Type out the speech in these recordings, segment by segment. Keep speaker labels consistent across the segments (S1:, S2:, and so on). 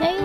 S1: 哎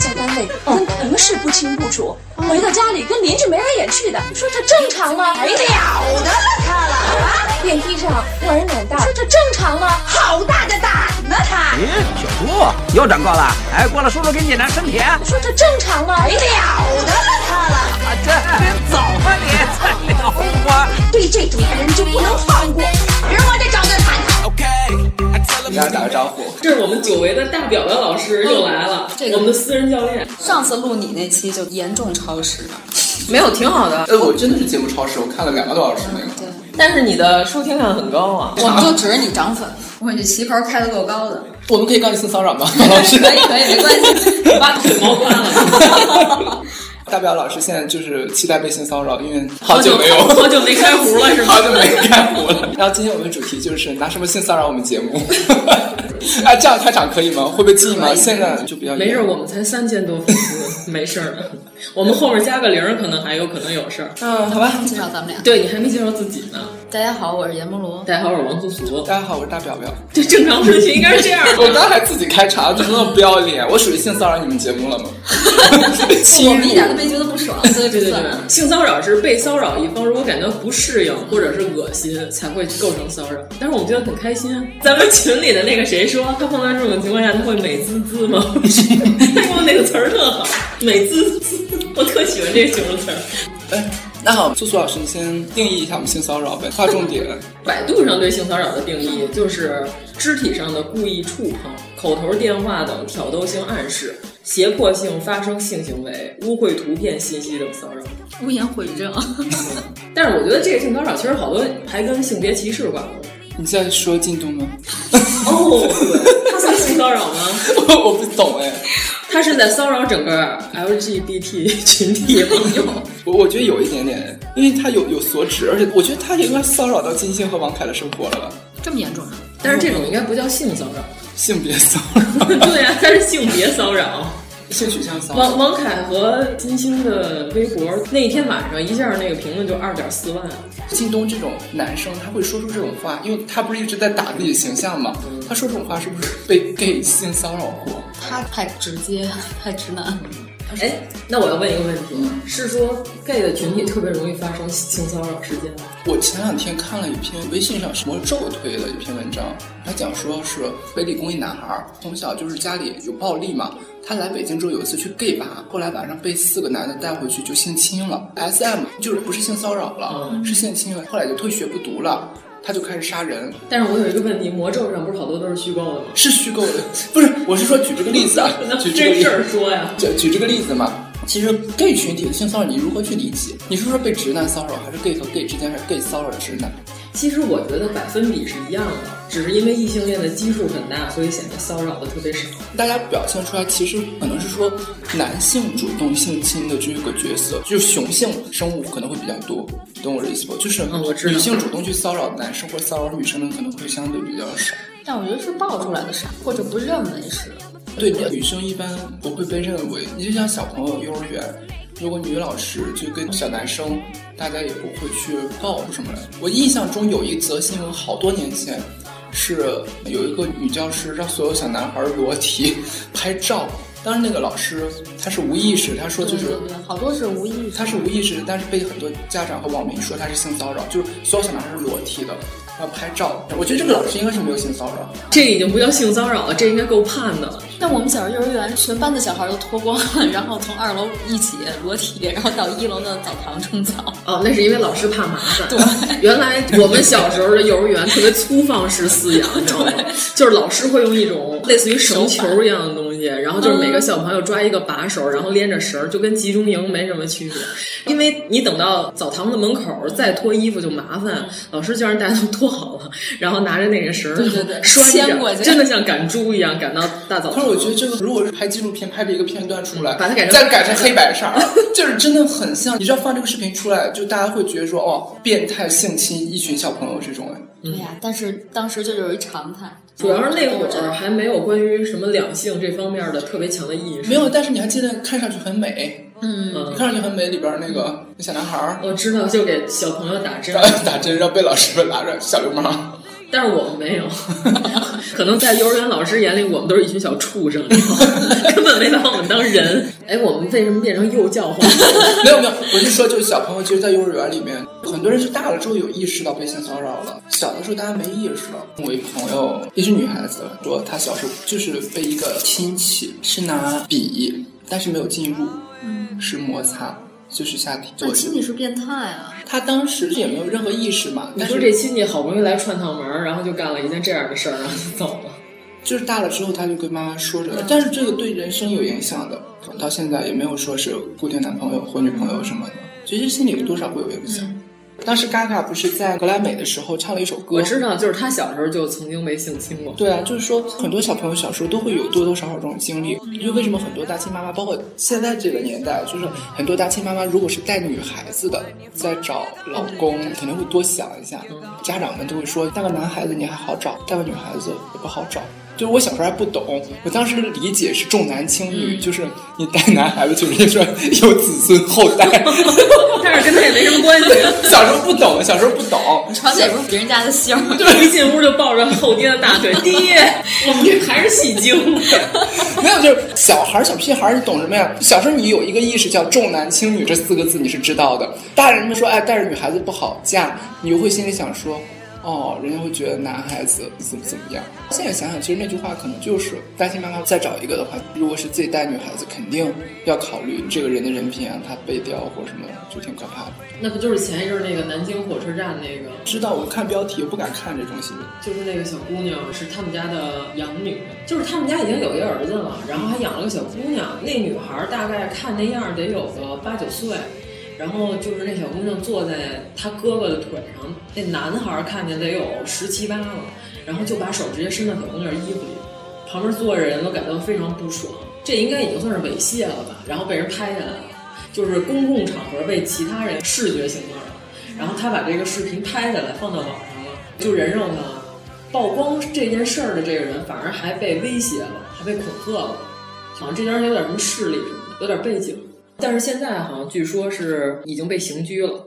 S2: 在单位跟同事不清不楚，
S3: 哦
S2: 回到家里跟邻居眉来眼去的，你说这正常吗？
S3: 没哎了的，他了啊！
S2: 电梯上让人脸蛋，说这正常吗？哎
S3: 好大的胆呢他！
S4: 咦，小猪又长高了！哎，过来，叔叔给你拿生铁。
S2: 说这正常吗？
S3: 没哎了的，他了啊！
S4: 这这早吗
S5: 啊
S4: 你？才了吗？
S2: 对这种人就不能放过，
S3: 明儿我得找他谈谈。
S6: 给大家打个招呼，
S5: 这是我们久违的大表表老师又来了，这个我们的私人教练。
S7: 上次录你那期就严重超时了，
S5: 没有，挺好的。
S6: 呃，我真的是节目超时，我看了两个多小时那个。
S7: 对，
S5: 但是你的收听量很高啊，
S7: 我们就指着你涨粉，我你旗袍开的够高的。
S6: 我们可以告你性骚 扰吗，老师？
S7: 可以可以，没关系，
S5: 你把腿毛刮了。
S6: 大表老师现在就是期待被性骚扰，因为
S5: 好
S6: 久没有，
S5: 好久没开壶了，是吗？
S6: 好久没开壶了。 然后今天我们主题就是拿什么性骚扰我们节目？ 哎，这样开场可以吗？会不会记吗？现在就比 较
S5: 没事，我们才三千多粉丝，没事儿的。我们后面加个零，可能还有可能有事儿。
S6: 嗯，好吧。
S7: 介绍咱们俩，
S5: 对你还没介绍自己呢。
S7: 大家好，我是阎摩罗。
S5: 大家好，我是王素素。
S6: 大家好，我是大表表。
S5: 这正常顺序应该是这样。
S6: 我刚才自己开场，怎么那么不要脸？我属于性骚扰你们节目了吗？
S7: 我们一点都没觉得不爽，所以
S5: 对对对，性骚扰是被骚扰一方如果感到不适应或者是恶心才会构成骚扰，但是我们觉得很开心。咱们群里的那个谁说他碰到这种情况下他会美滋滋吗？ 他用那个词儿特好，美滋滋， 我特喜欢这个形容词儿。
S6: 哎，那好，素素老师，你先定义一下我们性骚扰呗，划重点。
S5: 百度上对性骚扰的定义就是肢体上的故意触碰、口头电话等挑逗性暗示、胁迫性发生性行为、污秽图片、信息等骚扰。
S7: 污言秽语症。
S5: 但是我觉得这个性骚扰其实好多还跟性别歧视挂钩。
S6: 你在说靳东吗？
S5: 哦，他算性骚扰吗？
S6: 我不懂哎。
S5: 他是在骚扰整个 LGBT 群体朋 友，
S6: 我我觉得有一点点，因为他有有所指，而且我觉得他也应该骚扰到金星和王凯的生活了吧？
S7: 这么严重啊？
S5: 但是这种应该不叫性骚扰，
S6: 性别骚扰。
S5: 对呀、啊，他是性别骚扰，
S6: 性取向骚
S5: 扰。王王凯和金星的微博那一天晚上一下那个评论就二点四万。
S6: 靳东这种男生他会说出这种话，因为他不是一直在打自己形象嘛，他说这种话是不是被 gay 性骚扰过？
S7: 他太直接，太直男。
S5: 哎，那我要问一个问题，嗯、是说 gay 的群体特别容易发生性骚扰事件吗？
S6: 我前两天看了一篇微信上魔咒推的一篇文章，他讲说是北理工一男孩从小就是家里有暴力嘛，他来北京之后有一次去 gay 吧，后来晚上被四个男的带回去就性侵了，SM 就是不是性骚扰了，嗯、是性侵了，后来就退学不读了。他就开始杀人，
S5: 但是我有一个问题，魔咒上不是好多都是虚构 的吗？
S6: 是虚构的， 不是，我是说举这个例子啊，举这个例
S5: 子说呀，
S6: 举举这个例子嘛。其实 gay 群体的性骚扰你如何去理解？你是说被直男骚扰，还是 gay 和 gay 之间，还是 gay 骚扰直男？
S5: 其实我觉得百分比是一样的，只是因为异性恋的基数很大，所以显得骚扰的特别少。
S6: 大家表现出来，其实可能是说男性主动性侵的这个角色，就是雄性生物可能会比较多，懂我的意思不？就是女性主动去骚扰男生或骚扰女生的可能会相对比较少。
S7: 但我觉得是爆出来的少，或者不认为是。
S6: 对，女生一般不会被认为。你就像小朋友幼儿园，如果女老师就跟小男生，大家也不会去告什么来。我印象中有一则新闻，好多年前，是有一个女教师让所有小男孩裸体 拍照。当时那个老师他是无意识，他说就是
S5: 嗯
S7: 嗯好多是无意识，
S6: 他是无意识，但是被很多家长和网民说他是性骚扰，就是所有小男孩是裸体的。要拍照，我觉得这个老师应该是没有性骚扰，
S5: 这已经不叫性骚扰了，这应该够判的了。
S7: 但我们小时候幼儿园，全班的小孩都脱光了，然后从二楼一起裸体，然后到一楼的澡堂冲 澡。
S5: 哦，那是因为老师怕麻烦。
S7: 对，
S5: 原来我们小时候的幼儿园特别粗放式饲养，你知道吗？就是老师会用一种类似于绳球一样的东西，然后就是每
S7: 嗯
S5: 个小朋友抓一个把手，然后连着绳儿，就跟集中营没什么区别。因为你等到澡堂子门口再脱衣服就麻烦，老师就让大家都脱好了，然后拿着那个绳儿
S7: 嗯对对对
S5: 拴
S7: 牵过
S5: 着，
S7: 去
S5: 真的像赶猪一样赶到大澡
S6: 可
S5: 堂。
S6: 是我觉得这个，如果是拍纪录片拍了一个片段出来，
S5: 嗯把它改成
S6: 再改成黑白色儿， 就是真的很像。你知道放这个视频出来，就大家会觉得说，哦，变态性侵一群小朋友这种，哎，
S7: 哎呀，但是当时这就是一常态。
S5: 主要是那会
S7: 我知道
S5: 儿还没有关于什么两性这方面的特别强的意识。
S6: 没有。但是你还记得看上去很美，
S5: 嗯，
S6: 看上去很美里边儿那个那小男孩儿
S5: 我知道，就给小朋友打针，
S6: 打针，然后被 老师们拉着小流氓，
S5: 但是我们没有， 可能在幼儿园老师眼里，我们都是一群小畜生， 根本没把我们当人。哎，我们为什么变成幼教化？
S6: 没有没有，我是说，就是小朋友其实，在幼儿园里面，很多人是大了之后有意识到被性骚扰了，小的时候大家没意识到。我一朋友，也是女孩子，说她小时候就是被一个亲戚是拿笔，但是没有进入，
S5: 嗯
S6: 是摩擦，就是下体
S7: 那
S6: 坐
S7: 亲
S6: 着。
S7: 戚是变态啊！
S6: 她当时也没有任何意识嘛，
S5: 你
S6: 但
S5: 说
S6: 是
S5: 这亲戚好不容易来串趟门儿，然后就干了一件这样的事儿，然后就走了。
S6: 就是大了之后，她就跟妈妈说
S5: 嗯
S6: 着，但是这个对人生有影响的，到现在也没有说是固定男朋友或女朋友什么的，其实心里多少会有影响。当时 Gaga 不是在格莱美的时候唱了一首
S5: 嗯
S6: 歌，
S5: 我知道，就是他小时候就曾经被性侵过。
S6: 对啊，就是说很多小朋友小时候都会有多多少少这种经历，就为什么很多大亲妈妈，包括现在这个年代，就是很多大亲妈妈如果是带女孩子的，在找老公，肯定会多想一下。家长们都会说，带个男孩子你还好找，带个女孩子也不好找。就是我小时候还不懂，我当时的理解是重男轻女，
S5: 嗯
S6: 就是你带男孩子就人家说有子孙后代，
S5: 但是跟他也没什么关系。
S6: 小时候不懂，小时候不懂，
S7: 传的也不是别人家的姓儿。
S5: 对，一进屋就抱着后爹的大腿， 爹，我们这还是戏精。
S6: 没有，就是小孩儿、小屁孩儿，你懂什么呀？小时候你有一个意识叫重男轻女这四个字，你是知道的。大人们说，哎，带着女孩子不好嫁，你就会心里想说，哦，人家会觉得男孩子怎么怎么样。现在想想，其实那句话可能就是单亲妈妈再找一个的话，如果是自己带女孩子，肯定要考虑这个人的人品啊，他背调或什么的，就挺可怕的。
S5: 那不就是前一阵儿那个南京火车站那个
S6: 知道我看标题，我不敢看这种新闻。
S5: 就是那个小姑娘是他们家的养女，就是他们家已经有一个儿子了，然后还养了个小姑娘。那女孩儿大概看那样儿得有个八九岁，然后就是那小姑娘坐在她哥哥的腿上，那男孩儿看见得有十七八了，然后就把手直接伸到小姑娘衣服里，旁边坐着人都感到非常不爽，这应该已经算是猥亵了吧？然后被人拍下来了，就是公共场合被其他人视觉性骚扰。然后他把这个视频拍下来放到网上了，就人肉他。曝光这件事儿的这个人，反而还被威胁了，还被恐吓了，好像这件事有点什么势力什么的，有点背景。但是现在好像据说是已经被刑拘了，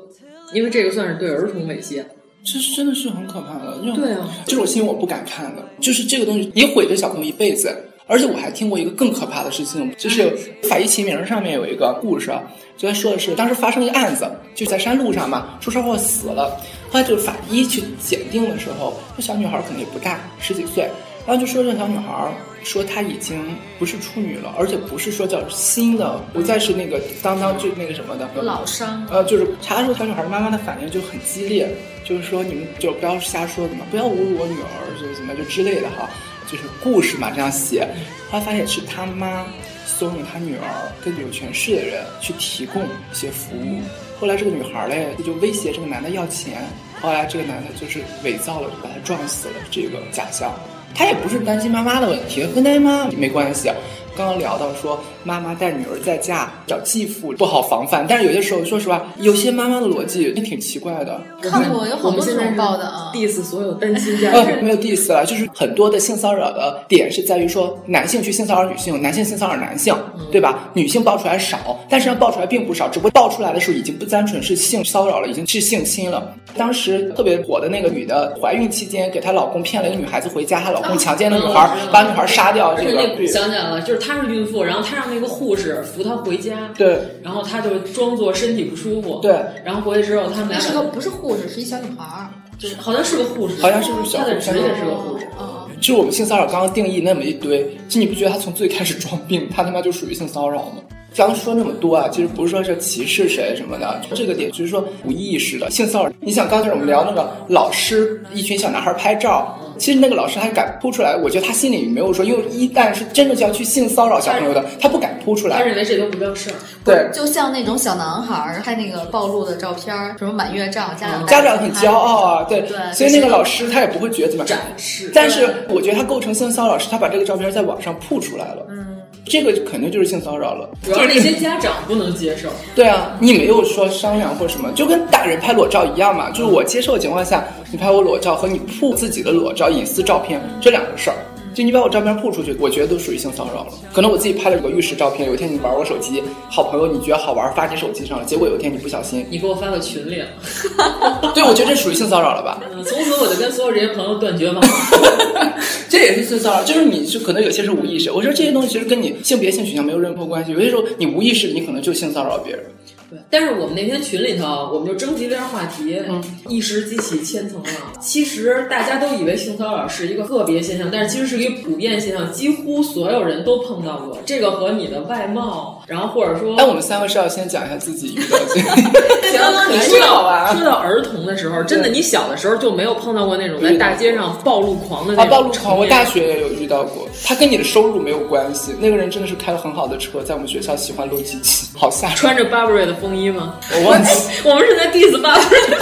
S5: 因为这个算是对儿童猥亵。
S6: 这是真的是很可怕的。因为
S5: 对啊，
S6: 这种新闻我不敢看的，就是这个东西，你毁这小朋友一辈子。而且我还听过一个更可怕的事情，就是
S5: 嗯
S6: 《法医秦明》上面有一个故事，啊，就在说的是当时发生一个案子，就在山路上嘛，出车祸死了。后来就是法医去检定的时候，这小女孩可能也不大，十几岁，然后就说这小女孩儿说她已经不是处女了，而且不是说叫新的，不再是那个当当就那个什么的
S7: 老伤
S6: 呃，就是查的时候，小女孩妈妈的反应就很激烈，就是说你们就不要瞎说怎么，不要侮辱我女儿，就是怎么就之类的哈，就是故事嘛这样写。后来发现是他妈怂恿他女儿跟有权势的人去提供一些服务。后来这个女孩嘞就威胁这个男的要钱，后来这个男的就是伪造了把她撞死了这个假象。他也不是担心妈妈的问题，跟担心妈妈没关系。啊刚刚聊到说妈妈带女儿在家找继父不好防范，但是有些时候说实话，有些妈妈的逻辑也挺奇怪的。
S7: 看过有好多这种报道啊。
S5: diss 所有单亲家
S6: 呃，
S5: 庭。
S6: 没有 diss 了，就是很多的性骚扰的点是在于说男性去性骚扰女性，男性性骚扰男性，
S5: 嗯
S6: 对吧？女性爆出来少，但实际上爆出来并不少，只不过爆出来的时候已经不单纯是性骚扰了，已经是性侵了。当时特别火的那个女的，怀孕期间给她老公骗了一个女孩子回家，她老公强奸了女孩，
S5: 啊嗯
S6: 把女孩杀掉，
S5: 而
S6: 这
S5: 且
S6: 个
S5: 那
S6: 对
S5: 想起来了，就是她是孕妇，然后她让那个护士扶她回家，
S6: 对
S5: 然后她就装作身体不舒服，
S6: 对，
S5: 然后回去之后他们俩
S7: 那是
S5: 把
S7: 个不是护士，是一小女孩儿，
S5: 就是好像是个护士，
S6: 好像是不是小
S5: 他的
S6: 护士
S5: 职业是个护士。
S6: 就是我们性骚扰刚刚定义那么一堆，就你不觉得他从最开始装病，他他妈就属于性骚扰吗？刚刚说那么多啊，其实不是说是歧视谁什么的，这个点就是说无意识的性骚扰。你想刚开始我们聊那个老师，一群小男孩拍照，其实那个老师还敢扑出来，我觉得他心里没有说，因为一旦是真的要去性骚扰小朋友的，他不敢扑出来。
S5: 他认为这都不叫 事儿。
S6: 对，
S7: 就像那种小男孩儿拍那个暴露的照片儿，什么满月照，家长
S6: 家长很骄傲啊，对，
S7: 对
S6: 所以那个老师他也不会觉得怎么样
S5: 展示
S6: 但是我觉得他构成性骚扰是他把这个照片在网上曝出来了，
S5: 嗯，
S6: 这个肯定就是性骚扰了。
S5: 主要是那些家长不能接受。
S6: 对啊，你没有说商量或什么，就跟大人拍裸照一样嘛，
S5: 嗯
S6: 就是我接受的情况下，你拍我裸照和你曝自己的裸照、隐私照片
S5: 嗯
S6: 这两个事儿。就你把我照片曝出去，我觉得都属于性骚扰了。可能我自己拍了个浴室照片，有一天你玩我手机，好朋友你觉得好玩发你手机上了，结果有一天你不小心，
S5: 你给我发个群里了，哦
S6: 对我觉得这属于性骚扰了吧？
S5: 嗯，从此我就跟所有这些朋友断绝往来。
S6: 这也是性骚扰，就是你是可能有些是无意识。我说这些东西其实跟你性别、性取向没有任何关系，有些时候你无意识，你可能就性骚扰别人。
S5: 对，但是我们那天群里头，我们就征集了一下话题，
S6: 嗯
S5: 一石激起千层浪。其实大家都以为性骚扰是一个个别现象，但是其实是一个普遍现象，几乎所有人都碰到过。这个和你的外貌，然后或者说，
S6: 哎，我们三个是要先讲一下自己遇到的。
S5: 行，你说
S6: 啊
S5: 到说到儿童的时候，真的，你小的时候就没有碰到过那种在大街上暴露狂的那
S6: 啊，
S5: 种
S6: 暴露狂，我
S5: 场面
S6: 大学也有遇到过，他跟你的收入没有关系。那个人真的是开了很好的车，在我们学校喜欢录机器，好吓人。
S5: 穿着 Burberry 的风衣吗？
S6: 我忘记，
S5: 我们是在 diss Burberry。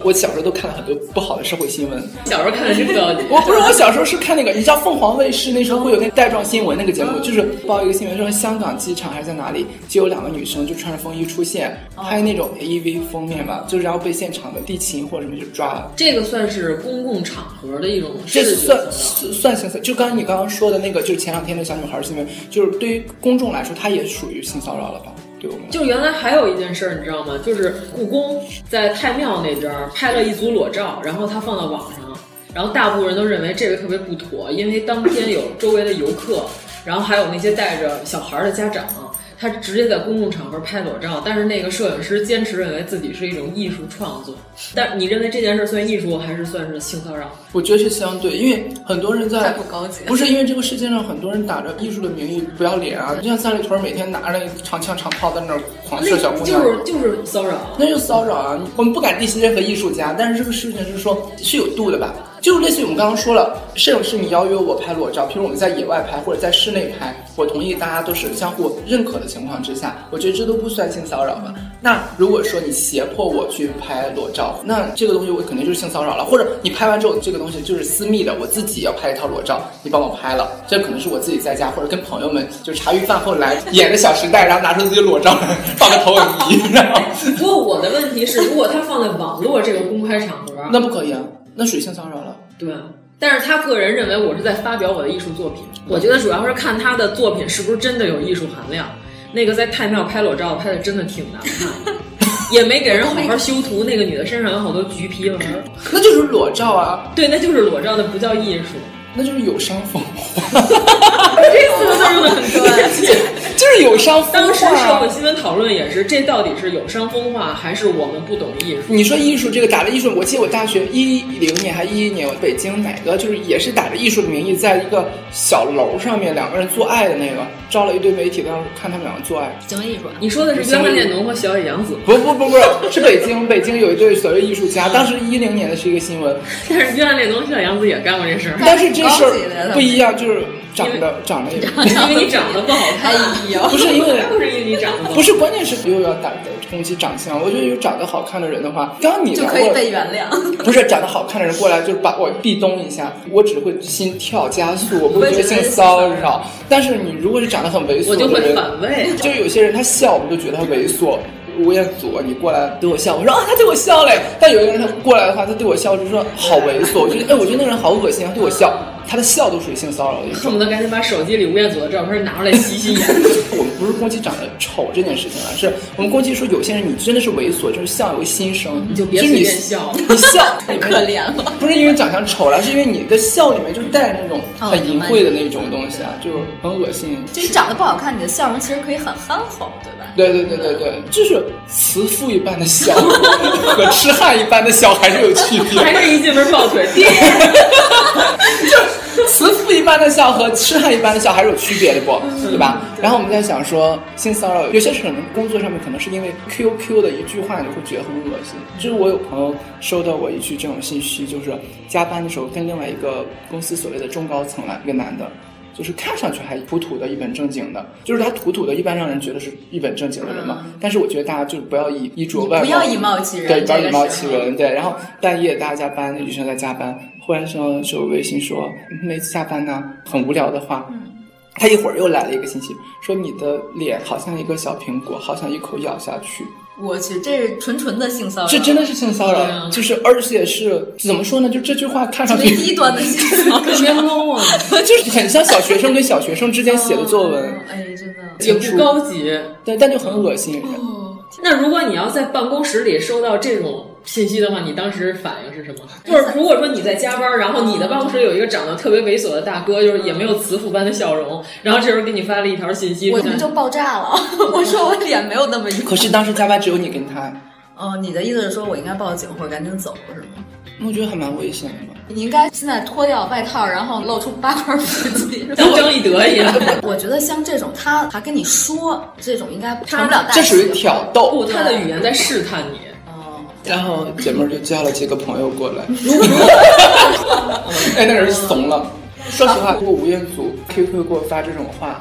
S6: 我小时候都看了很多不好的社会新闻。
S5: 小时候看的是不了解，
S6: 我不是，我小时候是看那个，你知道凤凰卫视那时候会有那带状新闻那个节目，就是报一个新闻说香港机场还是在哪里，就有两个女生就穿着风衣出现，
S5: 哦
S6: 拍那种 AV 封面嘛，就然后被现场的地勤或者什么就抓了。
S5: 这个算是公共场合的一种
S6: 这
S5: 视觉
S6: 算
S5: 的
S6: 算算性骚就刚刚你刚刚说的那个，就是前两天那小女孩新闻，就是对于公众来说，她也属于性骚扰了吧？对我们来说
S5: 就原来还有一件事儿，你知道吗？就是故宫在太庙那边儿拍了一组裸照，然后他放到网上，然后大部分人都认为这个特别不妥，因为当天有周围的游客，然后还有那些带着小孩儿的家长。他直接在公共场合拍裸照，但是那个摄影师坚持认为自己是一种艺术创作。但你认为这件事儿算艺术还是算是性骚扰？
S6: 我觉得是相对，因为很多人在
S5: 太不高级了
S6: 不是因为这个世界上很多人打着艺术的名义不要脸啊，就像三里屯每天拿着长枪长炮在那儿狂射小姑
S5: 那
S6: 娘，
S5: 就是就是骚扰。
S6: 那就骚扰啊！我们不敢 diss 任何艺术家，但是这个事情是说是有度的吧？就是类似于我们刚刚说了，摄影师你邀约我拍裸照，譬如我们在野外拍或者在室内拍，我同意大家都是相互认可的情况之下，我觉得这都不算性骚扰吧？那如果说你胁迫我去拍裸照，那这个东西我肯定就是性骚扰了。或者你拍完之后，这个东西就是私密的，我自己要拍一套裸照，你帮我拍了，这可能是我自己在家或者跟朋友们就茶余饭后来演个《小时代》，然后拿出自己裸照来放个投影仪， 然后。
S5: 不过我的问题是，如果他放在网络这个公开场合，
S6: 那不可以啊，那属于性骚扰了。
S5: 对，但是他个人认为我是在发表我的艺术作品。我觉得主要是看他的作品是不是真的有艺术含量。那个在太庙拍裸照拍的真的挺难看的，也没给人好好修图。那个女的身上有好多橘皮纹儿，
S6: 那就是裸照啊，
S5: 对，那就是裸照，那不叫艺术。
S6: 那就是有伤风
S5: 这四个字用的很对。
S6: 就是有伤风化。啊
S5: 当时社会新闻讨论也是，这到底是有伤风化，还是我们不懂艺术？
S6: 你说艺术这个打着艺术，我记得我大学一零年还一一年，我北京哪个就是也是打着艺术的名义，在一个小楼上面两个人做爱的那个，招了一堆媒体当时看他们两个做爱。
S7: 行为艺术。
S5: 你说的是约翰列侬和小野洋子，
S6: 不不不不是，是北京北京有一对所谓艺术家，当时一零年的是一个新闻，
S5: 但是约翰列侬、小野洋子也干过这 事儿，
S6: 但是这事儿不一样，就是长得长得也
S5: 因为你长得不好看，
S7: 哎
S6: 不是因为
S5: 不是因为你长得不好看
S6: 不是，关键是又要打攻击长相。我觉得有长得好看的人的话，刚刚你
S7: 就
S6: 聊
S7: 可以
S6: 过，
S7: 被原 谅。
S6: 不是长得好看的人过来就是把我壁咚一下，我只会心跳加速，我不会觉得性骚扰。但是你如果是长得很猥琐
S5: 我就
S6: 的
S5: 会
S6: 人，
S5: 反胃。
S6: 就有些人他笑，我们就觉得他猥琐。吴彦祖，你过来对我笑，我说啊，他对我笑嘞。但有一个人他过来的话，他对我笑，我就说好猥琐，我觉得哎，我觉得那个人好恶心，他对我笑，他的笑都属于性骚扰的一种。
S5: 恨不得赶紧把手机里吴彦祖的照片拿出来洗洗眼。
S6: 我们不是攻击长得丑这件事情啊，是我们攻击说有些人你真的是猥琐，就是相由心生，
S5: 你就别
S6: 是
S5: 随
S6: 你
S5: 便笑，
S6: 你笑
S5: 太可怜了。
S6: 不是因为长相丑了，是因为你的笑里面就带着那种
S7: 哦
S6: 很淫秽的那种东西啊，就很恶心。
S7: 就 你长得不好看，你的笑容其实可以很憨厚，对吧？
S6: 对对对对对，就是慈父一般的笑 和痴汉一般的笑还是有区别，
S5: 还是一进门抱腿，爹。
S6: 慈父一般的笑和痴汉一般的笑还是有区别的不，
S7: 嗯
S6: 对吧？然后我们在想说性骚扰，有些可能工作上面可能是因为 QQ 的一句话，你会觉得很恶心。就是我有朋友收到过一句这种信息，就是加班的时候跟另外一个公司所谓的中高层来一个男的。就是看上去还土土的、一本正经的，就是他土土的，一般让人觉得是一本正经的人嘛。但是我觉得大家就不要以衣着外貌，
S7: 嗯不要以貌取人
S6: 对，不要
S7: 这个啊
S6: 以貌
S7: 时
S6: 取
S7: 候
S6: 人。对，然后半夜大家加班，女生在加班，忽然收收微信说每次下班呢很无聊的话，
S7: 嗯
S6: 他一会儿又来了一个信息，说你的脸好像一个小苹果，好想一口咬下去。
S7: 我去，这是纯纯的性骚扰，
S6: 这真的是性骚扰，
S7: 啊
S6: 就是而且是怎么说呢？就这句话看上去
S7: 特别低端的性骚扰
S6: 特别 low 啊， 就是很像小学生跟小学生之间写的作文，
S7: 哎，真的。
S5: 也不高级，
S6: 对，但就很恶心。
S7: 哦
S5: 那如果你要在办公室里收到这种信息的话，你当时反应是什么？就是如果说你在加班，然后你的办公室有一个长得特别猥琐的大哥，就是也没有慈父般的笑容，然后这时候给你发了一条信息，
S7: 我们就爆炸了。 我说我脸没有那么
S6: 可是当时加班只有你跟他，
S7: 哦，你的意思是说我应该报警或者赶紧走是吗？
S6: 我觉得还蛮危险的。
S7: 你应该现在脱掉外套，然后露出八块腹肌，
S5: 像张一德一样。
S7: 我觉得像这种，他还跟你说这种，应该成不了哦大器。
S6: 这属于挑逗，
S5: 不，哦
S7: 啊
S5: 他的语言在试探你。
S6: 然后姐妹儿就叫了几个朋 友过来，哎，那人怂
S5: 哦
S6: 了。说实话，如果吴彦祖 QQ 给我发这种话，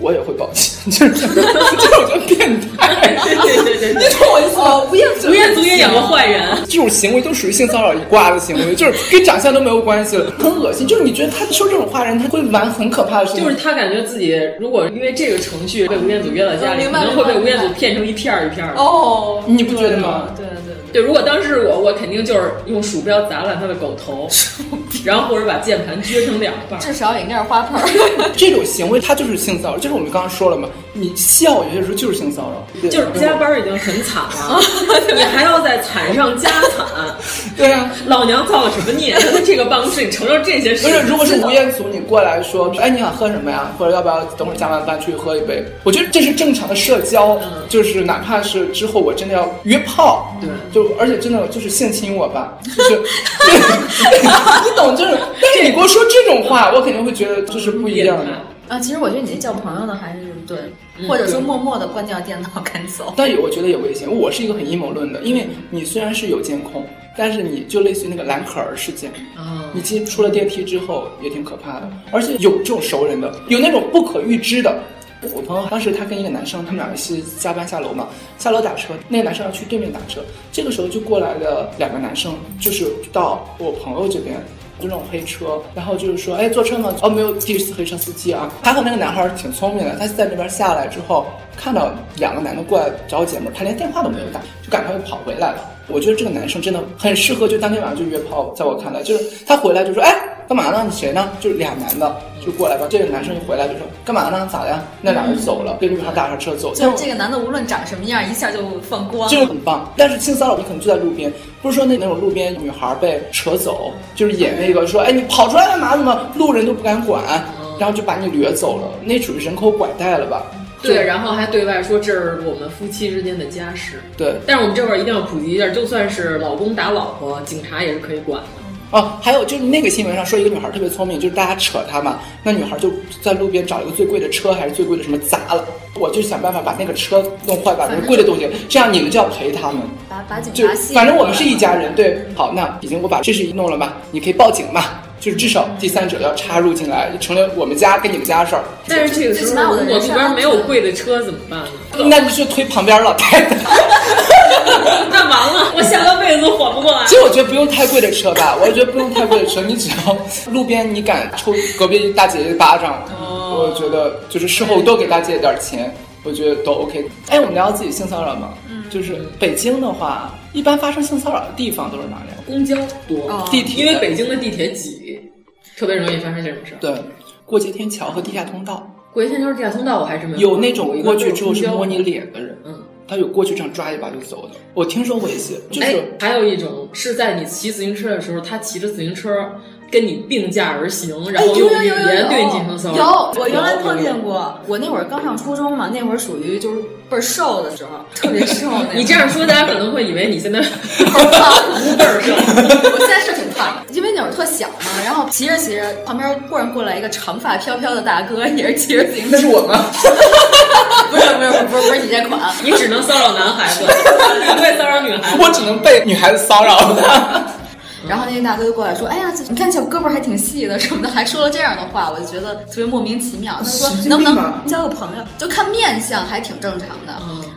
S6: 我也会报警， 就是这种这种就变态。
S5: 对对对，
S6: 你懂我意思吗？吴彦
S5: 哦 吴彦祖也养过坏 人，
S6: 这种行为都属于性骚扰一挂的行为，就是跟长相都没有关系了，很恶心。就是你觉得他说这种话，人他会玩很可怕的事情，
S5: 就是他感觉自己如果因为这个程序被吴彦祖约到家里，
S7: 哦明
S5: 可
S7: 白
S5: 能会被
S7: 明
S5: 吴
S7: 白
S5: 彦祖骗成一片儿一片儿的。
S7: 哦，
S6: 你不觉得吗？
S7: 对对对，
S5: 对，如果当时是我，我肯定就是用鼠标砸烂他的狗头，然后或者把键盘撅成两半儿。
S7: 至少也应该是花盆儿。
S6: 这种行为他就是性骚扰，就是我们刚刚说了嘛，你笑有些时候就是性骚扰，
S5: 就是加班已经很惨了，
S7: 哦
S5: 你还要在惨上加惨，
S6: 对啊。
S5: 老娘造了什么 孽？在这个办公室里承受这些事
S6: 不
S5: 情，
S6: 是，如果是吴彦祖，你过来说，哎，你想喝什么呀？或者要不要等会儿加完班出去喝一杯？我觉得这是正常的社交，就是哪怕是之后我真的要约炮，
S5: 对，
S6: 就而且真的就是性侵我吧，就是你懂，就是，但是你给我说这种话，我肯定会觉得就是不一样的
S5: 变态。
S7: 啊，其实我觉得你这叫朋友呢，还是对，嗯或者说默默的关掉电脑赶紧走。
S6: 但有我觉得也危险，我是一个很阴谋论的，因为你虽然是有监控，但是你就类似于那个蓝可儿事件，
S5: 啊
S6: 你进出了电梯之后也挺可怕的，而且有这种熟人的，有那种不可预知的。我朋友当时他跟一个男生，他们两个是加班下楼嘛，下楼打车，那个男生要去对面打车，这个时候就过来了两个男生，就是到我朋友这边。就那种黑车，然后就是说，哎，坐车吗？哦，没有，第四黑车司机啊。还好那个男孩儿挺聪明的，他在那边下来之后，看到两个男的过来找姐们儿，他连电话都没有打，就赶快跑回来了。我觉得这个男生真的很适合，就当天晚上就约炮，在我看来，就是他回来就说，哎，干嘛呢？你谁呢？就是俩男的就过来吧，这个男生就回来就说，干嘛呢？咋的呀？那俩人走了，跟女孩打上车走。
S7: 就是这个男的无论长什么样，一下就放光。
S6: 这个很棒。但是性骚扰你可能就在路边，不是说那那种路边女孩被扯走，就是演那个说，哎，你跑出来干嘛？怎么路人都不敢管，然后就把你掠走了，那属于人口拐带了吧？
S5: 对，然后还对外说这是我们夫妻之间的家事。
S6: 对。
S5: 但是我们这块儿一定要普及一下，就算是老公打老婆，警察也是可以管的。
S6: 哦，还有就是那个新闻上说一个女孩特别聪明，就是大家扯她嘛，那女孩就在路边找一个最贵的车还是最贵的什么砸了，我就想办法把那个车弄坏，把那个贵的东西，这样你们就要赔他们。
S7: 把把警
S6: 就
S7: 察吸引
S6: 反正我
S7: 过
S6: 们
S7: 来
S6: 是一家人，对，好，那已经我把这事一弄了嘛，你可以报警嘛，就是至少第三者要插入进来，成了我们家跟你们家的事儿，
S5: 但是这个时候，如果路边没有贵的车怎么办呢？
S6: 那你就推旁边老太太。
S5: 那完了，我下半辈子都缓不过来
S6: 其。实我觉得不用太贵的车吧，我觉得不用太贵的车，你只要路边你敢抽隔壁大姐姐一巴掌，
S5: 哦
S6: 我觉得就是事后多给大姐姐点钱，我觉得都 OK。哎，我们聊到自己性骚扰嘛，
S5: 嗯
S6: 就是北京的话，一般发生性骚扰的地方都是哪里啊？
S5: 公交多
S6: 地铁
S5: 因为北京的地铁挤。特别容易发生这种事儿。
S6: 对，过街天桥和地下通道，
S5: 过街天桥、地下通道我还真没
S6: 有那种过去之后是摸你脸的人，
S5: 嗯，
S6: 他有过去这样抓一把就走的，我听说过一些，就
S5: 哎
S6: 是，
S5: 还有一种是在你骑自行车的时候，他骑着自行车跟你并驾而行，然后
S7: 有
S5: 用
S7: 哎有
S5: 语
S7: 有
S5: 言对你进行骚扰。
S7: 有，我原来碰
S5: 有
S7: 见。过。我那会儿刚上初中嘛，那会儿属于就是倍儿瘦的时 候，特别瘦那种。
S5: 你这样说，大家可能会以为你现在
S7: 我现在是挺胖的，因为那会儿特小嘛，然后骑着骑着，旁边忽然过来一个长发飘飘的大哥，也是骑着自行车。那是我吗？ 不是不是不是不是你这款，
S5: 你只能骚扰男孩子，你不会骚扰女孩子。
S6: 我只能被女孩子骚扰的。
S7: 然后那个大哥就过来说：“哎呀，这你看小胳膊还挺细的什么的，还说了这样的话，我就觉得特别莫名其妙。”他说：“能不能交个朋友？就看面相还挺正常的。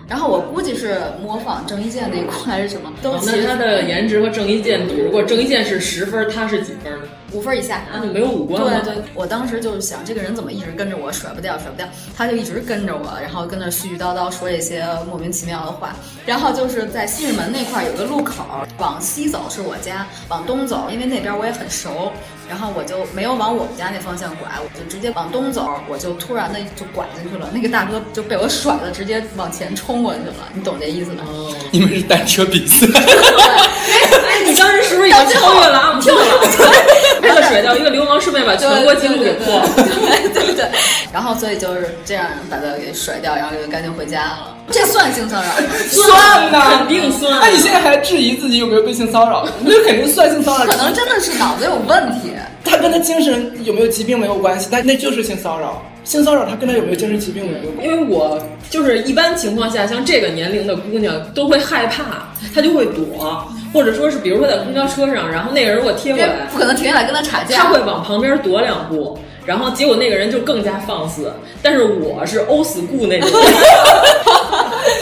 S7: 然后我估计是模仿郑伊健那一块还是什么，都
S5: 哦
S7: 骑
S5: 那他的颜值和郑伊健比，如果郑伊健是十分，他是几分呢？
S7: 五分以下，
S5: 那就没有五官了
S7: 对对，我当时就是想，这个人怎么一直跟着我，甩不掉，甩不掉。他就一直跟着我，然后跟那絮絮叨叨说一些莫名其妙的话。然后就是在西直门那块儿有个路口，往西走是我家，往东走，因为那边我也很熟，然后我就没有往我们家那方向拐，我就直接往东走，我就突然的就拐进去了。那个大哥就被我甩了，直接往前冲过去了，你懂这意思吗？
S6: 你们是单车比赛，
S5: 哎，你当时是不是已经超越了阿姆斯特朗？为了甩掉一个流氓师妹，把全国纪录给破了。
S7: 对对，然后所以就是这样把他给甩掉，然后就赶紧回家了。 这算性骚扰？
S6: 算呐，
S5: 肯定算
S6: 那你现在还质疑自己有没有被性骚扰？那肯定算性骚扰。
S7: 可能真的是脑子有问题。
S6: 他跟他精神有没有疾病没有关系，但那就是性骚扰。性骚扰他跟他有没有精神疾病没有关
S5: 因
S6: 系。
S5: 为我就是一般情况下，像这个年龄的姑娘都会害怕，她就会躲，或者说是比如说在公交车上，然后那个人如果贴过来，
S7: 不可能停下来跟他吵架
S5: 她会往旁边躲两步，然后结果那个人就更加放肆。但是我是欧死顾那种，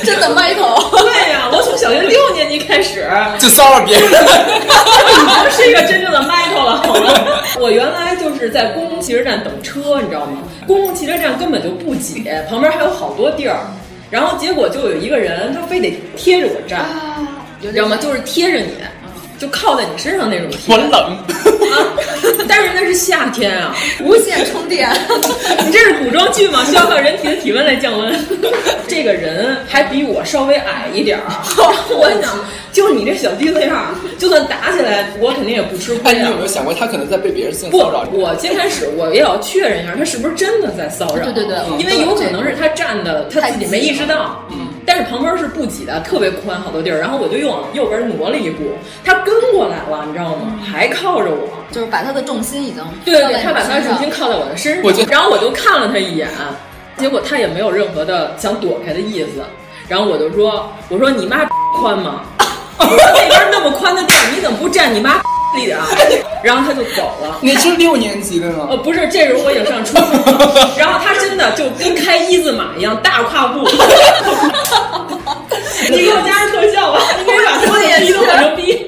S7: 真的 Michael
S5: 对呀、我从小学六年级开始，
S6: 就骚扰别人，
S5: 已经是一个真正的 Michael 了，好吗？ 我原来就是在公共汽车站等车，你知道吗？公共汽车站根本就不挤，旁边还有好多地儿。然后结果就有一个人，他非得贴着我站，你知道吗？就是贴着你，就靠在你身上那种贴。
S6: 我冷。
S5: 但是那是夏天啊，
S7: 无线充电，
S5: 你这是古装剧吗？需要靠人体的体温来降 温？这个人还比我稍微矮一点儿， 我想，就你这小鸡子样儿，就算打起来，我肯定也不吃亏
S6: 哎，
S5: 啊。
S6: 你有没有想过他可能在被别人性
S5: 不
S6: 骚扰？，
S5: 我先开始我也要确认一下，他是不是真的在骚扰？
S7: 对对对
S6: 嗯
S5: 因为有可能是他站的他自己没意识到，但是旁边是不挤的，特别宽，好多地儿。然后我就又往右边挪了一步，他跟过来了，你知道
S6: 嗯
S5: 吗？还靠着我。
S7: 就是把他的重心已经
S5: 对对
S7: 放
S5: 对，
S7: 在
S5: 他把
S7: 你
S5: 他的
S7: 身
S5: 重
S7: 上
S5: 心靠在我的身上，
S6: 我觉得
S5: 然后我就看了他一眼，结果他也没有任何的想躲开的意思，然后我就说，我说你妈 宽吗？我说那边那么宽的地儿，你怎么不站你妈 里点儿？然后他就走了。
S6: 你是六年级的 吗
S5: 呃，？不是，这时候我已经上初中了，然后他真的就跟开一字马一样大跨步。你给我加上特效吧，你给把所有的逼都往上逼。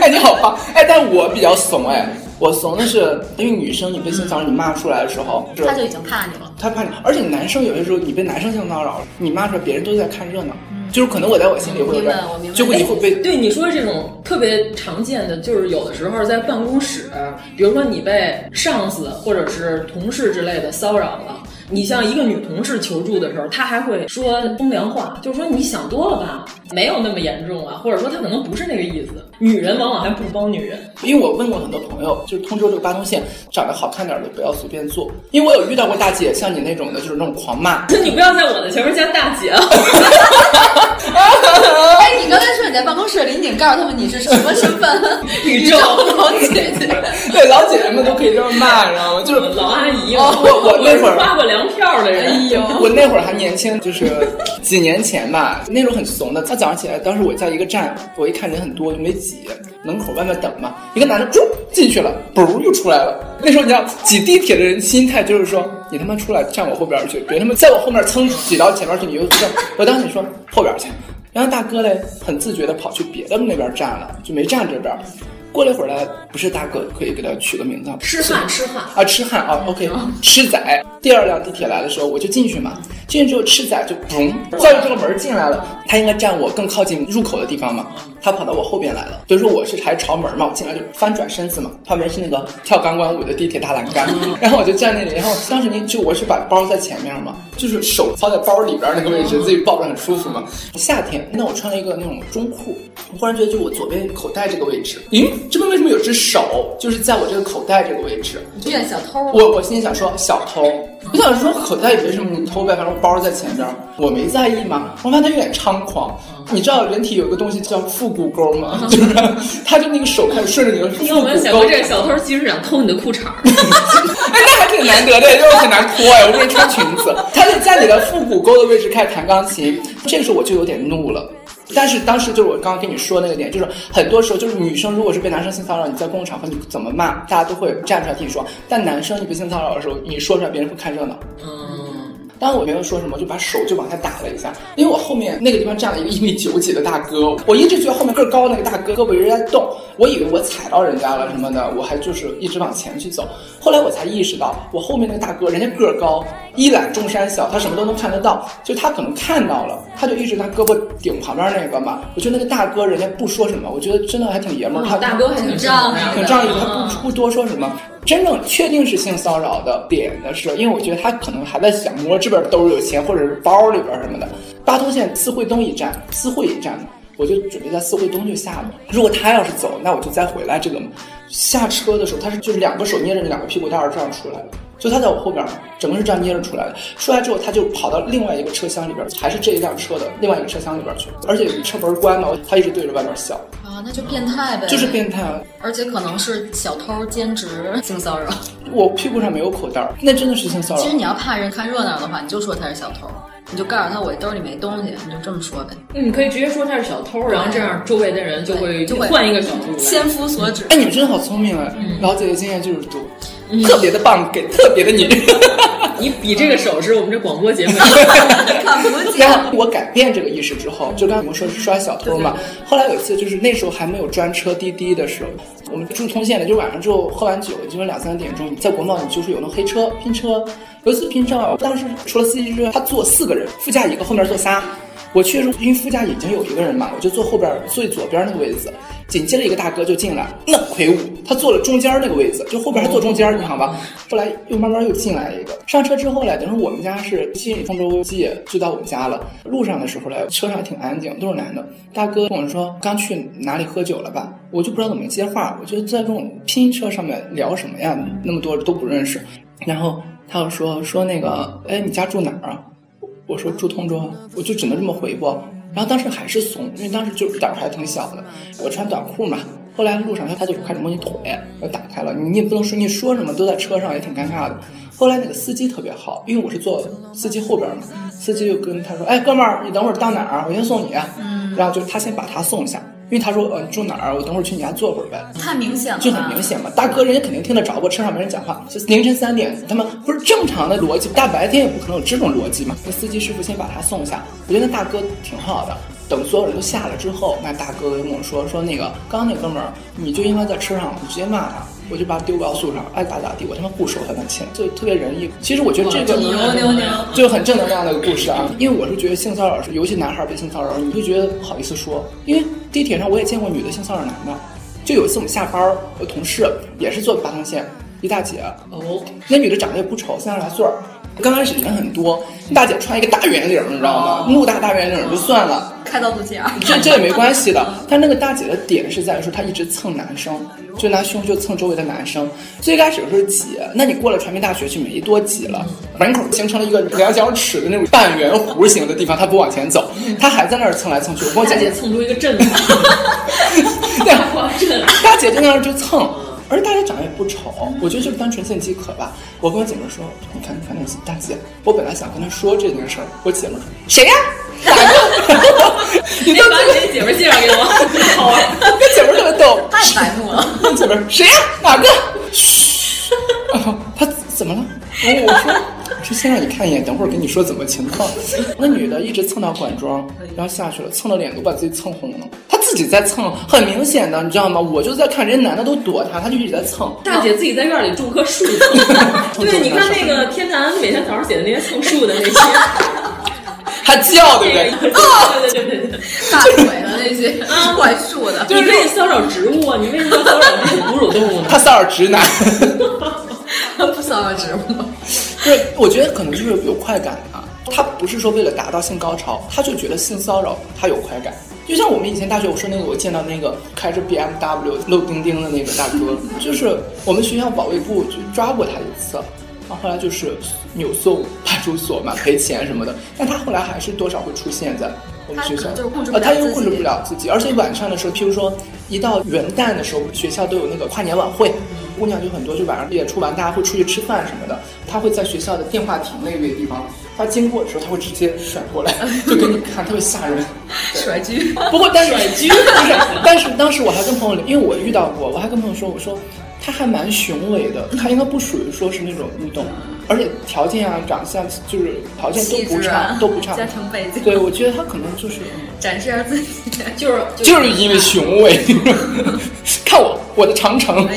S6: 哎，你好棒！哎，但我比较怂哎，我怂的是因为女生你被性骚扰，你骂出来的时候，是
S7: 他就已经怕你了。
S6: 他怕你，而且男生有些时候你被男生性骚扰，你骂出来，别人都在看热闹，就是可能我在我心里会有
S7: 明白
S6: 点
S7: 我明，白
S6: 就会你会被
S5: 对你说这种特别常见的，就是有的时候在办公室，啊比如说你被上司或者是同事之类的骚扰了，你向一个女同事求助的时候，她还会说风凉话，就是说你想多了吧，没有那么严重啊，或者说她可能不是那个意思。女人往往还不帮女人。
S6: 因为我问过很多朋友，就是通州这个八通线长得好看点儿的不要随便做，因为我有遇到过大姐像你那种的，就是那种狂骂，
S5: 你不要在我的前面加大姐啊！ 哦
S7: 哎，你刚才说你在办公室里，你得告诉他们你是什么身份？
S5: 宇宙
S7: 老姐姐，
S6: 对老姐姐们都可以这么骂，你知道吗？就是
S5: 老阿姨，
S6: 哦我我那会儿
S5: 是发过粮票的人，哎
S6: 我那会儿还年轻，就是几年前吧，那时候很怂的。他早上起来，当时我在一个站，我一看人很多，就没挤，门口外面等嘛，一个男的噗进去了，嘣又出来了。那时候你知道挤地铁的人心态就是说，你他妈出来站我后边去，别他妈在我后面蹭挤到前面去，你就站。我当时说后边去，然后大哥嘞很自觉的跑去别的那边站了，就没站这边。过了一会儿呢，不是大哥可以给他取个名字啊，
S5: 吃饭吃饭，
S6: 啊，痴汉啊，OK，痴仔，第二辆地铁来的时候，我就进去嘛，进去之后赤仔就嘣绕着这个门进来了，他应该站我更靠近入口的地方嘛，他跑到我后边来了，所以说我是还朝门嘛，我进来就翻转身子嘛，旁边是那个跳钢管舞的地铁大栏杆， 然后我就站那里，然后当时就我是把包在前面嘛，就是手放在包里边那个位置，自己抱着很舒服嘛。夏天，那我穿了一个那种中裤，我忽然觉得就我左边口袋这个位置，咦，这边为什么有只手？就是在我这个口袋这个位置，
S7: 你见小偷？
S6: 我我心里想说小偷，我想说口袋也没什么你偷呗，反正我包在前边，我没在意嘛。我发现他有点猖狂，
S5: 嗯
S6: 你知道人体有一个东西叫腹股沟吗？ 就是他就那个手开始顺着你的腹股沟。
S5: 你有没有想过，这个小偷其实想偷你的裤衩？
S6: 哎，那还挺难得的，就是很难脱哎，我不能穿裙子。他就在你的腹股沟的位置开始弹钢琴，这个时候我就有点怒了。但是当时就是我刚刚跟你说那个点，就是很多时候就是女生如果是被男生性骚扰，你在公共场合你怎么骂，大家都会站出来替你说。但男生你被性骚扰的时候，你说出来别人会看热闹。啊当然我没有说什么，就把手就往下打了一下，因为我后面那个地方站了一个一米九几的大哥，我一直觉得后面个儿高那个大哥胳膊一直在动，我以为我踩到人家了什么的，我还就是一直往前去走。后来我才意识到，我后面那个大哥人家个儿高，一览众山小，他什么都能看得到，就他可能看到了，他就一直拿胳膊顶旁边那个嘛。我觉得那个大哥人家不说什么，我觉得真的还挺爷们儿，他
S5: 大哥还挺仗义的
S6: 挺仗义的，他不不多说什么。真正确定是性骚扰的点的是，因为我觉得他可能还在想摸这边兜里有钱，或者是包里边什么的。八通线四惠东一站，四惠一站，我就准备在四惠东就下了。如果他要是走，那我就再回来这个嘛。下车的时候，他是就是两个手捏着两个屁股蛋儿这样出来的，就他在我后边，整个是这样捏着出来的。出来之后，他就跑到另外一个车厢里边，还是这一辆车的另外一个车厢里边去，而且车门关了，他一直对着外面笑。
S7: 啊，那就变态呗，
S6: 就是变态啊
S7: 而且可能是小偷兼职性骚扰。
S6: 我屁股上没有口袋儿，那真的是性骚扰。
S7: 其实你要怕人看热闹的话，你就说他是小偷，你就告诉他我兜里没东西，你就这么说呗。
S5: 嗯你可以直接说他是小偷，然后这样周围的人就会
S7: 就会
S5: 换一个角度。
S7: 千夫所指。
S6: 哎，你们真的好聪明哎！
S7: 嗯
S6: 老姐的经验就是多，特别的棒，给特别 的你。
S5: 你比这个手势，我们这广播节目。
S6: 然后我改变这个意识之后，就刚才你们说是刷小偷嘛。后来有一次，就是那时候还没有专车滴滴的时候，我们住通县的，就晚上之后喝完酒，就是两三点钟，你在国贸你就是有那黑车拼车，有一次拼车，我当时除了司机之外，他坐四个人，副驾一个，后面坐仨。我去的时候，因为副驾已经有一个人嘛，我就坐后边最左边那个位子。紧接着一个大哥就进来，那魁梧，他坐了中间那个位子，就后边他坐中间，你看吧。后来又慢慢又进来一个，上车之后来，等于我们家是进丰州街就到我们家了。路上的时候来，车上挺安静，都是男的。大哥跟我说刚去哪里喝酒了吧？我就不知道怎么接话，我觉得在这种拼车上面聊什么呀？那么多都不认识。然后他又说说那个，哎，你家住哪儿啊？我说住通州啊，我就只能这么回复。然后当时还是怂，因为当时就是胆儿还挺小的。我穿短裤嘛，后来路上他他就开始摸你腿，我打开了，你也不能说你说什么，都在车上也挺尴尬的。后来那个司机特别好，因为我是坐司机后边嘛，司机就跟他说：“哎，哥们儿，你等会儿到哪儿啊？我先送你啊。”然后就他先把他送下，因为他说：“呃，你住哪儿？我等会儿去你家坐会儿呗。”
S7: 太明显了，
S6: 就很明。显嘛，大哥人家肯定听得着我，车上没人讲话，就凌晨三点，他们不是正常的逻辑，大白天也不可能有这种逻辑嘛。那司机师傅先把他送下，我觉得那大哥挺好的。等所有人都下了之后，那大哥跟我说说那个刚刚那哥们儿，你就应该在车上，你直接骂他，我就把他丢高速上，爱咋咋地，我他妈不收他的钱，就特别仁义。其实我觉得这个
S5: 哇牛牛牛
S6: 就很正能量的一个故事啊。 因为我是觉得性骚扰是，尤其男孩被性骚扰，你就觉得不好意思说。因为地铁上我也见过女的性骚扰男的，就有一次我们下班儿，我同事也是坐八通线，一大姐，呃
S5: 哦，
S6: 那女的长得也不丑，三十来岁儿，刚开始人很多，那大姐穿一个大圆领儿，你知道吗？怒大大圆领儿就算了。
S7: 开到肚脐眼儿，
S6: 这这也没关系的。但那个大姐的点是在于说，她一直蹭男生，就拿胸就蹭周围的男生。最开始是挤，那你过了传媒大学去没多挤了，门口形成了一个两脚尺的那种半圆弧形的地方，她不往前走，她还在那儿蹭来蹭去。我跟我
S5: 大姐
S6: 姐姐
S5: 蹭出一个阵来， 哇阵来
S6: 大姐在那儿就蹭，而大姐长得也不丑，我觉得就是单纯性饥渴吧。我跟我姐们说，你看你看那大姐，我本来想跟她说这件事儿，我姐们说谁呀、 大哥，你
S5: 你
S6: 到
S5: 把你那姐妹介绍给我，好玩。
S6: 跟姐们儿特别逗，
S7: 太白目了。
S6: 问姐们儿谁呀、哪个？嘘，啊他怎么了？我我说说先让你看一眼，等会儿跟你说怎么情况。 那女的一直蹭到管庄，然后下去了，蹭到脸都把自己蹭红了。她自己在蹭，很明显的，你知道吗？我就在看人家男的都躲她，她就一直在蹭。
S5: 大姐自己在院里种棵树，对，你看那个天坛每天早上写的那些蹭树的那些，
S6: 还叫对
S5: 哎
S6: 不对？
S5: 对对对对对，
S7: 大腿的 那些
S5: 啊
S7: 灌树的，
S5: 你可以骚扰植物啊，你为什么要骚扰这种哺乳动物 呢？
S6: 他骚扰直男。
S7: 不骚扰植物。
S6: 对，我觉得可能就是有快感啊。他不是说为了达到性高潮，他就觉得性骚扰他有快感。就像我们以前大学，我说那个我见到那个开着 BMW 露丁丁的那个大哥，就是我们学校保卫部就抓过他一次，然后后来就是扭送派出所嘛，赔钱什么的。但他后来还是多少会出现在我们学校，
S7: 他可能就是控制不
S6: 呃，
S7: 了
S6: 他又
S7: 自己
S6: 控制不了自己，而且晚上的时候，譬如说一到元旦的时候，学校都有那个跨年晚会，
S7: 嗯
S6: 姑娘就很多，就晚上演出完大家会出去吃饭什么的，他会在学校的电话亭那个地方。他经过的时候，他会直接甩 过来，就给你看，特别吓人。
S7: 甩狙。
S6: 不过但是 不是，但是当时我还跟朋友聊，因为我遇到过，我还跟朋友说，我说他还蛮雄伟的，他应该不属于说是那种入洞，而且条件啊、长相就是条件都不
S7: 气质
S6: 差，
S7: 啊
S6: 都 不差。
S7: 家庭背景
S6: 对，我觉得他可能就是
S7: 展示一下自己，
S5: 就是
S6: 就 是因为雄伟， 看我我的长城。
S5: 哎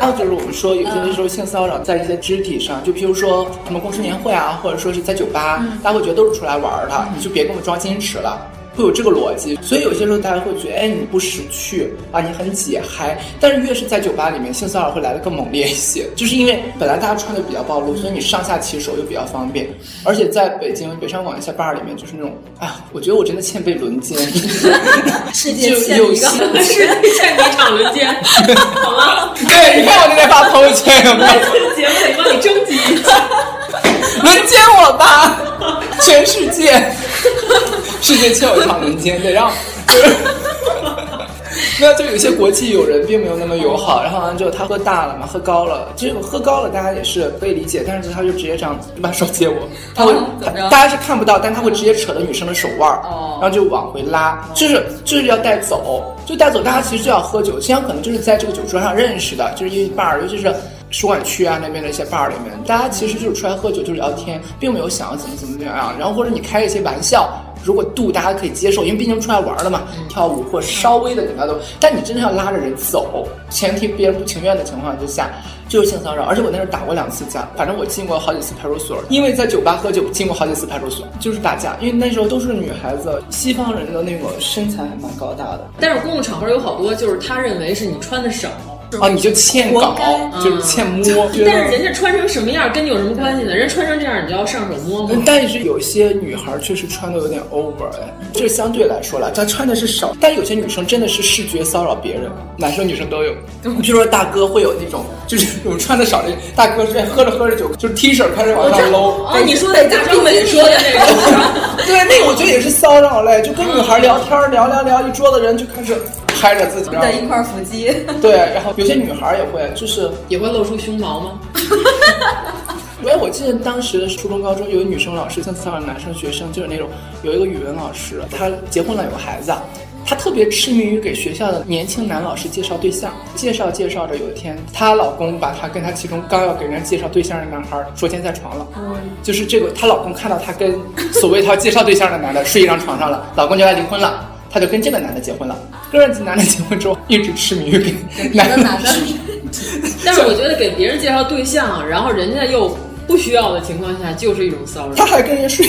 S6: 还有就是我们说有些时候性骚扰在一些肢体上，就譬如说什么公司年会啊，或者说是在酒吧，
S5: 嗯
S6: 大家会觉得都是出来玩儿的，你就别跟我装矜持了。会有这个逻辑，所以有些时候大家会觉得，哎，你不识趣啊，你很解嗨。但是越是在酒吧里面，性骚扰会来的更猛烈一些，就是因为本来大家穿的比较暴露，所以你上下其手又比较方便。而且在北京北上广一些 bar 里面，就是那种，啊，我觉得我真的欠被轮 奸，
S7: 世
S6: 界欠一个
S5: 是欠你一场轮奸， 好 了，
S6: 对，你看我正在发朋友圈，有没有？
S5: 这个节目得帮你征集一下。
S6: 轮奸我吧，全世界，世界欠我一场轮奸，得 让。就是那就有些国际友人并没有那么友好，然后完了之后他喝大了嘛，喝高了，这种喝高了大家也是可以理解，但是他就直接这样把手借我，他会、他大家是看不到，但他会直接扯着女生的手腕儿，然后就往回拉，就是就是要带走，就带走大家其实就要喝酒，实际上可能就是在这个酒桌上认识的，就是因为 bar，尤其是。使馆区啊那边的一些 bar 里面，大家其实就是出来喝酒就是聊天，并没有想要怎么怎么样，然后或者你开一些玩笑，如果度大家可以接受，因为毕竟出来玩了嘛，
S5: 嗯
S6: 跳舞或稍微的给大家都，但你真的要拉着人走，前提别人不情愿的情况之下，就是性骚扰。而且我那时候打过两次架，反正我进过好几次派出所，因为在酒吧喝酒进过好几次派出所，就是打架，因为那时候都是女孩子，西方人的那个身材还蛮高大的，
S5: 但是公共场合有好多，就是他认为是你穿的少，
S6: 啊，你就欠搞
S5: 活，该嗯
S6: 就是欠摸，觉得
S5: 但是人家穿成什么样跟你有什么关系呢？人家穿成这样，你就要上手摸 吗？
S6: 嗯但是有些女孩确实穿的有点 over 哎，这相对来说啦，她穿的是少，但有些女生真的是视觉骚扰别人，男生女生都有。你比如说大哥会有那种，就是我们穿的少的大哥是在喝着喝着酒，就是 T 恤开始往上搂。
S5: 哦，你说的大张伟说的那个，
S6: 对，那我觉得也是骚扰嘞，就跟女孩聊天聊聊聊，一桌子人就开始拍着自己，然后
S7: 在一块儿腹 肌，
S6: 对，然后有些女孩也会就是
S5: 也会露出胸毛吗？
S6: 因为哎我记得当时初中、高中有女生老师像骚扰男生学生，就是那种有一个语文老师，她结婚了有个孩子，啊她特别痴迷于给学校的年轻男老师介绍对象，介绍介绍着，有一天她老公把她跟她其中刚要给人家介绍对象的男孩捉奸在床了，就是这个她老公看到她跟所谓她介绍对象的男的睡一张床上了，老公就要离婚了。她就跟这个男的结婚了，跟这个男的结婚之后，一直痴迷于给男的
S7: 男的
S5: 但是我觉得给别人介绍对象，然后人家又不需要的情况下，就是一种骚
S6: 他
S5: 扰。嗯
S6: 还跟人睡。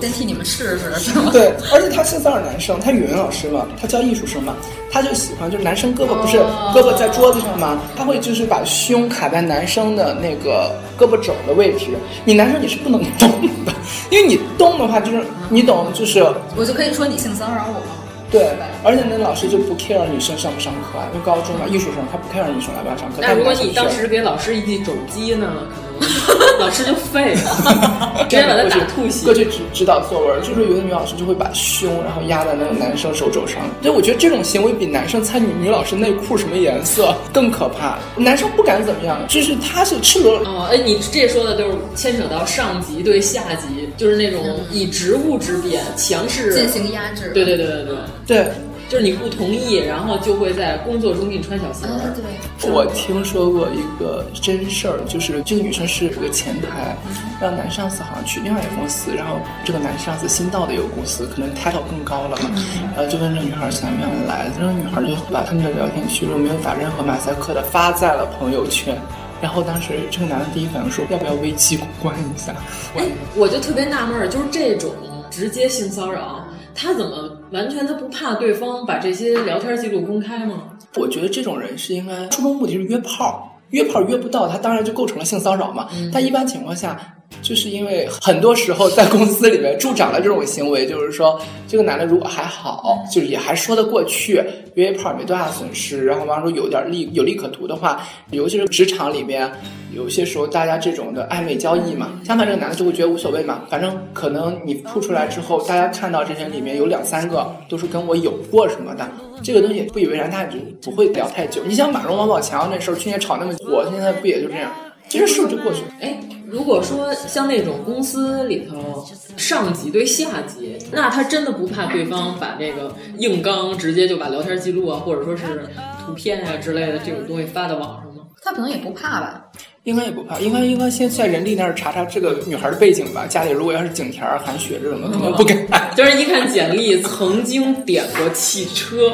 S7: 先替你们试试，是吗？
S6: 对，而且他是骚扰男生，他语文老师嘛，他教艺术生嘛，他就喜欢就是男生胳膊不是
S5: 哦
S6: 胳膊在桌子上吗？他会就是把胸卡在男生的那个胳膊肘的位置，你男生你是不能 动的，因为你动的话就是你懂就是
S7: 我就可以说你性骚扰我吗？
S6: 对，而且那老师就不 care 女生上不上课啊，因为高中嘛艺术生他不 care 女生来不来上课。
S5: 那如果
S6: 但是
S5: 你当时给老师一记肘击呢，可能老师就废 了，直接把他打吐
S6: 过
S5: 血。
S6: 去指指导作文，就是有的女老师就会把胸然后压在那个男生手肘上。对，我觉得这种行为比男生猜女女老师内裤什么颜色更可怕。男生不敢怎么样，就是他是赤裸。
S5: 哦，哎，你这说的就是牵扯到上级对下级，就是那种以职务之便强势
S7: 进行压制，
S5: 对对对对对，
S6: 对，
S5: 就是你不同意，然后就会在工作中给你穿小鞋。
S7: 啊，对。
S6: 我听说过一个真事儿，就是这个女生是有个前台，让男上司好像去另外一个公司，然后这个男上司新到的一个公司，可能 title 更高了嘛，然后就问这个女孩想不想来，这个女孩就把他们的聊天记录没有打任何马赛克的发在了朋友圈。然后当时这个男的第一反应说：“要不要危机公关一下？”
S5: 哎，我就特别纳闷儿，就是这种直接性骚扰，他怎么完全他不怕对方把这些聊天记录公开吗？
S6: 我觉得这种人是应该初衷目的是约炮，约炮约不到，他当然就构成了性骚扰嘛。但一般情况下，就是因为很多时候在公司里面助长了这种行为，就是说这个男的如果还好，就是也还说得过去，约炮也没多大损失，然后完了说有点利有利可图的话，尤其是职场里边。有些时候，大家这种的暧昧交易嘛，相反这个男的就会觉得无所谓嘛，反正可能你吐出来之后，大家看到这些里面有两三个都是跟我有过什么的，这个东西不以为然，大家就不会聊太久。你像马蓉、王宝强那时候去年炒那么火，现在不也就这样？其实事就过去了。
S5: 哎，如果说像那种公司里头上级对下级，那他真的不怕对方把这个硬刚，直接就把聊天记录啊，或者说是图片啊之类的这种东西发到网上吗？
S7: 他可能也不怕吧。
S6: 应该也不怕，应该应该先在人力那儿查查这个女孩的背景吧。家里如果要是景甜儿、韩雪这种的，可能 不敢。
S5: 就是一看简历，曾经点过汽 车，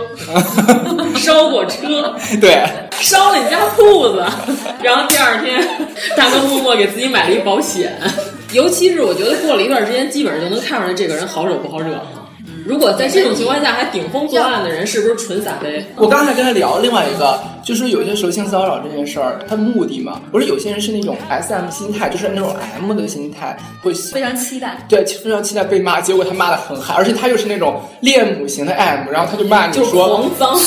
S5: 烧过车，
S6: 对，
S5: 烧了你家铺子， 然后第二天大哥默默给自己买了一保险。尤其是我觉得过了一段时间，基本上就能看出来这个人好惹不好惹了。如果在这种情况下还顶风作案的人，是不是纯撒杯？
S6: 我刚才跟他聊另外一个，就是有些时候性骚扰这件事儿，他目的嘛，不是有些人是那种 S M 心态，就是那种 M 的心态，会
S7: 非常期 待，
S6: 对，非常期待被骂，结果他骂的很狠，而且他又是那种恋母型的 M，然后他就骂你
S5: 就
S6: 说
S5: 狂脏，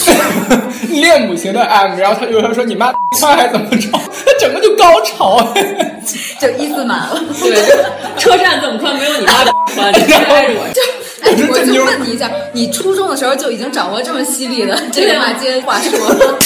S6: 恋母型的 M，然后他就说你妈他还怎么着，他整个就高潮， 哎
S7: 就一字马了。
S5: 对，车站这么宽，没有你妈的宽，你别挨着我。
S7: 哎，我就问你一下，你初中的时候就已经掌握这么犀利的这个骂街话术了？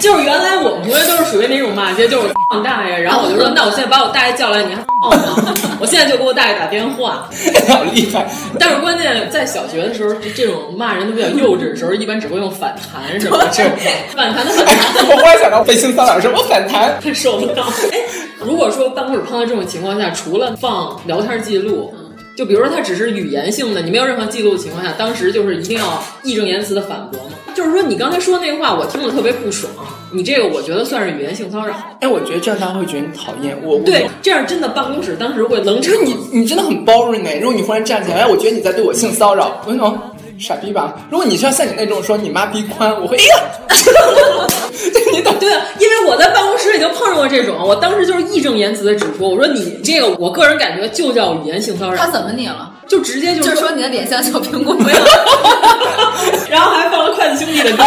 S5: 就是原来我们同学都是属于那种骂街，就是我大爷，然后我就说，那我现在把我大爷叫来，你还我吗？我现在就给我大爷打电话。
S6: 好厉害！ 哎
S5: 但是关键在小学的时候，这种骂人都比较幼稚的时候，一般只会用反弹什么的，这种 反弹的反弹。
S6: 我忽然想到被性骚扰什么反弹，
S5: 太受不了。哎，如果说办公室碰到这种情况下，除了放聊天记录。
S6: 嗯
S5: 就比如说，他只是语言性的，你没有任何记录的情况下，当时就是一定要义正言辞的反驳嘛。就是说，你刚才说那话，我听了特别不爽。你这个，我觉得算是语言性骚扰。
S6: 哎，我觉得这样他会觉得你讨厌我。我
S5: 对，这样真的办公室当时会冷
S6: 就
S5: 场。
S6: 是你，你真的很包容哎。如果你忽然站起来，哎，我觉得你在对我性骚扰，我懂，傻逼吧？如果你像像你那种说你妈逼宽，我会哎呀， 对，你懂。
S5: 对啊，因为我在办公室已经碰上过这种，我当时就是义正言辞的指出，我说你这个，我个人感觉就叫语言性骚扰
S7: 他，怎么你了？
S5: 就直接就
S7: 就是说你的脸像小苹果没有？
S5: 然后还放了筷子兄弟的歌。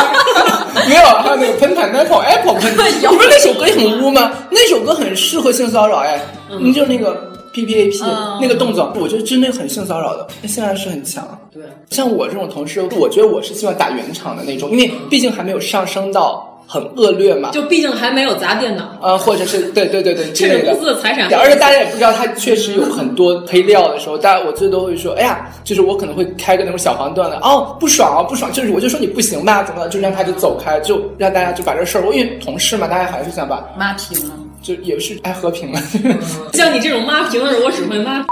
S6: 没有，还有那个喷弹 apple apple 喷
S5: 哎
S6: 弹，你不是那首歌也很污吗？那首歌很适合性骚扰哎，你就那个 P P A P
S5: 嗯
S6: 那个动作，我觉得真的很性骚扰的，性暗示很强。
S5: 对，
S6: 像我这种同事，我觉得我是希望打圆场的那种，因为毕竟还没有上升到很恶劣嘛。
S5: 就毕竟还没有砸电脑，
S6: 啊，或者是对对对对之类
S5: 趁着
S6: 的
S5: 公司的财产
S6: 对而且大家也不知道他确实有很多黑料的时候，大家我最多会说，哎呀，就是我可能会开个那种小黄段子，哦，不爽啊，不爽，就是我就说你不行吧，怎么了，就让他就走开，就让大家就把这事儿，因为同事嘛，大家还是想把
S7: 妈平了。
S6: 就也是爱和平了。
S5: 像你这种妈评论，我只会 妈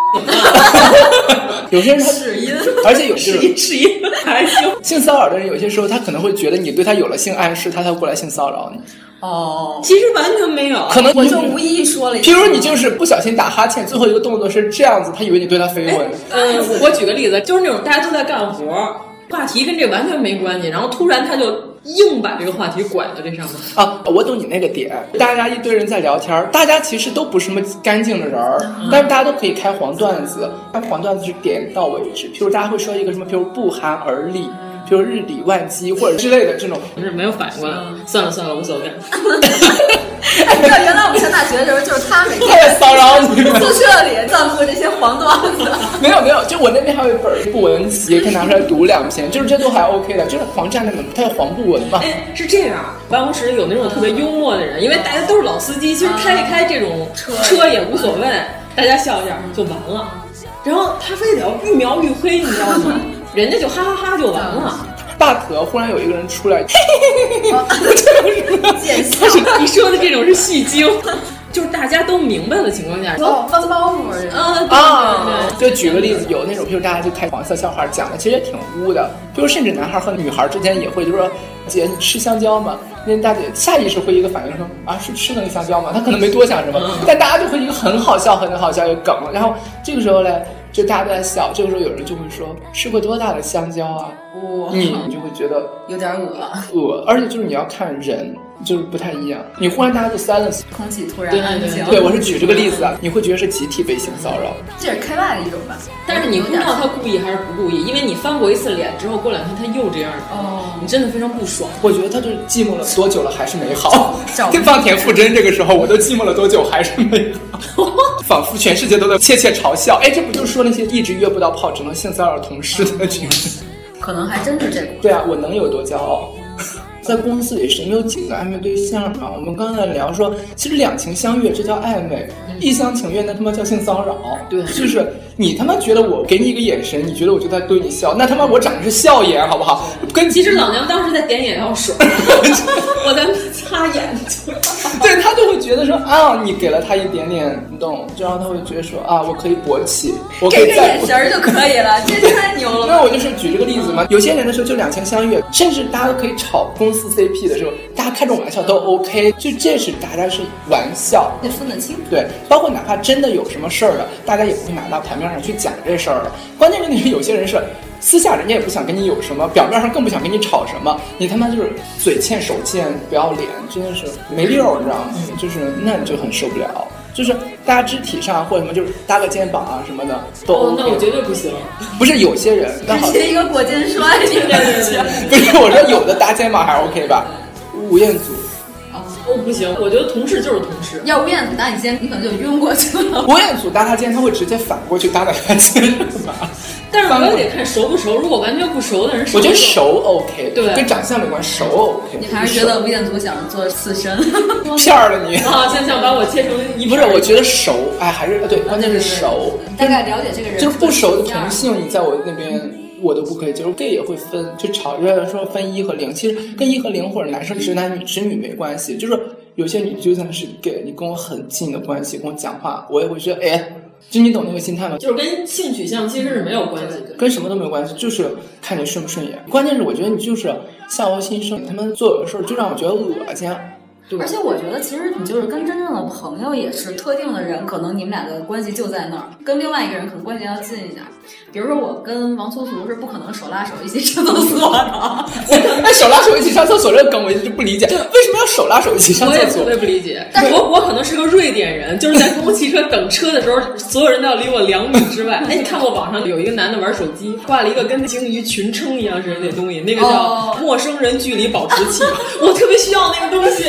S6: 有些人他是
S5: 因，
S6: 而且有些
S5: 是
S6: 人
S5: 一是一还行。
S6: 性骚扰的人，有些时候他可能会觉得你对他有了性暗示，他才会过来性骚扰你，
S7: 哦，
S5: 其实完全没有，
S6: 可能
S7: 我
S6: 你
S7: 就无意义说了一句，
S6: 譬如你就是不小心打哈欠，最后一个动作是这样子，他以为你对他飞吻。
S5: 嗯，我举个例子，就是那种大家都在干活儿，话题跟这完全没关系，然后突然他就硬把这个话题拐到这上面。
S6: 啊，我懂你那个点。大家一堆人在聊天儿，大家其实都不是什么干净的人儿，但是大家都可以开黄段子。但黄段子是点到为止。譬如大家会说一个什么，譬如不寒而栗，譬如日理万机或者之类的这种。
S5: 我是没有反应过来，
S7: 嗯
S5: 算了算了，无 所谓。
S7: 哎，你知道原来我们上大学的时候，就是他每
S6: 他
S7: 天
S6: 在骚扰你 吗？
S7: 宿舍里散布这些黄段 子。
S6: 没有没有，就我那边还有一本不文集，可以拿出来读两篇，就是这都还 OK 的。就是黄站那本，他叫黄不文嘛。
S5: 哎，是这样，办公室有那种特别
S7: 嗯
S5: 幽默的人，因为大家都是老司机，其实开一开这种车也无
S7: 嗯
S5: 所谓，大家笑一下就完 了。然后他非得要愈描愈黑，你知道吗？人家就哈哈哈就完了。
S6: 大可忽然有一个人出来，
S7: 嗯 哦见
S5: 笑。你说的这种是戏精， 就是大家都明白的情况下，
S7: 哦，翻包袱儿
S5: 啊
S7: 哦
S6: 啊！就举个例子，有那种，譬如大家就开黄色笑话，讲的其实也挺污的，就是甚至男孩和女孩之间也会，就是说，姐你吃香蕉吗？那大姐下意识会一个反应说啊是吃那个香蕉吗？她可能没多想什么，
S7: 嗯
S6: 但大家就会一个很好笑很好笑一个梗，然后这个时候嘞，就大家都在笑，这个时候有人就会说吃过多大的香蕉啊？
S7: 哇
S6: 你你就会觉得
S7: 有点恶
S6: 恶，而且就是你要看人，就是不太一样，你忽然大家就 silence。
S7: 空气突然
S6: 对
S7: 安
S6: 对
S7: 静。
S6: 对，我是举这个例子啊，你会觉得是集体被性骚扰。
S7: 这也是开外的一种吧。
S5: 但是你不知道他故意还是不故意，因为你翻过一次脸之后，过两天他又这样了，
S7: 哦，
S5: 你真的非常不爽。
S6: 我觉得他就是寂寞了多久了还是没好
S5: 找。不
S6: 跟放田馥甄这个时候，我都寂寞了多久还是没好， 仿佛全世界都在窃窃嘲笑。哎，这不就是说那些一直约不到炮，只能性骚扰同事的群体？
S7: 可能还真是这个。
S6: 对啊，我能有多骄傲？ 在公司里，谁没有几个暧昧对象啊？我们刚才聊说，其实两情相悦这叫暧昧，一厢情愿那他妈叫性骚扰。对，就是你他妈觉得我给你一个眼神，你觉得我就在对你笑，那他妈我长的是笑颜，好不好？跟
S5: 其实老娘当时在点眼药水， 我在擦眼睛。
S6: 对他就会觉得说啊，你给了他一点点动，就让他会觉得说啊，我可以勃起，我可以
S7: 给个
S6: 再
S7: 眼神儿就可以了这太牛了
S6: 那我就是举这个例子嘛，有些人的时候就两情相悦，甚至大家都可以炒公司 CP 的时候，大家开这种玩笑都 OK，就这是大家是玩笑。
S7: 得分得清。
S6: 对，包括哪怕真的有什么事儿了，大家也不会拿到台面上去讲这事儿了。关键问题是，有些人是私下人家也不想跟你有什么，表面上更不想跟你吵什么，你他妈就是嘴欠手欠不要脸，真的是没溜儿，你知道吗？就是那你就很受不了。就是大家肢体上或者什么，就是搭个肩膀啊什么的都 OK、
S5: 哦，那我绝对不行。
S6: 不是有些人，那好
S7: 直接一个过肩摔，这个感觉。
S6: 不是我说有的搭肩膀还 OK 吧？吴彦祖，
S5: 我哦不行，我觉得同事就是同事。
S7: 要不燕子搭你肩，你可能就晕过去了。
S6: 吴彦祖搭他肩，他会直接反过去搭在他肩膀。
S5: 但是我也得看熟不熟，如果完全不熟的人，
S6: 我觉得熟 OK，
S5: 对
S6: 跟长相没关系，熟 OK。
S7: 你还是觉得吴彦祖想做刺身？
S6: 片儿了你
S5: 啊，想想把我切成一
S6: 不是？我觉得熟，哎，还是对，关键是熟。
S7: 大概了解这个人，
S6: 就是不熟的同性，你在我那边我都不可以接受。gay 也会分，就吵着说分一和零，其实跟一和零或者男生直男女直女没关系。就是有些你就算是 gay，你跟我很近的关系，跟我讲话，我也会觉得哎，就你懂那个心态吗？
S5: 就是跟性取向其实是没有关系的。
S6: 跟什么都没有关系，就是看你顺不顺眼。关键是我觉得你就是相由心生，他们做有的事儿就让我觉得恶心。啊
S7: 而且我觉得，其实你就是跟真正的朋友也是特定的人，可能你们俩的关系就在那儿，跟另外一个人可能关系要近一点。比如说，我跟王苏苏是不可能手拉手一起上厕所的。
S6: 哎，手拉手一起上厕所这个梗，我一直不理解，为什么要手拉手一起上
S5: 我也
S6: 厕
S5: 特
S6: 所
S5: 别？不理解， 但我我可能是个瑞典人， 就是在公共汽车等车的时候，所有人都要离我两米之 外。哎，你看过网上有一个男的玩手机，挂了一个跟鲸鱼群称一样似的那东西，那个叫
S7: 哦
S5: 陌生人距离保持器， 我特别需要那个东西，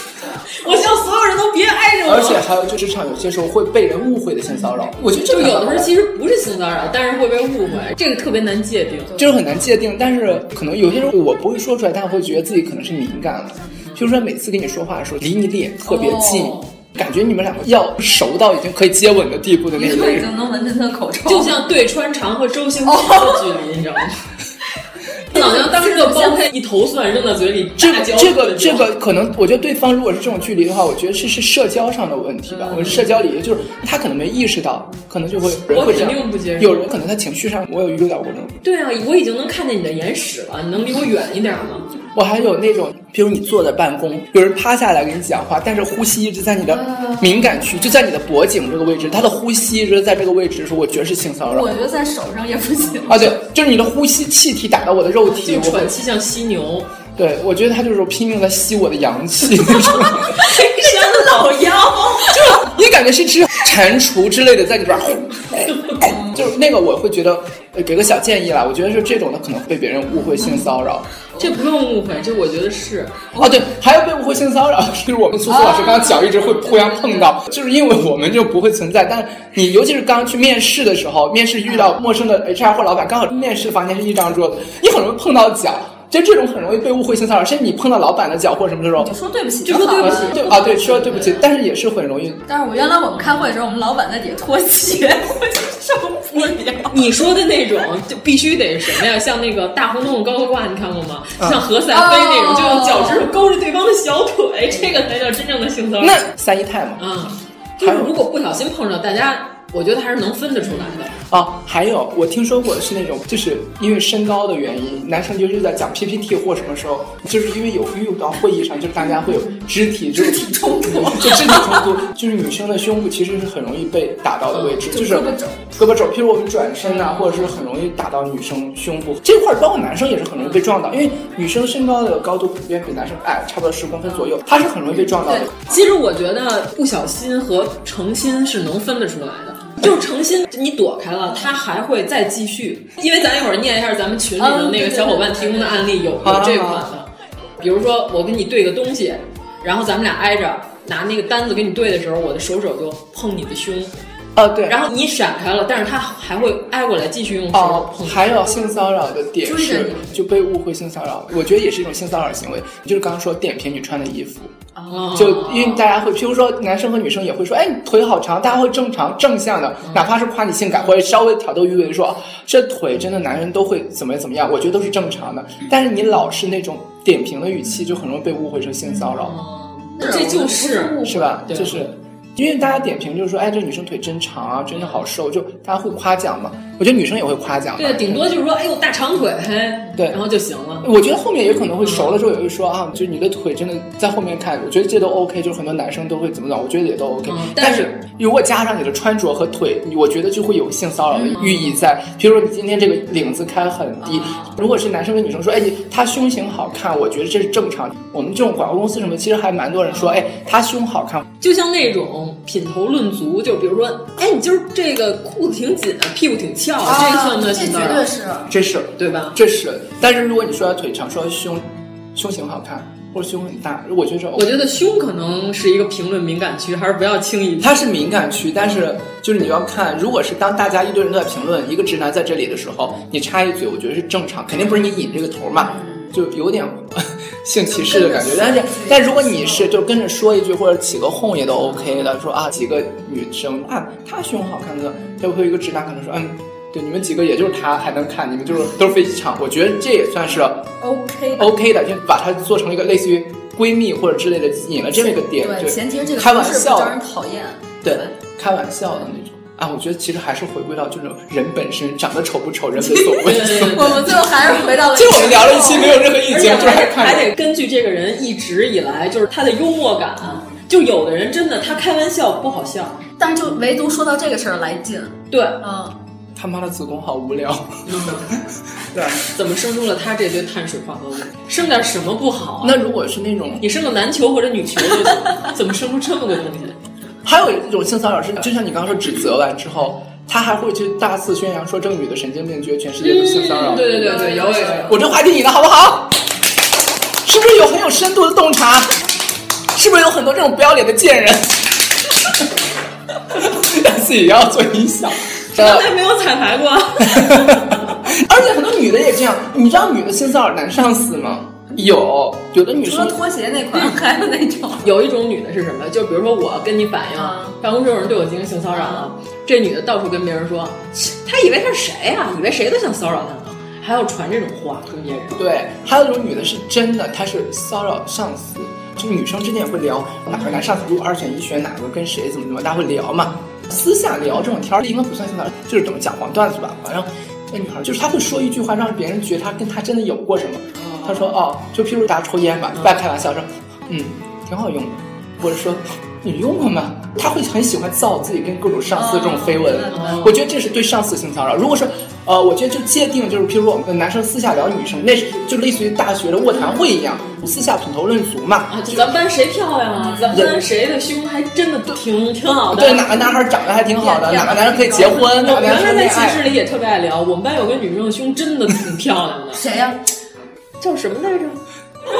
S5: 我希望所有人都别挨着我。
S6: 而且还有，就职场有些时候会被人误会的性骚扰，我觉得这
S5: 就
S6: 个
S5: 有的时候其
S6: 实
S5: 实不是性骚扰，但是会被误会，这个特别难界定。
S6: 就是很难界定，但是可能有些时候我不会说出来，但我会觉得自己可能是敏感了。就是说每次跟你说话的时候，离你脸特别近，
S5: 哦
S6: 感觉你们两个要熟到已经可以接吻的地步的那一
S7: 已
S6: 类人。
S7: 经能闻见他的口臭，
S5: 就像对穿肠和周星驰的距离，你 知道吗？老娘当时就剥开一头蒜扔到嘴里，
S6: 这
S5: 大
S6: 个
S5: 嚼
S6: 这
S5: 特
S6: 个
S5: 嚼
S6: 这个，可能我觉得对方如果是这种距离的话，我觉得是是社交上的问题
S5: 嗯
S6: 吧。我社交礼仪就是他可能没意识到，可能就会有人
S5: 我
S6: 会这样
S5: 肯定不接受
S6: 有人可能他情绪上，我有遇到过这种。
S5: 对啊，我已经能看见你的眼屎了，你能离我远一点吗？
S6: 我还有那种，比如你坐在办公，有人趴下来跟你讲话，但是呼吸一直在你的
S5: 嗯
S6: 敏感区，就在你的脖颈这个位置，他的呼吸一直在这个位置的时候，我觉得是性骚扰
S7: 我。觉得在手上也不行。
S6: 啊，对，就是你的呼吸气体打到我的肉体，
S5: 就
S6: 我会
S5: 喘气像犀牛，
S6: 对我觉得他就是拼命的吸我的阳气，就是
S5: 山老妖。
S6: 你感觉是只蟾蜍之类的在里边儿，哎就是那个我会觉得，呃给个小建议啦，我觉得是这种的可能被别人误会性骚扰。
S5: 这不用误会，这我觉得是。
S6: 哦，对，还有被误会性骚扰，就是我们苏苏老师刚刚脚一直会互相碰到，就是因为我们就不会存在。但你尤其是刚刚去面试的时候，面试遇到陌生的 HR 或老板，刚好面试房间是一张桌子，你很容易碰到脚。就这种很容易被误会性骚扰，甚至你碰到老板的脚或者什么这种，
S7: 就说对不起
S6: 就
S7: 就好了
S6: 对啊，对，说对不起，但是也是很容易。
S7: 但是我原来我们开会的时候，我们老板在底下脱 鞋，我就受不了。
S5: 你说的那种就必须得什么呀？像那个大红洞高高挂，你看过吗？
S6: 啊
S5: 像何赛飞那种，
S6: 哦
S5: 就用脚趾头勾着对方的小
S7: 哦
S5: 腿，这个才叫真正的性骚扰。
S6: 那三姨太嘛，
S5: 啊，就是如果不小心碰着，大家我觉得还是能分得出来的。
S6: 啊，还有我听说过是那种，就是因为身高的原因，男生就是在讲 PPT 或什么时候，就是因为有遇到会议上，就是大家会有肢体肢体冲突， 就肢体冲突，就是女生的胸部其实是很容易被打到的位置，
S5: 嗯
S6: 就是
S5: 就胳膊肘
S6: 胳膊肘，譬如我们转身啊，或者是很容易打到女生胸部这块，儿，包括男生也是很容易被撞到，因为女生身高的高度普遍比男生矮，差不多十公分左右，她是很容易被撞到的
S5: 对。，其实我觉得不小心和诚心是能分得出来的。就是诚心，你躲开了，他还会再继续。因为咱一会儿念一下咱们群里
S6: 嗯
S5: 的那个小伙伴提供的案例，有有这款的。比如说，我跟你对个东西，然后咱们俩挨着，拿那个单子跟你对的时候，我的手肘就碰你的胸。
S6: 哦，对。
S5: 然后你闪开了，但是他还会挨过来继续用手
S6: 哦
S5: 碰，你。
S6: 还有性骚扰的点
S5: 追着
S6: 是
S5: 你
S6: 就被误会性骚扰，我觉得也是一种性骚扰行为，就是刚刚说点评你穿的衣服，
S5: 哦
S6: 就因为大家会，譬如说男生和女生也会说，哎，你腿好长，大家会正常正向的，
S5: 嗯
S6: 哪怕是夸你性感或者稍微挑逗鱼尾地说哦这腿真的男人都会怎么怎么样，我觉得都是正常的，
S5: 嗯
S6: 但是你老是那种点评的语气，就很容易被误会成性骚扰。
S5: 这就是
S6: 是吧？
S5: 嗯对
S6: 就是因为大家点评就是说，哎，这女生腿真长啊，真的好瘦，就大家会夸奖嘛。我觉得女生也会夸奖嘛，
S5: 对，顶多就是说，哎呦大长腿，嘿，
S6: 对，
S5: 然后就行了。
S6: 我觉得后面有可能会熟了之后也会说啊，就是你的腿真的在后面看，我觉得这都 OK，就是很多男生都会怎么着，我觉得也都 OK、
S5: 嗯
S6: 但
S5: 但
S6: 是
S5: 是
S6: 如果加上你的穿着和腿，我觉得就会有性骚扰的
S5: 嗯
S6: 寓意在。比如说你今天这个领子开很低，
S5: 啊
S6: 如果是男生跟女生说，哎，你他胸型好看，我觉得这是正常。我们这种广告公司什么，其实还蛮多人说，哎，他胸好看，
S5: 就像那种品头论足，就比如说，哎，你今儿这个裤子挺紧啊，屁股挺翘，这算不算性骚扰？
S6: 这是
S5: 对吧？
S6: 这是。但是如果你说腿长，说胸胸型好看，或者胸很大，我觉得这 OK
S5: 我觉得胸可能是一个评论敏感区，还是不要轻 易。
S6: 它是敏感区，但是就是你要看，如果是当大家一堆人都在评论一个直男在这里的时候，你插一嘴，我觉得是正常，肯定不是你引这个头嘛，就有点 性歧视的感觉。但是，但如果你是就跟着说一句或者起个哄也都 OK 的，说啊几个女生啊她胸好看的，就会有一个直男可能说嗯。对，你们几个也就是他还能看，你们就是都是飞机场，我觉得这也算是
S7: OK 的
S6: OK 的，就把它做成一个类似于闺蜜或者之类的引了这么一个点，
S7: 对，
S6: 就
S7: 前提是这个
S6: 开玩
S7: 方式不
S6: 笑
S7: 招
S6: 的
S7: 人讨厌。
S6: 对，开玩笑的那种。啊，我觉得其实还是回归到这种人本身，长得丑不丑，人本所谓。
S7: 我们最后还是回到了，
S6: 其实我们聊了一期没有任何意见，就是还看
S5: 还得根据这个人一直以来就是他的幽默感。就有的人真的他开玩笑不好笑，
S7: 但是就唯独说到这个事儿来劲，
S5: 对，
S7: 嗯，
S6: 他妈的子宫好无聊。对，
S5: 怎么生出了他这堆碳水化合物？生点什么不好啊、
S6: 那如果是那种，
S5: 你生个男球或者女球就行了，怎么生出这么个东西？
S6: 还有一种性骚扰是，就像你刚刚说指责完之后，他还会去大肆宣扬说这个女的神经病，觉得全世界都是啊性骚扰。
S5: 嗯对对对对有有有
S6: 我这话题你了好不好？是不是有很有深度的洞察？是不是有很多这种不要脸的贱人？ 让自己也要做音 响。
S5: 刚才没有彩排过，
S6: 而且很多女的也这样，你知道女的性骚扰男上司吗？有，有的女
S7: 除了
S6: 生
S7: 拖鞋那款，还有那种，
S5: 有一种女的是什么？就比如说我跟你反映，办公室有人对我进行性骚扰了，这女的到处跟别人说，切她以为她是谁呀、以为谁都想骚扰她呢，还要传这种话跟别人。
S6: 对，还有一种女的是真的，她是骚扰上司，就女生之间也会聊哪个男上司，如果二选一选哪个跟谁怎么怎么，大家会聊嘛。私下聊这种天儿应该不算性骚扰，就是怎么讲黄段子吧，好像那女孩就是她会说一句话，让别人觉得她跟她真的有过什么。她说哦，就譬如大家抽烟吧，半开玩笑说，嗯，挺好用的，或者说你用过吗？她会很喜欢造自己跟各种上司这种绯闻，我觉得这是对上司性骚扰。如果说呃，我觉得就界定就是，譬如说我们男生私下聊女生，那是就类似于大学的卧谈会一样，私下品头论足嘛。
S5: 啊，就咱们班谁漂亮啊？咱们班谁的胸还真的挺挺好的。
S6: 对，哪个男孩长得还挺好的，哪个男生可以结婚，哪
S5: 我
S6: 个
S5: 原来
S6: 男生
S5: 在
S6: 恋
S5: 寝室
S6: 爱。
S5: 里也特别爱聊，我们班有个女生的胸真的挺漂亮的。
S7: 谁呀、
S5: 叫什么来着？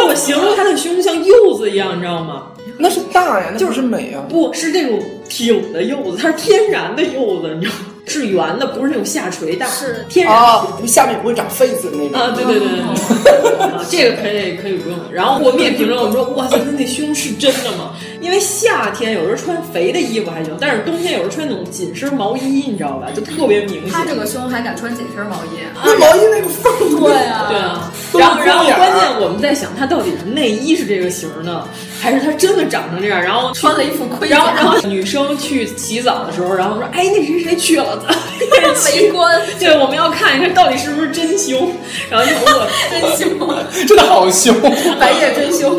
S5: 我形容她的胸像柚子一样，你知道吗？
S6: 那是大呀，那不是美呀。啊
S5: 不是这种挺的柚子，它是天然的柚子，你知道吗？是圆的，不是那种下垂的，
S7: 是
S5: 天然的。
S6: 啊，下面不会长痱子的那种
S5: 啊，对对对对 对，啊这个可以可以不用。然后我们也评论，我们说哇塞，他那胸是真的吗？因为夏天有时候穿肥的衣服还行，但是冬天有时候穿那种紧身毛衣，你知道吧，就特别明显。
S7: 他这个胸还敢穿紧身毛衣，啊
S6: 那毛衣那个缝儿
S7: 对啊，
S5: 对啊，然后然后关键我们在想，它到底是内衣是这个型儿呢，还是它真的长成这样？然后
S7: 穿了一副盔甲
S5: 然后然后女生去洗澡的时候，然后说，哎，那谁谁去了，咱们
S7: 围观，
S5: 对，我们要看一看到底是不是真凶，然后就我
S7: 真凶，
S6: 真的好凶，
S7: 白夜真凶，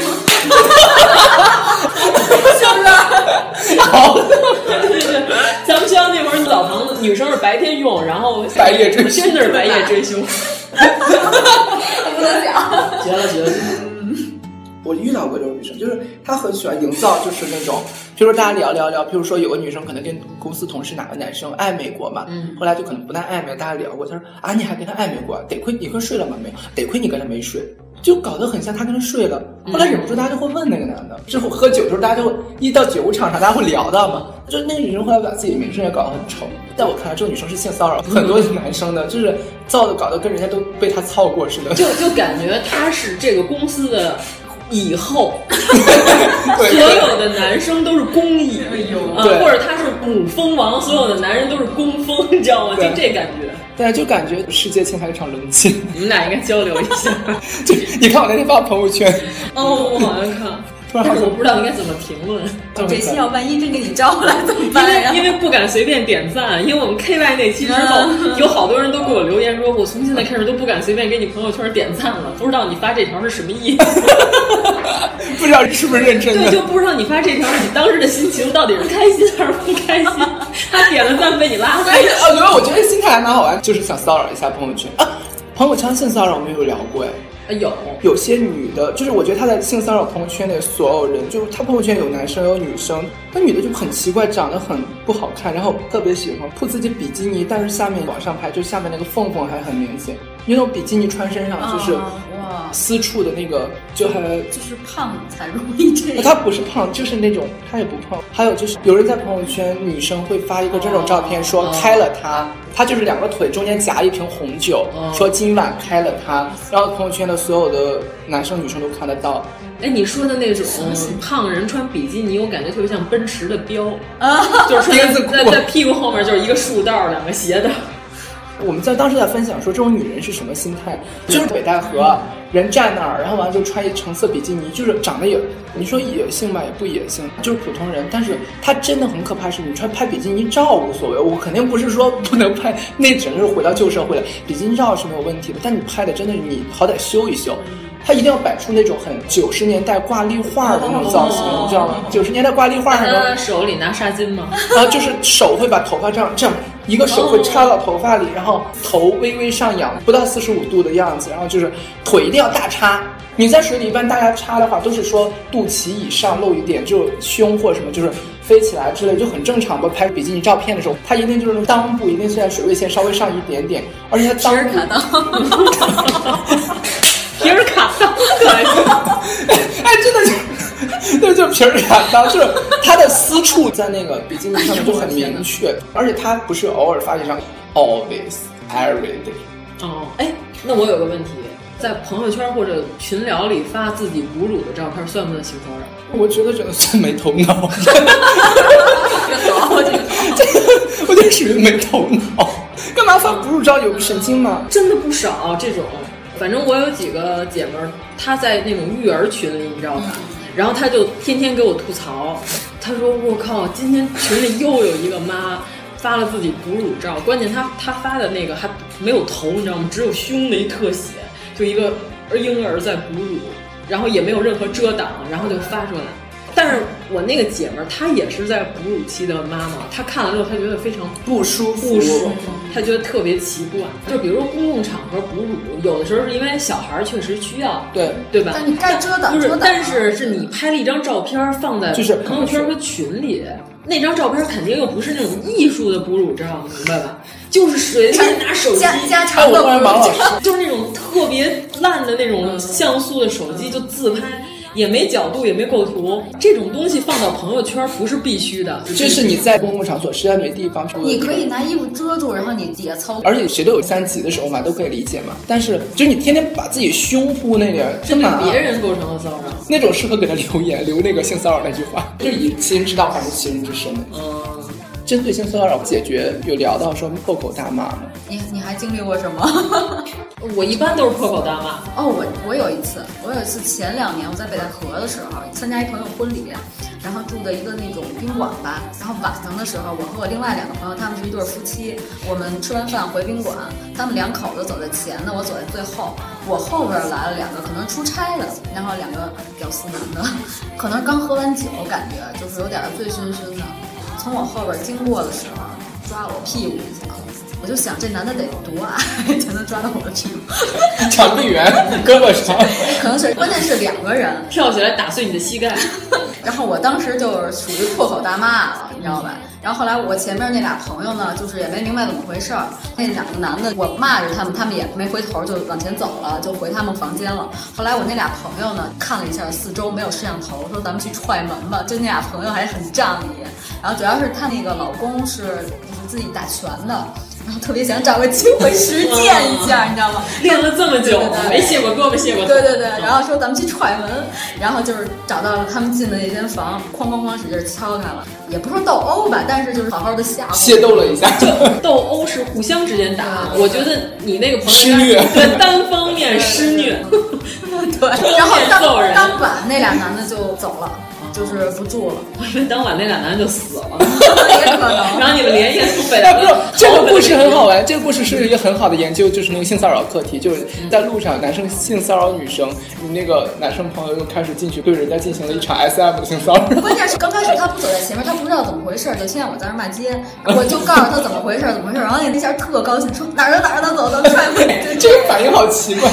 S6: 好
S5: 对对，对，咱们学校那会儿澡堂女生是白天用，然后
S6: 白夜追凶
S5: 真的是白夜追凶，
S7: 不能讲。
S5: 绝了绝了！
S6: 我遇到过这种女生，就是她很喜欢营造，就是那种，比如说大家聊聊聊，比如说有个女生可能跟公司同事哪个男生暧昧过嘛，
S5: 嗯
S6: 后来就可能不太暧昧，大家聊过，她说啊你还跟他暧昧过，得亏你跟睡了吗？没有，得亏你跟他没睡，就搞得很像他跟他睡了。后来忍不住大家就会问那个男的，之后喝酒的时候大家就会一到酒场上大家会聊到嘛，就那个女生后来把自己名声也搞得很臭，在我看来这个女生是性骚扰很多男生的，就是造的搞得跟人家都被她操过似的，
S5: 就就感觉他是这个公司的以后。
S6: 对
S5: 所有的男生都是公蚁，啊
S6: 对
S5: 或者他是母蜂王，所有的男人都是工蜂，你知道吗？就
S6: 对
S5: 这感觉。
S6: 对，啊就感觉世界欠他一场冷清。
S5: 你们俩应该交流一下。
S6: 就你看我那天发朋友圈，
S5: 哦，我好像看，
S6: 突
S5: 但
S6: 然好
S5: 是
S6: 像
S5: 我不知道应该怎么评论，
S7: 这期要万一真给你招来怎么
S5: 因
S7: 办呀
S5: 为？因为不敢随便点赞，因为我们 K Y 那期之 后，有好多人都给我留言说，我从现在开始都不敢随便给你朋友圈点赞了，不知道你发这条是什么意 思。
S6: 不知道是不是认真
S5: 对，
S6: 的
S5: 就。不知道你发这条你当时的心情到底是开心还是不开心。他点了赞被你拉黑
S6: 哎，啊，对，我觉得心态还蛮好玩，就是想骚扰一下朋友圈啊。朋友圈性骚扰我们有聊过哎，
S5: 了，有。
S6: 有些女的，就是我觉得她在性骚扰朋友圈的所有人，就是她朋友圈有男生有女生，那女的就很奇怪，长得很不好看，然后特别喜欢 p 自己比基尼，但是下面往上拍，就下面那个缝缝还很明显，因为那种比基尼穿身上就是
S5: 啊
S7: 哇，
S6: 私处的那个就还
S7: 就是胖才容易这
S6: 那
S7: 样。
S6: 他不是胖，就是那种他也不胖。还有就是有人在朋友圈，女生会发一个这种照片，说
S5: 哦
S6: 开了他，他就是两个腿中间夹一瓶红酒
S5: 哦，
S6: 说今晚开了他，然后朋友圈的所有的男生女生都看得到。
S5: 哎，你说的那种胖人穿比基尼，我感觉特别像奔驰的标啊，就是 穿
S6: 丁字
S5: 在
S6: 裤
S5: 在在屁股后面就是一个竖道儿，两个斜道儿。
S6: 我们在当时在分享说，这种女人是什么心态？就是北戴河人站那儿，然后完了就穿一橙色比基尼，就是长得也，你说野性吧，也不野性，就是普通人。但是她真的很可怕，是你穿拍比基尼照无所谓，我肯定不是说不能拍，那只能是回到旧社会了。比基尼照是没有问题的，但你拍的真的你好歹修一修。她一定要摆出那种很九十年代挂历画的那种造型，你知道吗？九十年代挂历画上的
S5: 他手里拿纱巾吗？
S6: 然后呃就是手会把头发这样这样，一个手会插到头发里，然后头微微上扬，不到四十五度的样子，然后就是腿一定要大叉。你在水里一般大家插的话，都是说肚脐以上露一点，就胸或什么就是飞起来之类，就很正常吧。拍比基尼照片的时候，他一定就是裆部一定是在水位线稍微上一点点，而且他裆部
S5: 皮尔卡桑可以。
S6: 哎，真的是，那就是皮儿感到，就是它的私处在那个比基尼上面就很明确，而且它不是偶尔发一张，always every day。
S5: 哦，哎，那我有个问题，在朋友圈或者群聊里发自己哺乳的照片，算不算性骚扰？
S6: 我觉得真的是没头脑，
S7: 我这个
S6: 这个我就属于没头脑，干嘛发哺乳照有神经吗？
S5: 真的不少这种。反正我有几个姐们儿，她在那种育儿群里，你知道吧？
S6: 嗯
S5: 然后她就天天给我吐槽，她说：“我靠，今天群里又有一个妈发了自己哺乳照，关键她她发的那个还没有头，你知道吗？只有胸的一特写，就一个婴儿在哺乳，然后也没有任何遮挡，然后就发出来。
S6: 嗯
S5: 但是我那个姐们儿，她也是在哺乳期的妈妈，她看了之后，她觉得非常
S6: 不舒服，
S5: 不舒服，他觉得特别奇怪。就比如说公共场合哺乳，有的时候是因为小孩儿确实需要，
S6: 对。
S5: 对吧？
S7: 但你该遮挡
S5: 就
S7: 遮
S5: 是
S7: 挡，，
S5: 但是是你拍了一张照片儿放在
S6: 就是
S5: 朋友圈和群里，那张照片儿肯定又不是那种艺术的哺乳照，明白吧？就是随便拿手机
S7: 加加
S6: 哎，
S7: 长
S6: 我
S7: 的
S6: 突然
S7: 不
S6: 把
S7: 是
S6: 老师
S5: 就是那种特别烂的那种像素的手机就自拍，也没角度，也没构图，这种东西放到朋友圈不是必须的。
S6: 这是你在公共场所实在没地方说，
S7: 你可以拿衣服遮住，然后你也操。
S6: 而且谁都有三级的时候嘛，都可以理解嘛。但是就是你天天把自己胸扑那点，
S5: 这对
S6: 啊
S5: 别人构成了骚扰，
S6: 那种适合给他留言留那个性骚扰那句话，就以其人之道还治其人之身。
S5: 嗯。
S6: 针对性骚扰解决有聊到说破口大骂 吗？
S7: 你你还经历过什么？
S5: 我一般都是破口大骂。
S7: 哦，我我有一次，我有一次前两年我在北戴河的时候参加一朋友婚礼，然后住的一个那种宾馆吧，然后晚上的时候，我和我另外两个朋友，他们是一对夫妻，我们吃完饭回宾馆，他们两口子走在前的，我走在最后，我后边来了两个可能出差的，然后两个屌丝男的，可能刚喝完酒，感觉就是有点醉醺醺的。从我后边经过的时候，抓我屁股一下，我就想这男的得有多矮才能抓到我的屁股？
S6: 长臂猿，胳膊长，
S7: 可能是关键是两个人
S5: 跳起来打碎你的膝盖，
S7: 然后我当时就是属于破口大骂了，你知道吧？然后后来我前面那俩朋友呢，就是也没明白怎么回事儿，那两个男的我骂着他们，他们也没回头就往前走了，就回他们房间了。后来我那俩朋友呢看了一下四周没有摄像头，说咱们去踹门吧。就那俩朋友还很仗义，然后主要是她那个老公是就是自己打拳的。然后特别想找个机会 实践一下，你知道吗？
S5: 练了这么 久，没卸过胳膊，卸过
S7: 对对对，然后说咱们去踹门，然后就是找到了他们进的那间房，哐哐哐使劲敲开了，也不是斗殴吧，但是就是好好的吓唬，
S6: 械斗了一下。
S5: 就斗殴是互相之间打，
S6: 啊
S5: 我觉得你那个朋友
S6: 施虐，
S5: 对单方面施虐，
S7: 对，然后当当晚那俩男的就走了。就是不住了，
S5: 当晚那俩男的就死 了，
S7: 也可能。
S5: 然后你们连夜从北
S6: 不是 这个故事很好 玩，这个故事是一个很好的研究，就是那个性骚扰课题，就是在路上男生性骚扰女生，你那个男生朋友又开始进去对人家进行了一场 S M 的性骚扰。
S7: 关键是刚开始他不走在前面，他不知道怎么回事，就先让我在那骂街，我就告诉他怎么回事，怎么回事，然后那下特高兴，说哪儿的哪儿的走，咱们踹回
S6: 这个反应好奇怪。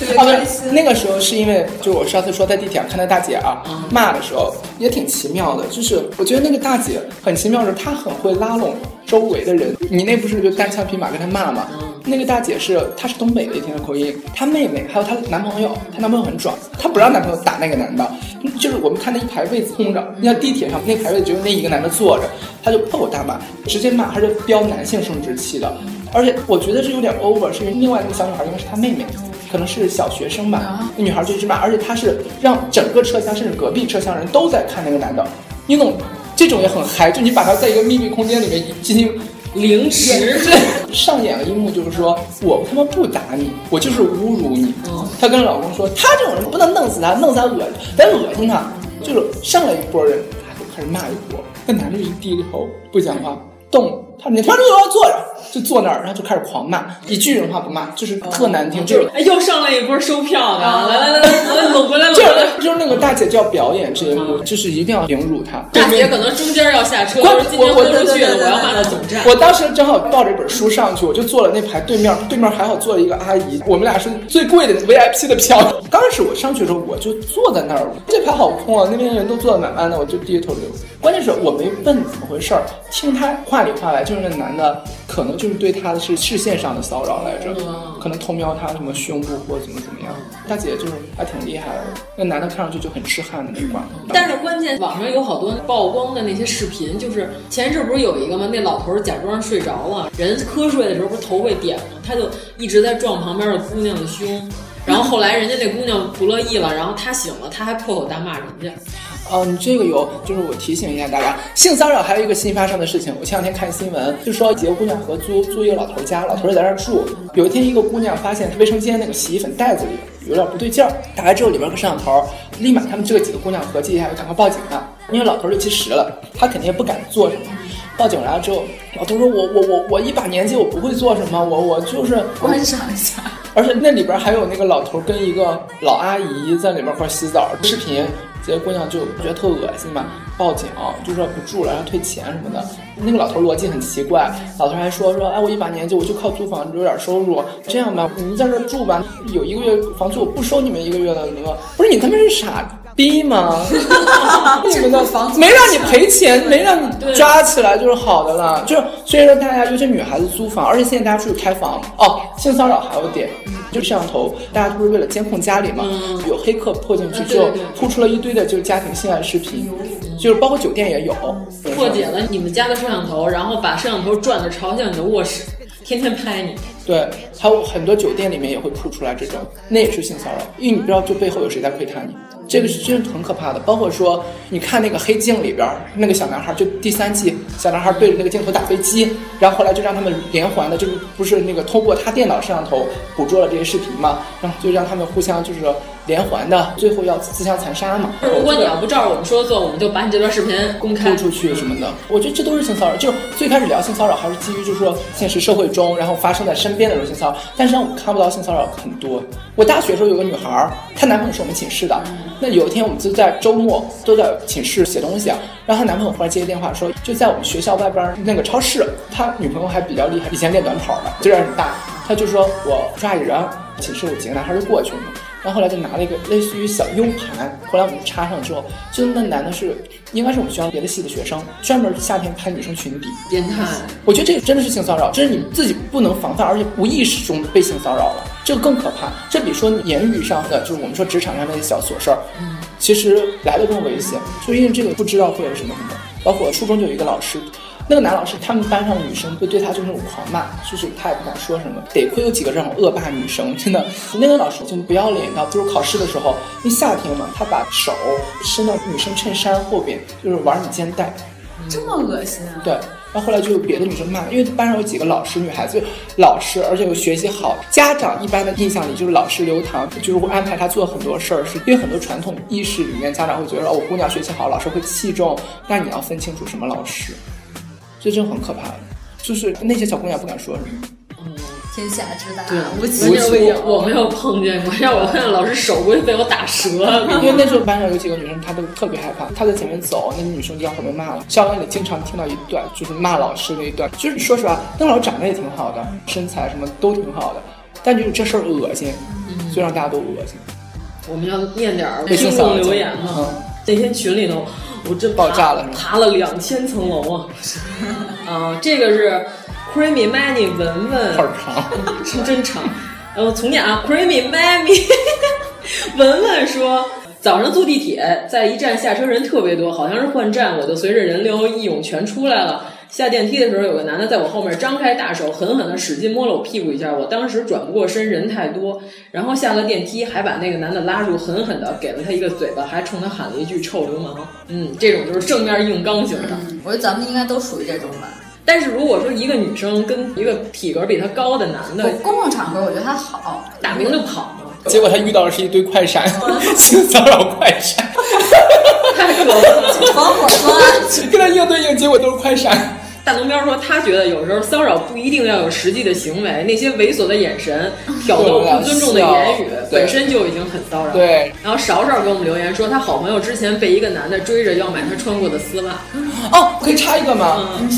S7: 特别开心、
S6: 啊。那个时候是因为，就是我上次说在地铁上看到大姐啊、
S5: 嗯、
S6: 骂的时候，也挺奇妙的。就是我觉得那个大姐很奇妙的，她很会拉拢周围的人。你那不是就单枪匹马跟她骂吗？
S5: 嗯、
S6: 那个大姐是她是东北的，听的口音。她妹妹还有她男朋友，她男朋友很壮，她不让男朋友打那个男的。就是我们看那一排位子空着，你像地铁上那排位只有那一个男的坐着，她就破口大骂，直接骂，她就飙男性生殖器了。而且我觉得这有点 over，是因为另外那个小女孩应该是她妹妹。可能是小学生吧，那女孩就一直骂，而且她是让整个车厢，甚至隔壁车厢人都在看那个男的，你懂？这种也很嗨，就你把他在一个秘密空间里面进行
S5: 凌迟，
S6: 对，上演了一幕，就是说我他妈不打你，我就是侮辱你。她、嗯、跟老公说，她这种人不能弄死他，弄死他恶心，咱恶心他。就是上来一波人，他就开始骂一波，那男的一低着头不讲话，动。他你他妈就坐着，就坐那儿，然后就开始狂骂，一句人话不骂，就是特难听，嗯就是啊
S5: 哎，又上来一波收票的，来来来来，拢回来，
S6: 就是就是那个大姐就要表演这一幕，就是一定要凌辱她。
S5: 大姐可啊能中间要下车，
S6: 我
S5: 我我出去了，我要骂到总站。
S6: 我当时正好抱着一本书上去，我就坐了那排对面，对面还好坐了一个阿姨，我们俩是最贵的 VIP 的票。刚开始我上去的时候，我就坐在那儿，这排好空啊，那边人都坐的满满的，我就低着头流。关键是我没问怎么回事儿，听他话里话外。就是那男的，可能就是对她是视线上的骚扰来着，可能偷瞄她什么胸部或怎么怎么样。大姐就是还挺厉害的，那男的看上去就很痴汉的那款。
S5: 但是关键网上有好多曝光的那些视频，就是前一阵不是有一个吗？那老头假装睡着了，人瞌睡的时候不是头被点吗？他就一直在撞旁边的姑娘的胸。然后后来人家那姑娘不乐意了，然后他醒了，他还破口大骂人家。
S6: 哦，你这个有，就是我提醒一下大家，性骚扰还有一个新发生的事情。我前两天看新闻，就说几个姑娘合租租一个老头家，老头在那儿住。有一天，一个姑娘发现卫生间那个洗衣粉袋子里有点不对劲儿，打开之后里边个摄像头，立马他们这几个姑娘合计一下，就赶快报警了。因为老头六七十了，他肯定也不敢做什么。报警来了之后，老头说我：“我我我我一把年纪，我不会做什么，我我就是
S7: 观赏一下。”
S6: 而且那里边还有那个老头跟一个老阿姨在里面块洗澡视频。结果姑娘就觉得特恶心嘛，报警就说不住了，让退钱什么的。那个老头逻辑很奇怪，老头还说说，哎，我一把年纪，我就靠租房有点收入，这样吧，你们在这住吧，有一个月房租我不收你们一个月的那个。不是你他妈是傻逼吗？你们的
S7: 房
S6: 没让你赔钱，没让你抓起来就是好的了。就是所以说大家，尤其女孩子租房，而且现在大家出去开房哦，性骚扰还有点。就摄像头，大家都是为了监控家里嘛，有黑客破进去之后
S5: 啊嗯对对对，嗯
S6: 吐出了一堆的就是家庭性爱视频，就是包括酒店也有。
S5: 破解了你们家的摄像头，然后把摄像头转的朝向你的卧室，天天拍你。
S6: 对，还有很多酒店里面也会吐出来这种，那也是性骚扰，因为你不知道这背后有谁在窥探你，这个是真的很可怕的。包括说，你看那个《黑镜》里边儿那个小男孩儿，就第三季小男孩儿对着那个镜头打飞机，然后后来就让他们连环的，就是不是那个通过他电脑摄像头捕捉了这些视频嘛，然后就让他们互相就是连环的，最后要自相残杀嘛。
S5: 如果你要不照着我们说的做，我们就把你这段视频公开
S6: 推出去什么的，我觉得这都是性骚扰。就是最开始聊性骚扰，还是基于就是说现实社会中，然后发生在身边的这种性骚扰。但是让我们看不到性骚扰很多。我大学的时候有个女孩儿，她男朋友是我们寝室的。那有一天我们就在周末都在寝室写东西啊，然后她男朋友忽然接个电话说，就在我们学校外边儿那个超市，他女朋友还比较厉害，以前练短跑的，劲儿很大。他就说我抓一人，寝室有几个男孩就过去了嘛。然后后来就拿了一个类似于小 U 盘，后来我们插上之后，就那男的是应该是我们学校别的系的学生，专门夏天拍女生裙底，
S5: 变态。
S6: 我觉得这真的是性骚扰，这是你自己不能防范，而且无意识中被性骚扰了，这个更可怕。这比说言语上的，就是我们说职场上那些小琐事儿，其实来的更危险，就因为这个不知道会有什么什么。包括初中就有一个老师，那个男老师，他们班上的女生就对他就是那种狂骂，就是他也不敢说什么。得亏有几个这种恶霸女生，真的，那个老师就不要脸到，就是考试的时候，因为夏天嘛，他把手伸到女生衬衫后边，就是玩你肩带，
S7: 这么恶心啊！
S6: 对，然后后来就有别的女生骂，因为班上有几个老师，女孩子老师，而且有学习好。家长一般的印象里就是老师留堂，就是会安排她做很多事儿，是因为很多传统意识里面，家长会觉得哦，我姑娘学习好，老师会器重，但你要分清楚什么老师，这真很可怕的。就是那些小姑娘不敢说什么，
S7: 天下之大
S6: 对，
S7: 无
S6: 无
S7: 奇
S6: 奇
S7: 不有。
S6: 不有
S5: 我没有碰见过，要我碰见老师手估计被我打折。
S6: 因为那时候班上有几个女生，她都特别害怕，她在前面走，那女生就要后面骂了。校园里经常听到一段，就是骂老师那一段，就是说实话，那老师长得也挺好的，身材什么都挺好的，但就是这事儿恶心，就让大家都恶心。
S5: 我们要念点儿
S6: 被性
S5: 听
S6: 骚扰
S5: 众留言
S6: 嗯
S5: 嘛。那天群里头，我真
S6: 爆炸了是吗
S5: 爬了两千层楼 啊！啊，这个是 Creamy Manny 文文，
S6: 腿儿嗯长，
S5: 啊是真长。呃，我重念啊，Creamy Manny 文文说。早上坐地铁，在一站下车人特别多，好像是换站，我就随着人流一涌全出来了。下电梯的时候，有个男的在我后面张开大手，狠狠的使劲摸了我屁股一下，我当时转不过身，人太多。然后下了电梯，还把那个男的拉住，狠狠的给了他一个嘴巴，还冲他喊了一句“臭流氓”。嗯，这种就是正面硬刚型的。
S7: 我觉得咱们应该都属于这种吧。
S5: 但是如果说一个女生跟一个体格比她高的男的，
S7: 公共场合我觉得还好，
S5: 打鸣就跑嘛，
S6: 结果她遇到的是一堆快闪，性骚扰快闪，
S5: 太可怕了。
S7: 防火
S6: 跟她硬对硬，结果都是快闪。
S5: 大龙喵说，他觉得有时候骚扰不一定要有实际的行为，那些猥琐的眼 神、挑逗、不尊重的言语
S6: 对，
S5: 本身就已经很骚扰。
S6: 对。
S5: 然后勺勺给我们留言说，他好朋友之前被一个男的追着要买他穿过的丝袜，
S6: 哦，可以插一个吗？
S5: 嗯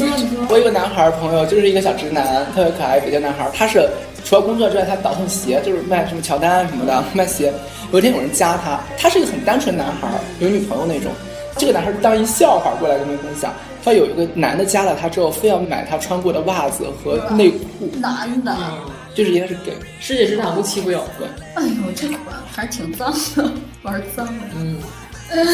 S6: 我有个男孩儿朋友，就是一个小直男，特别可爱，北京男孩儿。他是除了工作之外，他倒腾鞋，就是卖什么乔丹什么的，
S5: 嗯
S6: 卖鞋。有一天有人加他，他是一个很单纯男孩儿，有女朋友那种。这个男孩儿当一笑话过来跟他分享，他有一个男的加了他之后，非要买他穿过的袜子和内裤，
S5: 嗯
S7: 男的，
S6: 嗯就是应该是给。
S5: 世界之大无奇不 有。
S6: 对，
S7: 哎呦，这款还是挺脏的，玩脏了。
S5: 嗯，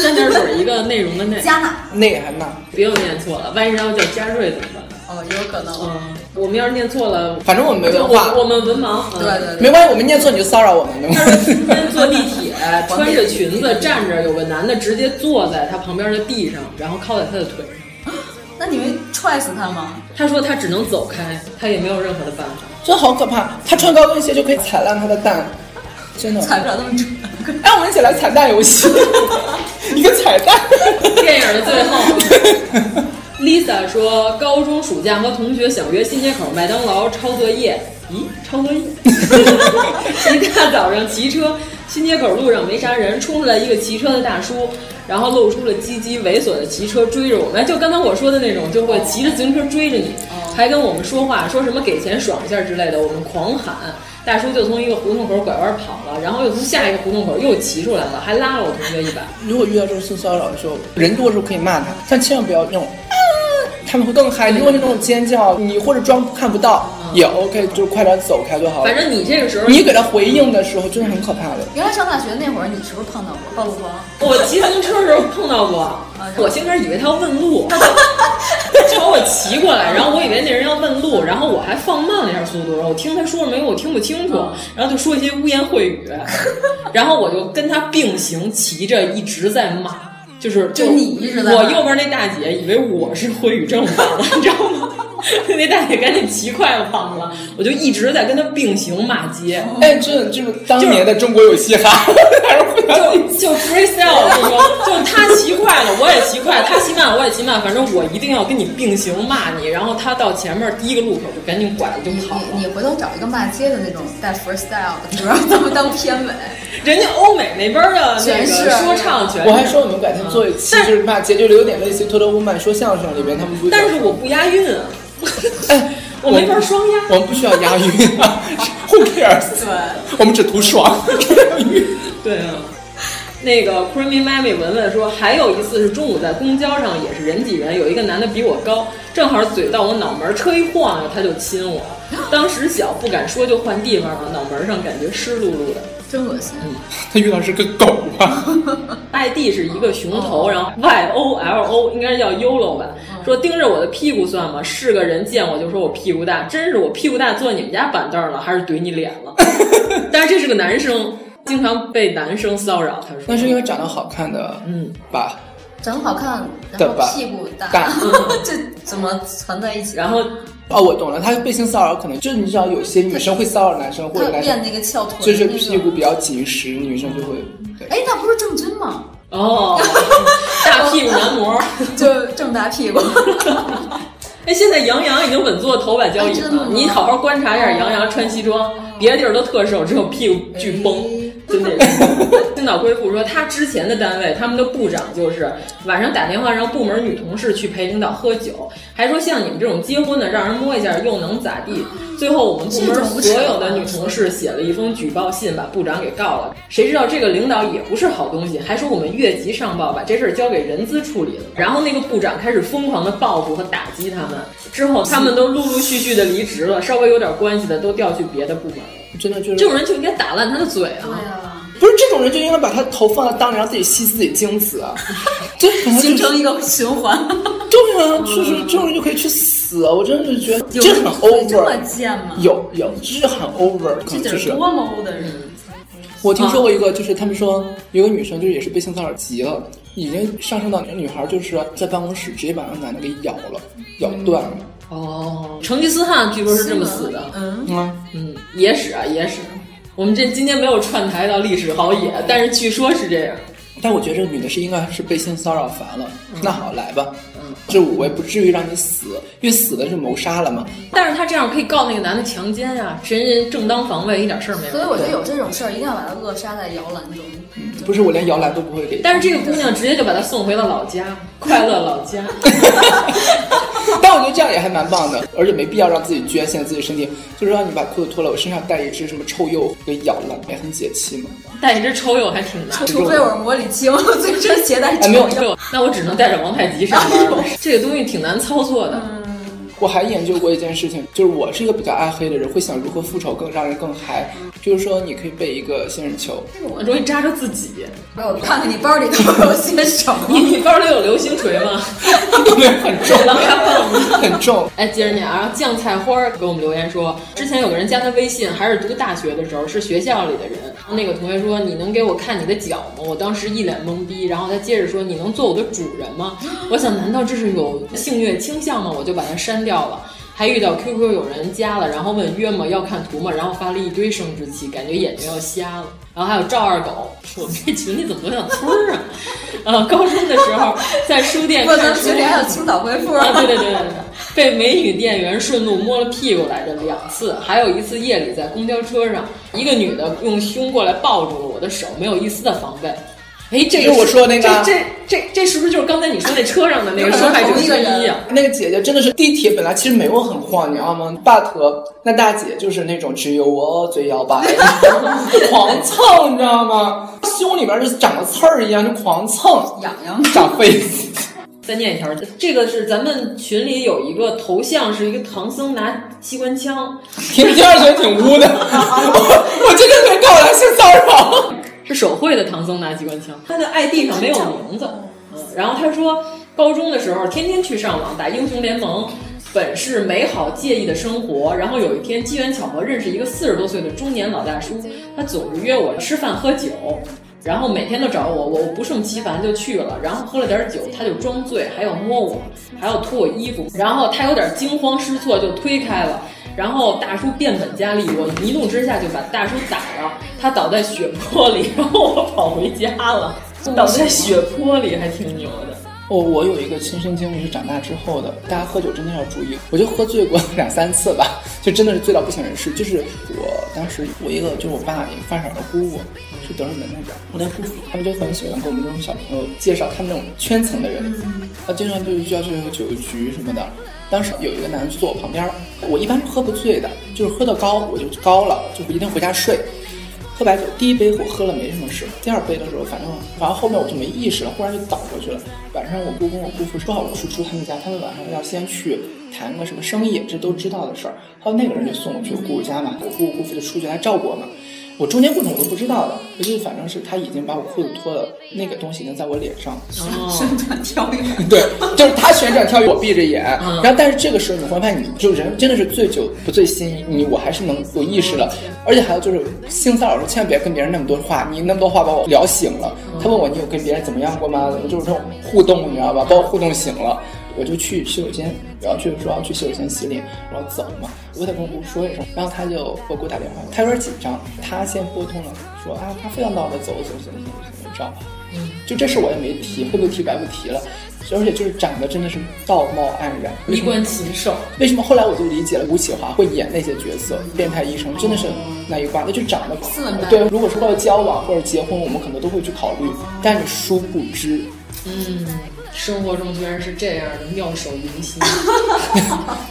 S5: 三点水一个内容的内，
S7: 加纳
S6: 那还那，
S5: 别又念错了，万一让我叫嘉瑞怎么办？
S7: 哦，有可能。
S5: 嗯，我们要是念错了，
S6: 反正我们没文化
S5: 我我们文盲。嗯
S7: 对对对，
S6: 没关系，我们念错你就骚扰我们，能吗？
S5: 今 天坐地铁，穿着裙子站着，有个男的直接坐在他旁边的地上，然后靠在他的腿上。
S7: 那你们踹死他吗？
S5: 他说他只能走开，他也没有任何的办法。
S6: 真好可怕！他穿高跟鞋就可以踩烂他的蛋，真的。
S7: 踩不了那么准。
S6: 哎，我们一起来彩蛋游戏，一个彩蛋。
S5: 电影的最 后，Lisa 说，高中暑假和同学想约新街口麦当劳抄作业。咦，抄作业？ 一大早上骑车，新街口路上没啥人，冲出来一个骑车的大叔，然后露出了鸡鸡，猥琐的骑车追着我们，就刚才我说的那种，就会骑着自行车追着你，还跟我们说话，说什么给钱爽一下之类的，我们狂喊。大叔就从一个胡同口拐弯跑了，然后又从下一个胡同口又骑出来了，还拉了我同学一把。
S6: 如果遇到这种性骚扰的时候，人多的时候可以骂他，但千万不要那种啊他们会更嗨。如果那种尖叫，你或者装看不到、也 OK，就快点走开就好了。
S5: 嗯反正你这个时候
S6: 你给他回应的时候，真的很可怕的。
S7: 原来上大学那会儿，你是不是碰到过暴露狂？
S5: 我骑自行车的时候碰到过，
S7: 啊
S5: 我先开始以为他要问 路，他朝我骑过来，然后我以为那人要问路，然后我还放慢了一下速度，然后我听他说什么，因为我听不清楚，
S7: 啊
S5: 然后就说一些污言秽 语，然后我就跟他并行骑着，一直在骂，就是
S7: 就你一直在骂
S5: 我右边那大姐以为我是灰语症犯了，你知道吗？ 那大姐赶紧骑快了跑了，我就一直在跟他并行骂街。
S6: 哎，这就是当年的中国有嘻哈，
S5: 就就 freestyle 那种，就他骑快了，我也骑快，他骑慢我也骑慢，反正我一定要跟你并行骂你，然后他到前面第一个路口就赶紧拐了就跑了。
S7: 你回头找一个骂街的那种带 freestyle 的，主要咱们当片尾。
S5: 人家欧美那边的那
S7: 全
S5: 个
S7: 是
S5: 说唱全是
S6: 我还说我们改天做一期，就是骂街，就是有点类似于脱脱乌曼说相声里边他们不。
S5: 但是我不押韵啊，我没法双押。
S6: 哎我们不需要押韵啊 ，Who cares？我们只图爽。
S5: 对啊。
S6: 嗯
S5: 那个 Creamy 妈咪文文说，还有一次是中午在公交上，也是人挤人，有一个男的比我高，正好嘴到我脑门儿，车一晃悠他就亲我。当时小不敢说，就换地方了，脑门儿上感觉湿漉漉的。
S7: 真恶心！
S6: 他遇到是个狗啊吧？
S5: ID 是一个熊
S6: 哦
S5: 头，然后 Y O L O 应该叫 Yolo 吧？说盯着我的屁股算吗？是个人见我就说我屁股大，真是我屁股大坐你们家板凳了，还是怼你脸 了？但是这是个男生，经常被男生骚扰。他说
S6: 那是因为长得好看的，
S5: 嗯
S6: 吧？
S7: 长得好看，然
S6: 的
S7: 后
S6: 吧
S7: 屁股大，
S6: 大
S7: 这怎么攒在一起？
S5: 然后
S6: 哦，我懂了，他被性骚扰可能就是你知道，有些女生会骚扰男生，或
S7: 他
S6: 者男
S7: 变
S6: 生
S7: 那个翘臀，
S6: 就是
S7: 那
S6: 屁
S7: 种。
S6: 股比较紧实，女生就会对。
S7: 哎，那不是郑钧吗？
S5: 哦，大屁股男
S7: 哦
S5: 模。
S7: 就这么大 屁股。
S5: 哎，现在杨洋已经稳坐头版交椅
S7: 哎真的
S5: 了
S7: 吗，哦
S5: 你好好观察一下杨洋穿西装，别的地儿都特瘦，只有屁股巨
S7: 哎
S5: 崩。 真的是，青岛归附说，他之前的单位，他们的部长就是晚上打电话让部门女同事去陪领导喝酒，还说像你们这种结婚的，让人摸一下又能咋地？最后我们部门所有的女同事写了一封举报信，把部长给告了。谁知道这个领导也不是好东西，还说我们越级上报，把这事儿交给人资处理了。然后那个部长开始疯狂的报复和打击他们，之后他们都陆陆续续的离职了，稍微有点关系的都调去别的部门了。
S6: 真的就是
S5: 这种人就应该打烂他的嘴啊！
S7: 嗯
S6: 不是这种人就应该把他头放在裆里，让自己吸自己精子 啊，这可能就
S7: 形
S6: 是
S7: 成一个循 环，
S6: 对啊，就是这种人就可以去死，啊我真的觉得这很
S7: 嗯这么
S6: over，
S7: 贱吗？
S6: 有有，这很 over，可
S7: 这
S6: 能
S7: 得
S6: 就是是
S7: 多 low 的人！
S6: 我听说过一个，就是他们说
S7: 嗯
S6: 有个女生就是也是被性骚扰急了，已经上升到女孩就是在办公室直接把那个男的给咬了，
S7: 嗯
S6: 咬断了。
S5: 哦，成吉思汗据说是这么死的。
S7: 嗯，
S6: 嗯，
S5: 嗯，野史啊，野史。我们这今天没有串台到历史好野，但是据说是这样。
S6: 但我觉得这个女的是应该是被性骚扰烦了。
S7: 嗯
S6: 那好，来吧，这五位不至于让你死，因为死的是谋杀了嘛。
S5: 但是他这样可以告那个男的强奸呀、谁人家正当防卫，一点事儿没有。
S7: 所以我觉得有这种事儿，一定要把它扼杀在摇篮中。
S6: 不是我连摇篮都不会给，
S5: 但是这个姑娘直接就把他送回了老 家，快乐老家。
S6: 但我觉得这样也还蛮棒的，而且没必要让自己捐献自己身体，就是让你把裤子脱了，我身上带一只什么臭鼬给咬了，也很解气嘛。
S5: 带一只臭鼬还挺难。
S7: 除非我是魔力青，我随身携带
S6: 哎没有
S7: 这种。
S5: 那我只能带着王太极上
S7: 哎
S5: 班了。这个东西挺难操作的。
S6: 我还研究过一件事情，就是我是一个比较爱黑的人，会想如何复仇更让人更嗨。就是说，你可以背一个仙人球，
S7: 嗯
S5: 我容易扎着自己。
S7: 没有，我看看你包里都有些什
S5: 你
S7: 么。
S5: 你包里有流星锤 吗？
S6: 很重，
S5: 狼牙棒吗？
S6: 很重。
S5: 哎，接着念啊！酱菜花儿给我们留言说，之前有个人加他微信，还是读大学的时候，是学校里的人。那个同学说：“你能给我看你的脚吗？”我当时一脸懵逼，然后他接着说：“你能做我的主人吗？”我想，难道这是有性虐倾向吗？我就把他删掉了。还遇到 QQ 有人加了，然后问约吗？要看图吗？然后发了一堆生殖器，感觉眼睛要瞎了。然后还有赵二狗，我们这群里怎么都像村儿啊？ 呃，高中的时候在书店
S7: 我
S5: 看
S7: 咱们
S5: 书，
S7: 群里还有青岛贵妇，
S5: 啊，对对对对对，被美女店员顺路摸了屁股来着两次，还有一次夜里在公交车上，一个女的用胸过来抱住了我的手，没有一丝的防备。哎，这个
S6: 就是我说那个啊
S5: 这这这这是不是就是刚才你说那车上的那个受害者之一啊？
S6: 那个姐姐真的是地铁，本来其实没有很晃，你知道吗？but 那大姐就是那种只有我最摇摆，狂蹭，你知道吗？胸里边就长了刺儿一样，就狂蹭，
S7: 痒痒。
S6: 长痱子。
S5: 再念一条，这个是咱们群里有一个头像是一个唐僧拿机关枪，
S6: 听着第二声挺污的， 我我这个可告他性骚扰，
S5: 是手绘的唐僧拿机关枪，他的 ID 上没有名字。嗯，然后他说高中的时候天天去上网打英雄联盟。本是美好惬意的生活，然后有一天机缘巧合认识一个四十多岁的中年老大叔，他总是约我吃饭喝酒，然后每天都找我，我不胜其烦就去了，然后喝了点酒，他就装醉，还要摸我，还要脱我衣服，然后他有点惊慌失措就推开了，然后大叔变本加厉，我一怒之下就把大叔打了，他倒在血泊里，然后我跑回家 了，倒在血泊里还挺牛的。
S6: 哦，我有一个亲身经历是长大之后的，大家喝酒真的要注意。我就喝醉过两三次吧，就真的是醉到不省人事。就是我当时我一个就是我爸一个发小的姑姑是德胜门那边，我那姑姑他们就很喜欢给我们这种小朋友介绍他们那种圈层的人，他经常就是要去酒局什么的。当时有一个男的就坐我旁边，我一般喝不醉的，就是喝到高我就高了，就一定回家睡。喝白酒，第一杯我喝了没什么事，第二杯的时候，反正反正后面我就没意识了，忽然就倒过去了。晚上我姑跟我姑父说好我是住他们家，他们晚上要先去谈个什么生意，这都知道的事儿。后来那个人就送我去我姑姑家嘛，我姑姑姑父就出去来照顾我嘛。我中间过程我都不知道的，我就是反正是他已经把我裤子脱了，那个东西已经在我脸上
S5: 旋
S6: 转跳跃， 对，就是他旋转跳跃，我闭着眼，然后但是这个时候你会发现，你就人真的是醉酒不醉心，你我还是能有意识了，而且还有就是性骚扰，千万别跟别人那么多话，你那么多话把我聊醒了。他问我你有跟别人怎么样过吗？就是这种互动，你知道吧？把我互动醒了。我就去洗手间，然后去说要去洗手间洗脸，然后走嘛。我得跟我姑说一声，然后他就给我姑打电话，他有点紧张，他先拨通了，说啊，他非要闹着走走走走走，你知道吧？嗯，就这事我也没提，会不会提白不提了。而且就是长得真的是道貌岸然，
S5: 衣冠禽兽。
S6: 为什么后来我就理解了吴启华会演那些角色，变态医生真的是那一挂，那就长得对。如果说到交往或者结婚，我们可能都会去考虑，但你殊不知，
S5: 嗯。生活中居然是这样的妙手云心，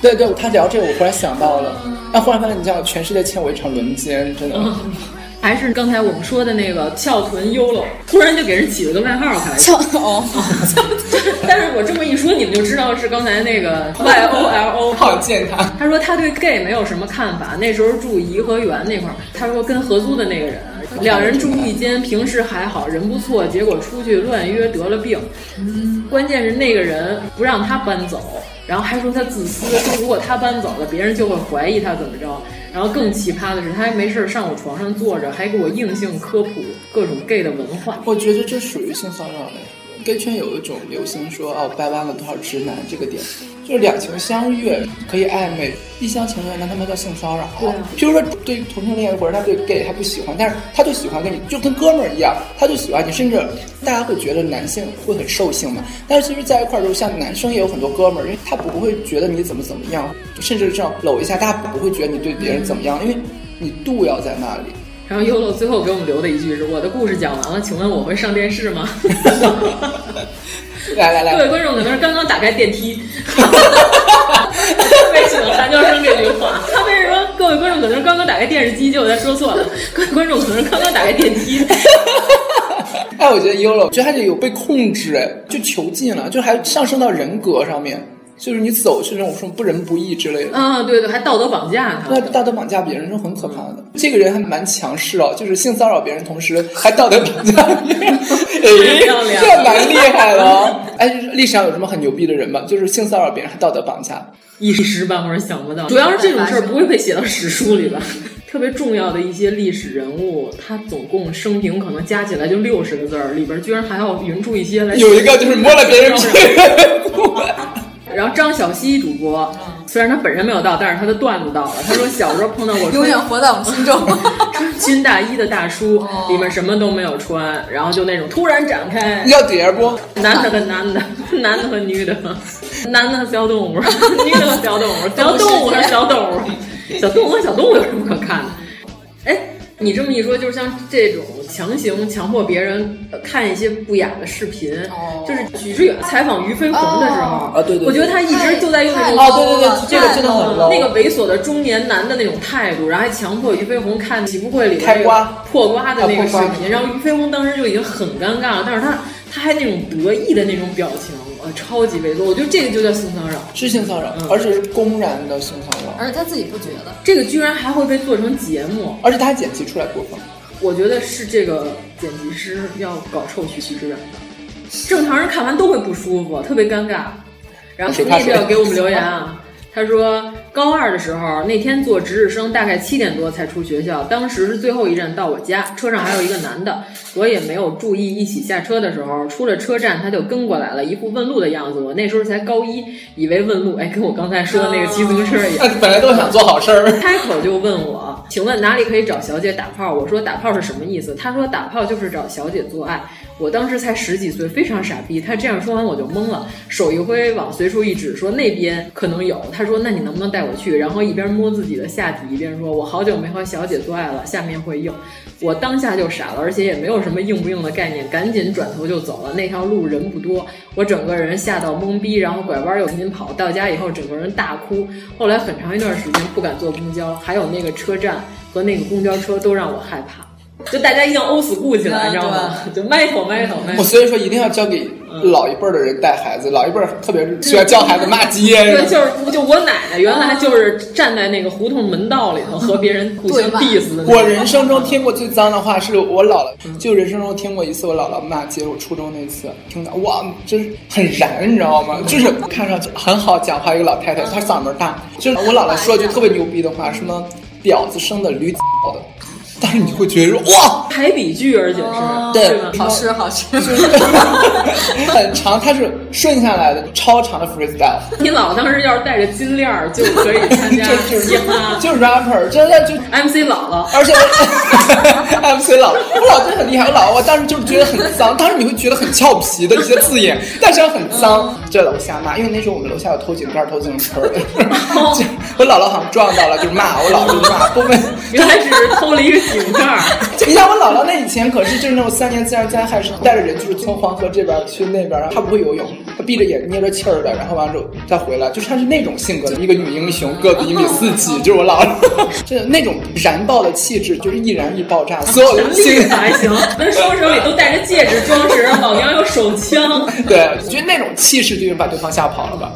S6: 对对，他聊这个我忽然想到了，但忽然发现，你知道，全世界欠我一场轮奸，真的。嗯、
S5: 还是刚才我们说的那个翘臀 U 了，突然就给人起了个外号，看来
S7: 翘哦，
S5: 但是我这么一说，你们就知道是刚才那 个 Y O L O
S6: 好健康。
S5: 他说他对 gay 没有什么看法，那时候住颐和园那块儿，他说跟合租的那个人。两人住一间，平时还好，人不错，结果出去乱约得了病。嗯，关键是那个人不让他搬走，然后还说他自私，说如果他搬走了，别人就会怀疑他怎么着。然后更奇葩的是，他还没事上我床上坐着，还给我硬性科普各种 gay 的文化。
S6: 我觉得这属于性骚扰类。gay 圈有一种流行说哦，掰弯了多少直男这个点。就是两情相悦，可以暧昧，一厢情愿，那他妈叫性骚扰。
S5: 对、啊，
S6: 譬如说对同性恋或者他对 gay 他不喜欢，但是他就喜欢跟你就跟哥们儿一样，他就喜欢你，甚至大家会觉得男性会很兽性嘛。但是其实在一块儿之后，像男生也有很多哥们儿，因为他不会觉得你怎么怎么样，甚至这样搂一下，大家不会觉得你对别人怎么样，因为你度要在那里。
S5: 然后优乐最后给我们留的一句是：“我的故事讲完了，请问我会上电视吗？”
S6: 来来来，
S5: 各位观众可能是刚刚打开电 梯，被请了韩教生这句话。他为什么各位观众可能是刚刚打开电视机，结果他说错了？各位观众可能是刚刚打开电 梯。
S6: 哎，我觉得优乐，我觉得还得有被控制，哎，就囚禁了，就还上升到人格上面。就是你走是那种什么不仁不义之类的
S5: 啊，对对，还道德绑架他，
S6: 那道德绑架别人是很可怕的。嗯、这个人还蛮强势哦，就是性骚扰别人，同时还道德绑架别人，哎，这蛮厉害的哦。哎，就是历史上有什么很牛逼的人吗？就是性骚扰别人还道德绑架，
S5: 一时半会儿想不到。主要是这种事儿不会被写到史书里吧？ 特别重要的一些历史人物，他总共生平可能加起来就六十个字儿，里边居然还要匀出一些来。
S6: 有一个就是摸了别人屁股。
S5: 然后张小希主播，虽然他本人没有到，但是他的段子到了。他说小时候碰到过
S7: 永远活在我们心中，
S5: 穿军大衣的大叔，里面什么都没有穿，然后就那种突然展开，
S6: 要碟不？
S5: 男的和男的，男的和女的，男的和小动 物，女的和小动物，小动物和小动物，小动物和小动物有什么可看的？哎，你这么一说，就是像这种。强行强迫别人呃看一些不雅的视频，就是许知远采访俞飞鸿的时候，
S6: 啊对对，
S5: 我觉得他一直就在用那种啊
S6: 哦对对对，这个真的很 low，
S5: 那个猥琐的中年男的那种态度，然后还强迫俞飞鸿看《喜福会》里
S6: 开瓜啊
S5: 破瓜的那个视频，然后俞飞鸿当时就已经很尴尬了，但是他他还那种得意的那种表情，呃，超级猥琐。我觉得这个就叫性骚扰，
S6: 是性骚扰，而且是公然的性骚扰，
S7: 而且他自己不觉得，
S5: 这个居然还会被做成节目，
S6: 而且他还剪辑出来播放。
S5: 我觉得是这个剪辑师要搞臭徐徐志远的，正常人看完都会不舒服，特别尴尬。然后
S6: 谁
S5: 福
S6: 怕
S5: 利
S6: 谁
S5: 要给我们留言啊，他说高二的时候那天做值日生，大概七点多才出学校，当时是最后一站到我家，车上还有一个男的，我也没有注意一起下车的时候，出了车站他就跟过来了，一副问路的样子。我那时候才高一，以为问路，哎，跟我刚才说的那个骑自行车 一样。
S6: 哎本来都想做好事儿，
S5: 开口就问我，请问哪里可以找小姐打炮？我说打炮是什么意思？他说打炮就是找小姐做爱。我当时才十几岁，非常傻逼。他这样说完我就懵了，手一挥往随处一指，说那边可能有。他说那你能不能带我去？然后一边摸自己的下体，一边说我好久没和小姐做爱了，下面会硬。我当下就傻了，而且也没有什么硬不硬的概念，赶紧转头就走了。那条路人不多，我整个人吓到懵逼，然后拐弯又赶紧跑。到家以后，整个人大哭。后来很长一段时间不敢坐公交，还有那个车站和那个公交车都让我害怕。就大家一定要 old school 起来，你知道吗？就 metal metal
S6: 我
S5: metal。
S6: 所以说一定要交给老一辈儿的人带孩子，老一辈儿特别喜欢教孩子骂街。
S5: 对，就是就我奶奶原来就是站在那个胡同门道里头和别人互相 diss 的那种。
S6: 我人生中听过最脏的话是我姥姥，就人生中听过一次我姥姥骂街，我初中那次听到哇，真是很燃，你知道吗？就是看上去很好讲话一个老太太，她嗓门大，就是我姥姥说一句特别牛逼的话，什么婊子生的驴的，但是你会觉得说哇，
S5: 排比句，而且是对吧？
S7: 好吃好吃。
S6: 很长，它是顺下来的，超长的 freestyle。
S5: 你姥当时要是戴着金链儿就可以参 加嘻 哈
S6: 就是 rapper，真的就
S5: MC 姥姥，
S6: 而且我 哎 MC 姥姥，我姥真的很厉害，我姥姥我当时就是觉得很脏，当时你会觉得很俏皮的一些字眼，但是又很脏。就在楼下骂，因为那时候我们楼下有偷井盖、偷自行车 的，就我姥姥好像撞到了，就骂我姥姥就骂，不问。
S5: 原来只是偷了一个井盖 儿。
S6: 就你像我姥姥那以前可是就是那种三年自然灾害时候，带着人就是从黄河这边去那边，她不会游泳，她闭着眼捏着气儿的，然后完了之后再回来，就是她是那种性格的一个女英雄，个子一米四几，就是我姥姥， 就是那种燃爆的气质，就是易燃易爆炸，所有的性
S5: 绿的还行，那双手里都戴着戒指装饰，老娘有手枪。
S6: 对，我觉得那种气势就已经把对方吓跑了吧。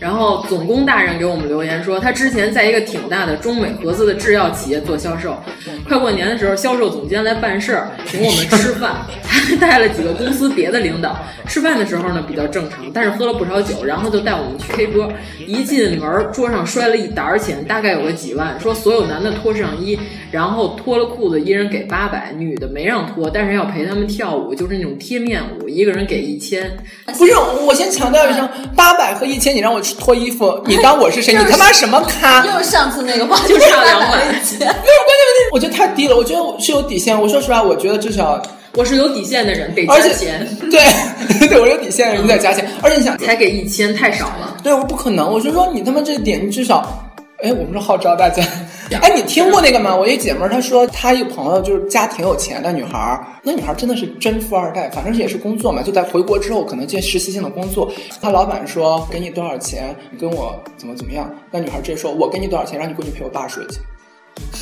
S5: 然后总工大人给我们留言说，他之前在一个挺大的中美合资的制药企业做销售，快过年的时候，销售总监来办事儿，请我们吃饭，还带了几个公司别的领导。吃饭的时候呢比较正常，但是喝了不少酒，然后就带我们去 K 歌。一进门儿，桌上摔了一沓儿钱，大概有个几万，说所有男的脱上衣，然后脱了裤子，一人给八百，女的没让脱，但是要陪他们跳舞，就是那种贴面舞，一个人给一千。
S6: 不是，我先强调一声，八百和一千，你让我脱衣服，你当我是 谁？你他妈什么咖？
S7: 又是上次那个话，
S5: 就差两百
S7: 百钱。
S6: 没有关键问题，我觉得太低了，我觉得我是有底线。我说实话，我觉得至少
S5: 我是有底线的人，得加
S6: 而且
S5: 钱。
S6: 对对，我有底线的人再加钱，而且你想，
S5: 才给一千，太少了。
S6: 对，我不可能，我就说你他妈这点，你至少，哎，我们是号召大家。哎，你听过那个吗？我一姐们儿，她说她一朋友就是家挺有钱的女孩儿，那女孩儿真的是真富二代，反正也是工作嘛，就在回国之后可能接实习性的工作。她老板说给你多少钱，你跟我怎么怎么样？那女孩儿直接说，我给你多少钱，让你过去陪我爸睡去。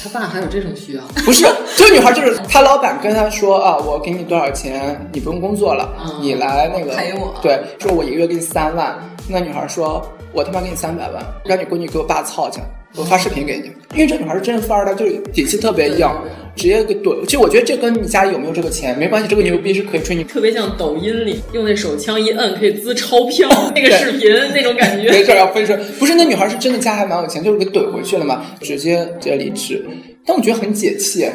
S5: 他爸还有这种需要？
S6: 不是，这个女孩就是她老板跟她说啊，我给你多少钱，你不用工作了，
S5: 嗯
S6: 你来那个
S7: 陪我
S6: 对，说我一个月给你三万，那女孩说，我他妈给你三百万，让你闺女给我爸操去，我发视频给你，因为这女孩是真富二代，就是底气特别硬。直接给怼，其实我觉得这跟你家里有没有这个钱没关系，这个牛逼是可以吹牛。
S5: 特别像抖音里用那手枪一摁可以滋钞票 那个视频那种感
S6: 没
S5: 觉。
S6: 事儿要分手，不是那女孩是真的家还蛮有钱，就是给怼回去了嘛，直接直接离职。但我觉得很解气，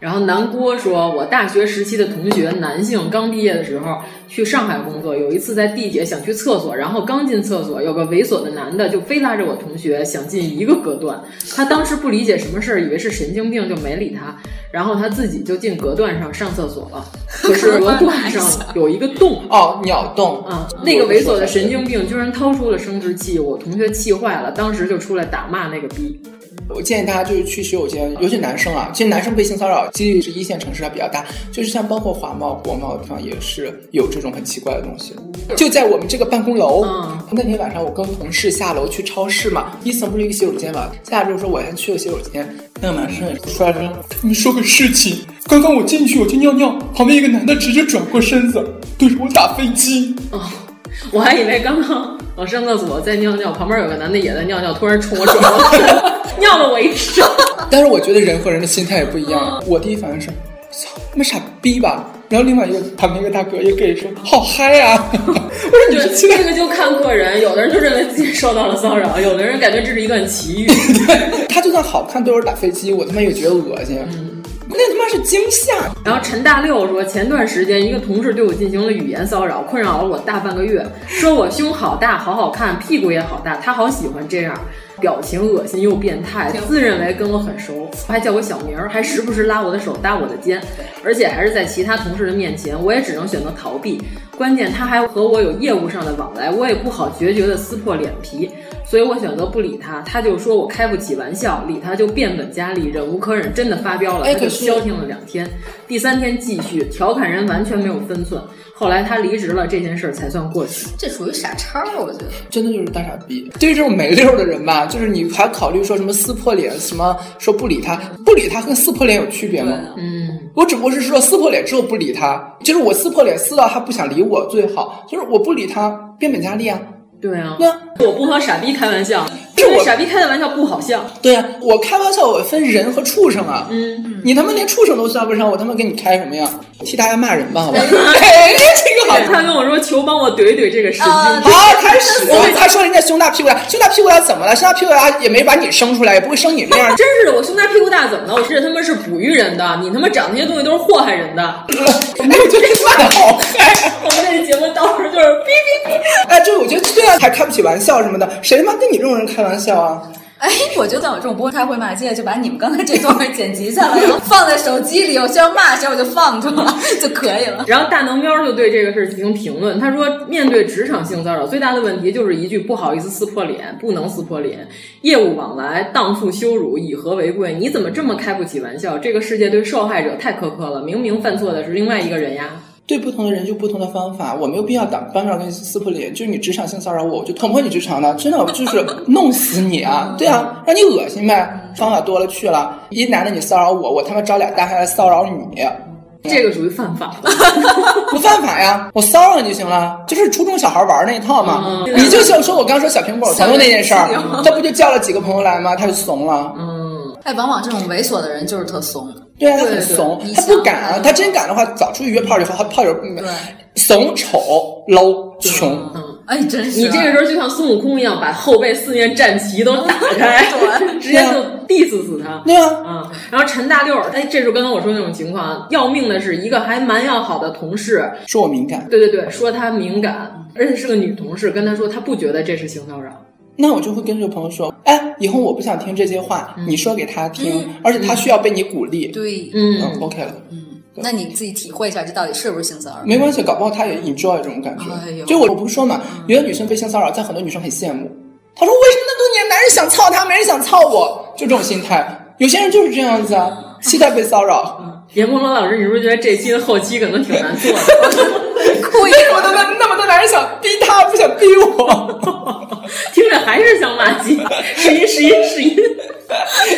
S5: 然后南郭说，我大学时期的同学，男性刚毕业的时候去上海工作，有一次在地铁想去厕所，然后刚进厕所，有个猥琐的男的就非拉着我同学想进一个隔断，他当时不理解什么事儿，以为是神经病，就没理他，然后他自己就进隔断上上厕 所了，可是隔断上有一个洞。
S6: 哦，鸟洞
S5: 啊，那个猥琐的神经病居然掏出了生殖器，我同学气坏了，当时就出来打骂那个逼。
S6: 我建议大家就是去洗手间，尤其男生啊，其实男生被性骚扰几率是一线城市还比较大，就是像包括华贸、国贸的地方也是有这种很奇怪的东西。就在我们这个办公楼，
S5: 嗯
S6: 那天晚上我跟同事下楼去超市嘛，一层不是一个洗手间嘛，下来之后说我先去个洗手间，那个男生也出来说，你说个事情，刚刚我进去我就尿尿，旁边一个男的直接转过身子对着我打飞机，
S5: 我还以为刚刚我上厕所在尿尿，旁边有个男的也在尿尿，突然冲我转过头，尿了我 一身。
S6: 但是我觉得人和人的心态也不一样。我第一反应是，操，他妈傻逼吧！然后另外一个旁边一个大哥也给说，好嗨呀、啊！ 我说 你是
S5: 这个就看个人，有的人就认为自己受到了骚扰，有的人感觉这是一段奇遇。
S6: 他就算好看对我打飞机，我他妈也觉得恶心。那他妈是惊吓。
S5: 然后陈大六说，前段时间一个同事对我进行了语言骚扰，困扰了我大半个月，说我胸好大，好好看，屁股也好大，他好喜欢这样，表情恶心又变态，自认 为跟我很熟，还叫我小名儿，还时不时拉我的手搭我的肩，而且还是在其他同事的面前，我也只能选择逃避。关键他还和我有业务上的往来，我也不好决绝的撕破脸皮。所以我选择不理他，他就说我开不起玩笑，理他就变本加厉，忍无可忍，真的发飙了，
S6: 哎
S5: 他就
S6: 可是
S5: 消停了两天，第三天继续调侃人，完全没有分寸。后来他离职了，这件事儿才算过去。
S7: 这属于傻叉，我觉得。
S6: 真的就是大傻逼。对于这种没溜儿的人吧，就是你还考虑说什么撕破脸，什么说不理他，不理他跟撕破脸有区别吗？
S5: 嗯，
S6: 我只不过是说撕破脸之后不理他，就是我撕破脸撕到他不想理我最好，就是我不理他变本加厉啊。
S5: 对啊，
S6: 那
S5: 我不和傻逼开玩笑，
S6: 是
S5: 因
S6: 我
S5: 为傻逼开的玩笑不好笑。
S6: 对啊，我开玩笑我分人和畜生啊，
S5: 嗯，
S6: 你他妈连畜生都算不上，我他妈跟你开什么呀？替大家骂人吧，好 吧？哎，这个好。
S5: 啊他跟我说求帮我怼一怼这个神
S7: 啊
S5: 经病。
S6: 好，开始了。他说人家胸大屁股大，胸大屁股大怎么了？胸大屁股大也没把你生出来，也不会生你那样。
S5: 哎真是的，我胸大屁股大怎么了？我这他妈是哺育人的，你他妈长那些东西都是祸害人的。
S6: 哎，我觉得这骂的好嗨。啊
S5: 我们这节目到时候就是哔哔哔。
S6: 哎，这我觉得对啊，还开不起玩笑什么的，谁他妈跟你这种人开玩笑啊？
S7: 哎，我觉得像我这种不会开会骂街，就把你们刚才这段儿剪辑下来，然后放在手机里，我需要骂谁我就放出来就可以了。
S5: 然后大能喵就对这个事儿进行评论，他说：“面对职场性骚扰，最大的问题就是一句不好意思撕破脸，不能撕破脸，业务往来荡妇羞辱，以和为贵。你怎么这么开不起玩笑？这个世界对受害者太苛刻了，明明犯错的是另外一个人呀。
S6: 对不同的人就不同的方法，我没有必要当当面跟你撕破脸。就是你职场性骚扰我，我就捅破你职场的，真的我就是弄死你啊！对啊，让你恶心呗，方法多了去了。一男的你骚扰我，我他妈找俩大汉来骚扰你，
S5: 这个属于犯法的。
S6: 不犯法呀，我骚扰你就行了，就是初中小孩玩那一套嘛。
S5: 嗯
S6: 你就像说我刚说小苹果朋友那件事儿，他不就叫了几个朋友来吗？他就怂了。
S5: 嗯，
S7: 哎，往往这种猥琐的人就是特怂。
S6: 对啊，他
S5: 对
S6: 很
S5: 对
S6: 怂
S7: 你，
S6: 他
S7: 想
S6: 不敢啊。他真敢的话，早出去约炮友，他炮友嗯
S7: 对
S6: 怂、丑、low、穷。
S7: 哎，真
S5: 嗯
S7: 是
S5: 你这个时候就像孙悟空一样，把后背四面战旗都打开，直接就 diss 死他。
S6: 对啊，
S5: 嗯，然后陈大六儿，哎，这就是刚刚我说的那种情况。啊要命的是，一个还蛮要好的同事，
S6: 说我敏感，
S5: 对对对，说她敏感，而且是个女同事，跟她说她不觉得这是性骚扰。
S6: 那我就会跟这个朋友说，哎，以后我不想听这些话，你说给他听，而且他需要被你鼓励。
S7: 对，
S6: 嗯
S5: 嗯，
S6: ，OK 了。
S7: 那你自己体会一下，这到底是不是性骚扰？
S6: 没关系，搞不好他也 enjoy 这种感觉。
S7: 哎呦
S6: 就我我不是说嘛，有的女生被性骚扰，但很多女生很羡慕。她说：“为什么那么多年男人想操她，没人想操我？”就这种心态，有些人就是这样子啊，期待被骚扰。
S5: 严梦龙老师，你是不是觉得这期的后期可能挺难做的？
S7: 故意
S6: 为什么那么那么多男人想逼她，不想逼我？
S5: 听着还是像骂街，是音是音是音。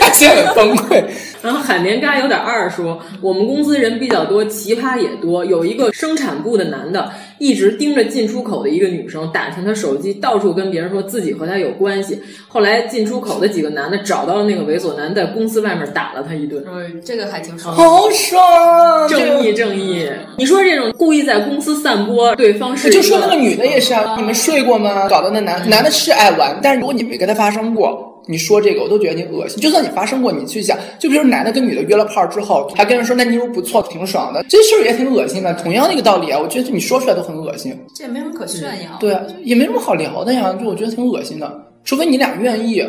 S6: 哎现在很崩溃。
S5: 然后海绵嘎有点二说，我们公司人比较多，奇葩也多。有一个生产部的男的，一直盯着进出口的一个女生，打听她手机，到处跟别人说自己和她有关系。后来进出口的几个男的找到了那个猥琐男，在公司外面打了他一顿。
S7: 嗯，这个还挺爽。
S6: 好爽！啊
S5: 正
S6: 这
S5: 义，正义！你说这种故意在公司散播对方是一
S6: 就说那个女的也是啊，你们睡过吗？搞得那男男的是爱玩，但是如果你没跟他发生过。你说这个，我都觉得你恶心。就算你发生过，你去想，就比如男的跟女的约了炮之后，还跟人说那妞儿不错，挺爽的，这事儿也挺恶心的。同样的一个道理啊，我觉得你说出来都很恶心。嗯
S7: 这也没什么可炫耀。
S6: 对啊，也没什么好聊的呀，就我觉得挺恶心的。除非你俩愿意，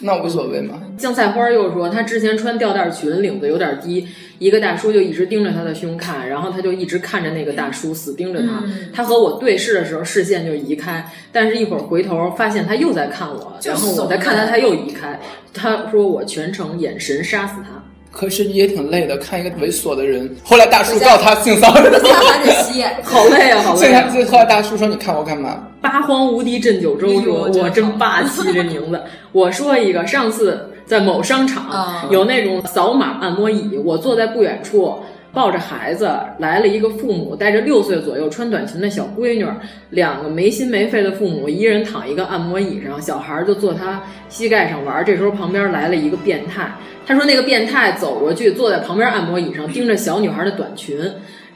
S6: 那无所谓嘛。
S5: 酱菜花又说，她之前穿吊带裙，领子有点低，一个大叔就一直盯着她的胸看，然后她就一直看着那个大叔，死盯着他。
S6: 嗯
S5: 他和我对视的时候，视线就移开，但是一会儿回头发现他又在看我，然后我再看他，他又移开。他说我全程眼神杀死他。
S6: 可是也挺累的，看一个猥琐的人。后来大叔告他性骚扰，
S7: 还得 吸眼，
S5: 好累啊，好累、
S6: 啊。所以后来大叔说：“你看我干嘛？”
S5: 八荒无敌镇九州说：“我真霸气，这名字。”我说一个，上次在某商场有那种扫码按摩椅，我坐在不远处。抱着孩子来了一个父母，带着六岁左右穿短裙的小闺女，两个没心没肺的父母，一人躺一个按摩椅上，小孩就坐他膝盖上玩。这时候旁边来了一个变态，他说那个变态走过去，坐在旁边按摩椅上，盯着小女孩的短裙。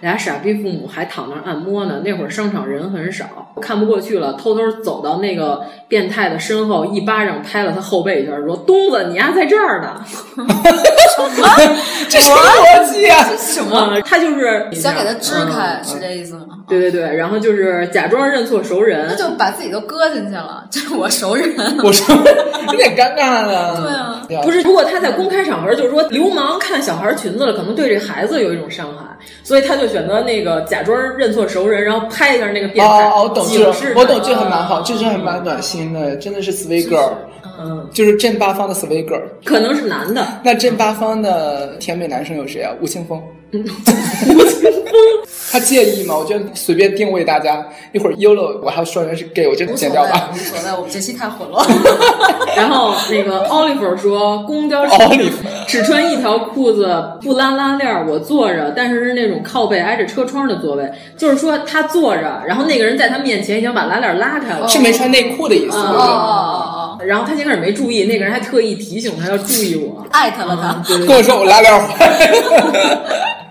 S5: 俩傻逼父母还躺那儿按摩呢。那会儿商场人很少，看不过去了，偷偷走到那个变态的身后，一巴掌拍了他后背一下，说：“东子，你丫在这儿呢！”
S6: 啊、这什么逻辑啊？
S7: 什么？
S5: 他 就是
S7: 想给他支开，嗯、是这意思吗？
S5: 对对对，然后就是假装认错熟人，
S7: 他就把自己都搁进去了。这是我熟人，
S6: 我熟人有点尴尬了。
S7: 对啊，
S6: 对啊
S5: 不是，如果他在公开场合就是说流氓看小孩裙子了，可能对这孩子有一种伤害，所以他就。选择那个假装认错熟人，然后拍一下那个变态。
S6: 哦，我懂这，我懂这还
S5: 啊
S6: 蛮好，这是还蛮暖心的，真的是 sweet girl，嗯，就是正八方的 sweet girl，
S5: 可能是男的。
S6: 那正八方的甜美男生有谁啊？吴青峰。
S5: 嗯 吴青峰，
S6: 他介意吗？我觉得随便定位大家，一会儿 Ulo 我还说人是 gay，我就剪掉
S7: 吧。无所谓，我们这期太 混乱。
S5: 然后那个 Oliver 说，公交车只穿一条裤子，不拉拉链，我坐着，但是是那种靠背挨着车窗的座位，就是说他坐着，然后那个人在他面前已经把拉链拉开了，嗯
S6: 是没穿内裤的意思。
S5: 哦哦哦！然后他先开始没注意，那个人还特意提醒他要注意我，啊
S7: 艾特了他，
S6: 跟我说我拉链坏。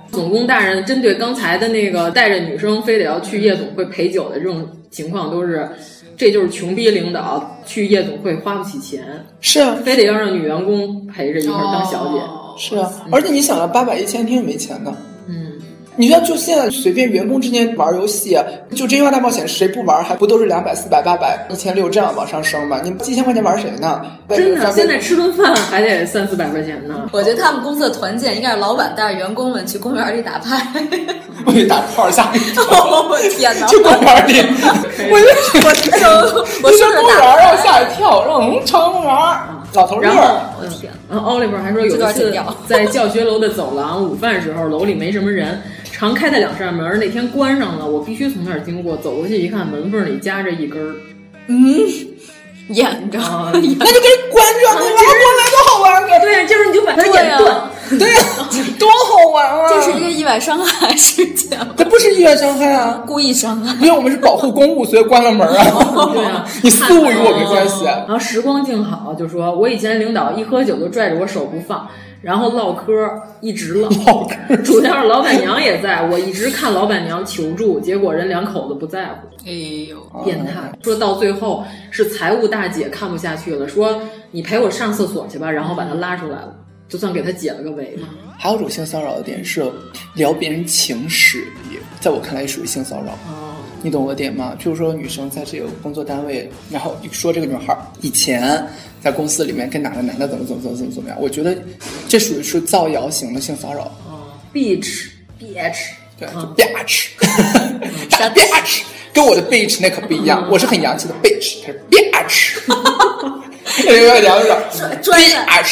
S5: 总工大人针对刚才的那个带着女生非得要去夜总会陪酒的这种情况，都是这就是穷逼领导去夜总会花不起钱，
S6: 是啊，
S5: 非得要让女员工陪着一块儿当小姐，哦、
S6: 是啊。而且你想啊，八百一千天没钱的，嗯，你说就现在随便员工之间玩游戏，啊就《真心话大冒险》，谁不玩还不都是两百、四百、八百、一千六这样往上升吗？你几千块钱玩谁呢？
S5: 真的，现在吃顿饭还得三四百块钱呢。
S7: 我觉得他们公司的团建应该是老板带着员工们去公园里打牌，
S6: 我去打炮吓一跳！
S7: 我天哪！
S6: 去公园里，我
S7: 就我
S6: 说我说公园啊让吓一跳，让我们朝阳公园老头乐。
S5: 我天！然后 Oliver 还说有一次 在教学楼的走廊午饭时候，楼里没什么人，常开的两扇门那天关上了，我必须从那儿经过，走过去一看，门缝里夹着一根 儿，啊
S7: 嗯。演着，那
S6: 就给关着，你拉过来多好玩啊！
S5: 对呀，就是你就把它演断，
S6: 对呀，多好玩啊！
S7: 这是一个意外伤害事件，
S6: 这不是意外伤害啊，
S7: 故意伤害。
S6: 因为我们是保护公务，所以关了门
S5: 啊。对啊，
S6: 你私务与我没关系。
S5: 然后时光静好就说，我以前领导一喝酒就拽着我手不放。然后唠嗑，一直唠，主要是老板娘也在，我一直看老板娘求助，结果人两口子不在乎。
S7: 哎呦，
S5: 变态！说到最后是财务大姐看不下去了，说你陪我上厕所去吧，然后把她拉出来了，就算给她解了个围嘛。
S6: 还有种性骚扰的点是聊别人情史，在我看来也属于性骚扰。
S5: 哦
S6: 你懂我点吗？譬如说，女生在这个工作单位，然后说这个女孩以前在公司里面跟哪个男的怎么怎么怎么怎么怎么样，我觉得这属于是造谣型的性骚扰。
S5: 哦，bitch bitch，
S6: 对，bitch，大
S7: 嗯
S6: bitch，跟我的 bitch 那可不一样，我是很洋气的 bitch，他是 bitch。有点
S7: 拽 在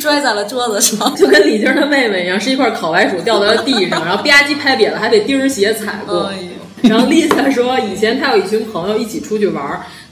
S7: 拽在了桌子上，
S5: 就跟李菁他妹妹一样，是一块烤白薯掉到了地上，然后吧唧拍瘪了，还得钉鞋踩过。
S7: 哎
S5: 然后 Lisa 说，以前她有一群朋友一起出去玩，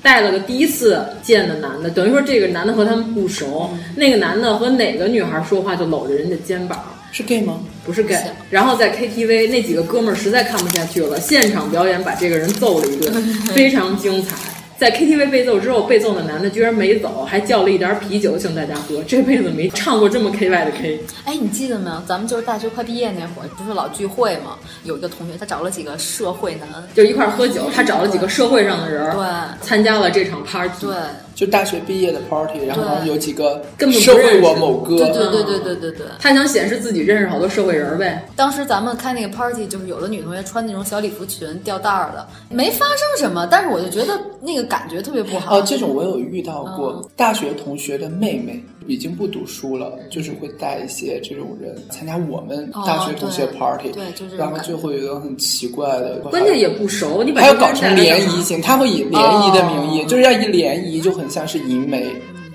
S5: 带了个第一次见的男的，等于说这个男的和他们不熟，那个男的和哪个女孩说话就搂着人家肩膀。
S6: 是 gay 吗？
S5: 不是 gay。然后在 KTV 那几个哥们儿实在看不下去了，现场表演把这个人揍了一顿，非常精彩。在 KTV 被揍之后，被揍的男的居然没走，还叫了一点啤酒请大家喝。这辈子没唱过这么 K Y 的 K。
S7: 哎，你记得没有？咱们就是大学快毕业那会儿，不是老聚会吗？有一个同学，他找了几个社会男，
S5: 就一块儿喝酒。他找了几个社会上的人，
S7: 对，
S5: 参加了这场 party。
S7: 对，
S6: 就大学毕业的 party，然后有几个
S5: 根本
S6: 社会我某哥。
S7: 对对对对对对对。
S5: 他想显示自己认识好多社会人呗。
S7: 当时咱们开那个 party，就是有的女同学穿那种小礼服裙、吊带儿的，没发生什么，但是我就觉得那个。感觉特别不好。嗯
S6: 哦，这种我有遇到过，大学同学的妹妹已经不读书了，就是会带一些这种人参加我们
S7: 哦
S6: 大学同学
S7: 对
S6: party，、
S7: 对就这种
S6: 然后
S7: 感
S6: 就会有一种很奇怪的，
S5: 关键也不熟， 你把
S6: 还要
S5: 这
S6: 搞
S5: 人
S6: 成
S5: 带来
S6: 联
S5: 干嘛
S6: 谊型，他会以联谊的名义，就是要以联谊就很像是银媒，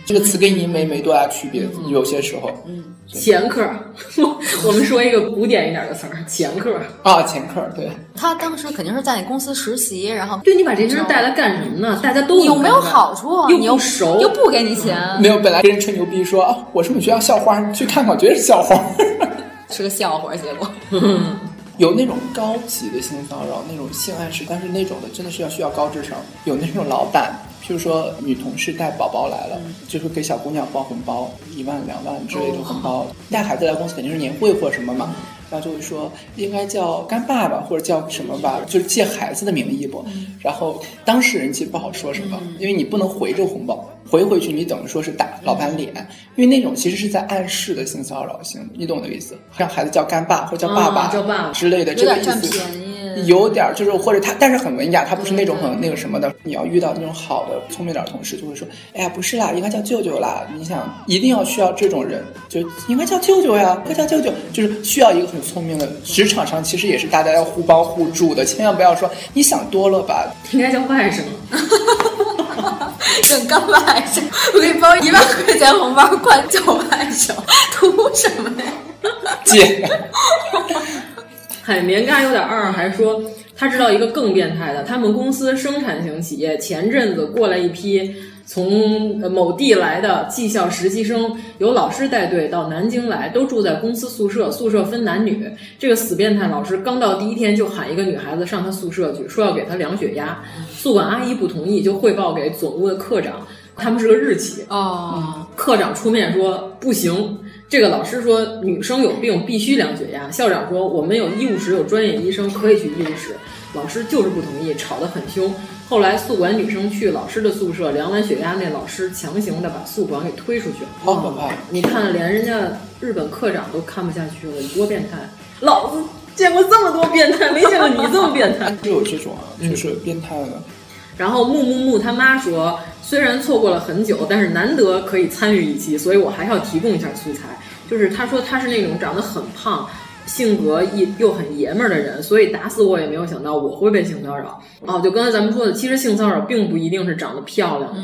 S6: 这个词跟银媒没多大区别，有些时候
S5: 掮客儿， 我们说一个古典一点的词儿，掮客儿。
S6: 啊，前客对。
S7: 他当时肯定是在你公司实习，然后
S5: 对你把这些人带来干什么呢？大家都
S7: 有没有好处啊？
S5: 又
S7: 你又
S5: 不熟，
S7: 又不给你钱，
S6: 没有，本来跟人吹牛逼说啊，我是我们学校校花，去看看，绝对是校花。
S7: 是个笑话。结果
S6: 有那种高级的性骚扰，那种性暗示，但是那种的真的是要需要高智商。有那种老板，譬如说女同事带宝宝来了，
S5: 嗯
S6: 就会给小姑娘包红包，一万两万之类
S5: 哦
S6: 的红包。带孩子来公司肯定是年会或者什么
S5: 嗯
S6: 嘛，然后就会说应该叫干爸爸或者叫什么吧，就是借孩子的名义不？
S5: 嗯
S6: 然后当事人其实不好说什么，因为你不能回这个红包。回回去，你等于说是打老板脸，因为那种其实是在暗示的性骚扰性，你懂我的意思？让孩子叫干爸或者叫爸爸
S5: 啊叫爸爸
S6: 之类的，这个意
S7: 占
S6: 思
S7: 便宜。
S6: 有点儿就是，或者他，但是很文雅，他不是那种很那个什么的。你要遇到那种好的、聪明点儿的同事，就会说：“哎呀，不是啦，应该叫舅舅啦。”你想，一定要需要这种人，就应该叫舅舅呀，快叫舅舅，就是需要一个很聪明的。职场上其实也是大家要互帮互助的，千万不要说你想多了吧。
S5: 应该叫外甥。
S7: 这刚外甥，我给你包一万块钱红包，快叫外甥，图什么呀？
S6: 姐，
S7: 哦
S5: 海绵嘎有点二，还说他知道一个更变态的，他们公司生产型企业前阵子过来一批从呃某地来的技校实习生，由老师带队到南京来，都住在公司宿舍，宿舍分男女。这个死变态老师刚到第一天就喊一个女孩子上他宿舍去，说要给她量血压，宿管阿姨不同意，就汇报给总务的科长。他们是个日企嗯
S7: 哦，
S5: 科长出面说不行。这个老师说女生有病必须量血压，校长说我们有医务室有专业医生可以去医务室，老师就是不同意，吵得很凶。后来宿管女生去老师的宿舍量完血压，那老师强行的把宿管给推出去了。
S6: 好可怕！
S5: 你看，连人家日本科长都看不下去了，你多变态！老子见过这么多变态，没见过你这么变态。
S6: 就有这种啊，
S7: 嗯
S6: 就是变态的。
S5: 然后木木木他妈说，虽然错过了很久，但是难得可以参与一期，所以我还要提供一下素材。就是他说他是那种长得很胖，性格一又很爷们儿的人，所以打死我也没有想到我会被性骚扰。哦，就刚才咱们说的，其实性骚扰并不一定是长得漂亮的。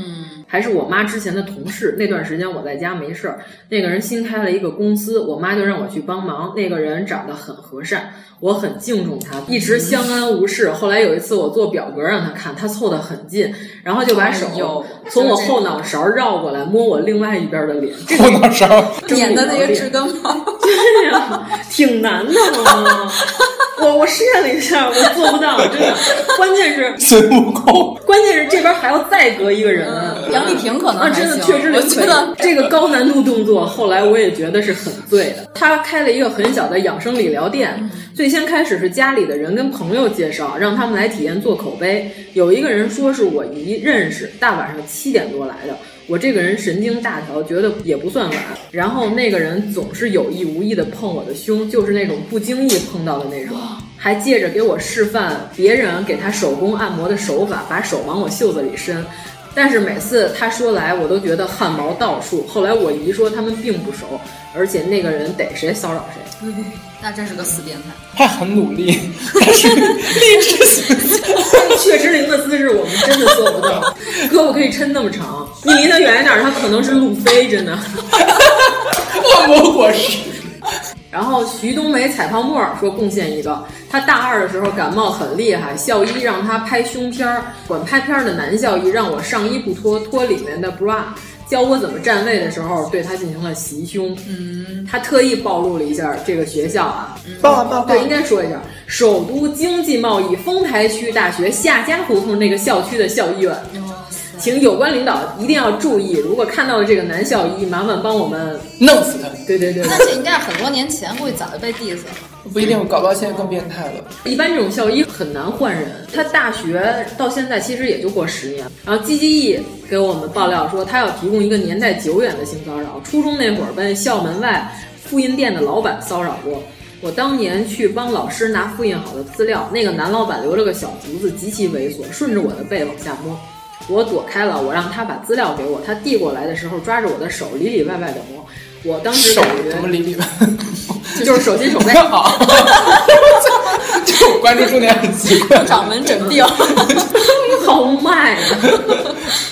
S5: 还是我妈之前的同事，那段时间我在家没事儿，那个人新开了一个公司，我妈就让我去帮忙。那个人长得很和善，我很敬重他，一直相安无事。后来有一次我做表格让他看，他凑得很近，然后就把手
S7: 哎呦
S5: 从我后脑勺绕过来摸我另外一边的脸，这
S6: 后脑勺
S7: 免得那个
S5: 治
S7: 治根毛。
S5: 对哎呀、 挺难的嘛。我我试验了一下，我做不到，真的。关键是
S6: 孙悟空，
S5: 关键是这边还要再隔一个人，
S7: 嗯杨丽萍可能
S5: 啊，
S7: 还
S5: 真的
S7: 行
S5: 确实
S7: 我觉得
S5: 这个高难度动作，后来我也觉得是很醉的。他开了一个很小的养生理疗店，最先开始是家里的人跟朋友介绍，让他们来体验做口碑。有一个人说是我姨认识，大晚上七点多来的。我这个人神经大条，觉得也不算晚。然后那个人总是有意无意的碰我的胸，就是那种不经意碰到的那种。还借着给我示范别人给他手工按摩的手法，把手往我袖子里伸。但是每次他说来，我都觉得汗毛倒竖。后来我姨说他们并不熟，而且那个人逮谁骚扰谁。
S7: 那真是个死变态。
S6: 他很努力，但是 励志死
S5: 确实，零的姿势我们真的做不到。胳膊可以抻那么长，你离他远一点，他可能是路飞，真的。
S6: 恶魔果实。
S5: 然后徐冬梅踩泡沫儿说贡献一个，她大二的时候感冒很厉害，校医让她拍胸片儿，管拍片儿的男校医让我上衣不脱，脱里面的 bra，教我怎么站位的时候对她进行了袭胸。嗯，她特意暴露了一下这个学校啊，
S6: 棒啊棒啊
S5: 对，应该说一下，首都经济贸易丰台区大学夏家胡同那个校区的校医院。请有关领导一定要注意，如果看到了这个男校医，麻烦帮我们，
S6: 弄死他！
S5: 对对对对
S7: 但是应该是很多年前，估计早就被 diss 了。
S6: 不一定，搞不好现在更变态了。
S5: 一般这种校医很难换人，他大学到现在其实也就过十年。然后 GGE 给我们爆料说，他要提供一个年代久远的性骚扰，初中那会儿被校门外复印店的老板骚扰过。我当年去帮老师拿复印好的资料，那个男老板留了个小胡子，极其猥琐，顺着我的背往下摸。我躲开了，我让他把资料给我，他递过来的时候抓着我的手里里外外的摸，我当时
S6: 手
S5: 感
S6: 怎么
S5: 觉
S6: 里里吧？
S5: 就是手心手背。
S6: 就我关注重点很奇怪。
S5: 掌门诊病， 好卖啊！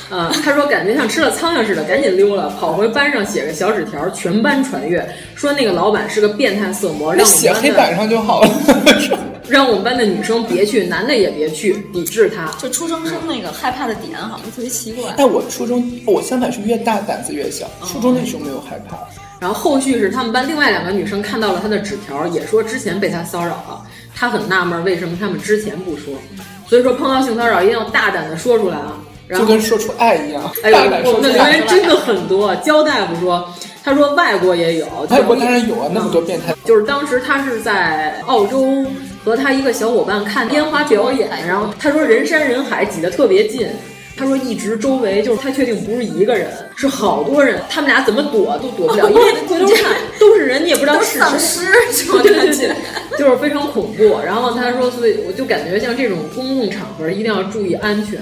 S5: 啊，他说感觉像吃了苍蝇似的，赶紧溜了，跑回班上写个小纸条，全班传阅，说那个老板是个变态色魔，
S6: 那
S5: 让我们
S6: 写
S5: 班
S6: 黑
S5: 的
S6: 板上就好了。
S5: 让我们班的女生别去，男的也别去，抵制他。
S7: 就初中生那个害怕的点好像特别奇怪。
S6: 但我初中，我相反是越大胆子越小。初中那时候没有害怕，
S5: 然后后续是他们班另外两个女生看到了他的纸条，也说之前被他骚扰了，他很纳闷为什么他们之前不说。所以说碰到性骚扰一定要大胆的说出来啊！然
S6: 就
S5: 后
S6: 跟说出爱一样。
S5: 哎呦，
S6: 大胆
S5: 我
S6: 说
S5: 们
S6: 出
S5: 的留言
S6: 爱。
S5: 真的很多，交代不说，他说外国也有，
S6: 外国当然有啊，那么多变态。
S5: 就是当时他是在澳洲和他一个小伙伴看烟花表演，然后他说人山人海，挤得特别近。他说一直周围就是他确定不是一个人，是好多人，他们俩怎么躲都躲不了，因为回头看都是人，你也不知道是
S7: 丧
S5: 谁。
S7: 尸这
S5: 对
S7: 种
S5: 对
S7: 感
S5: 对
S7: 觉
S5: 对，就是非常恐怖。然后他说，所以我就感觉像这种公共场合一定要注意安全。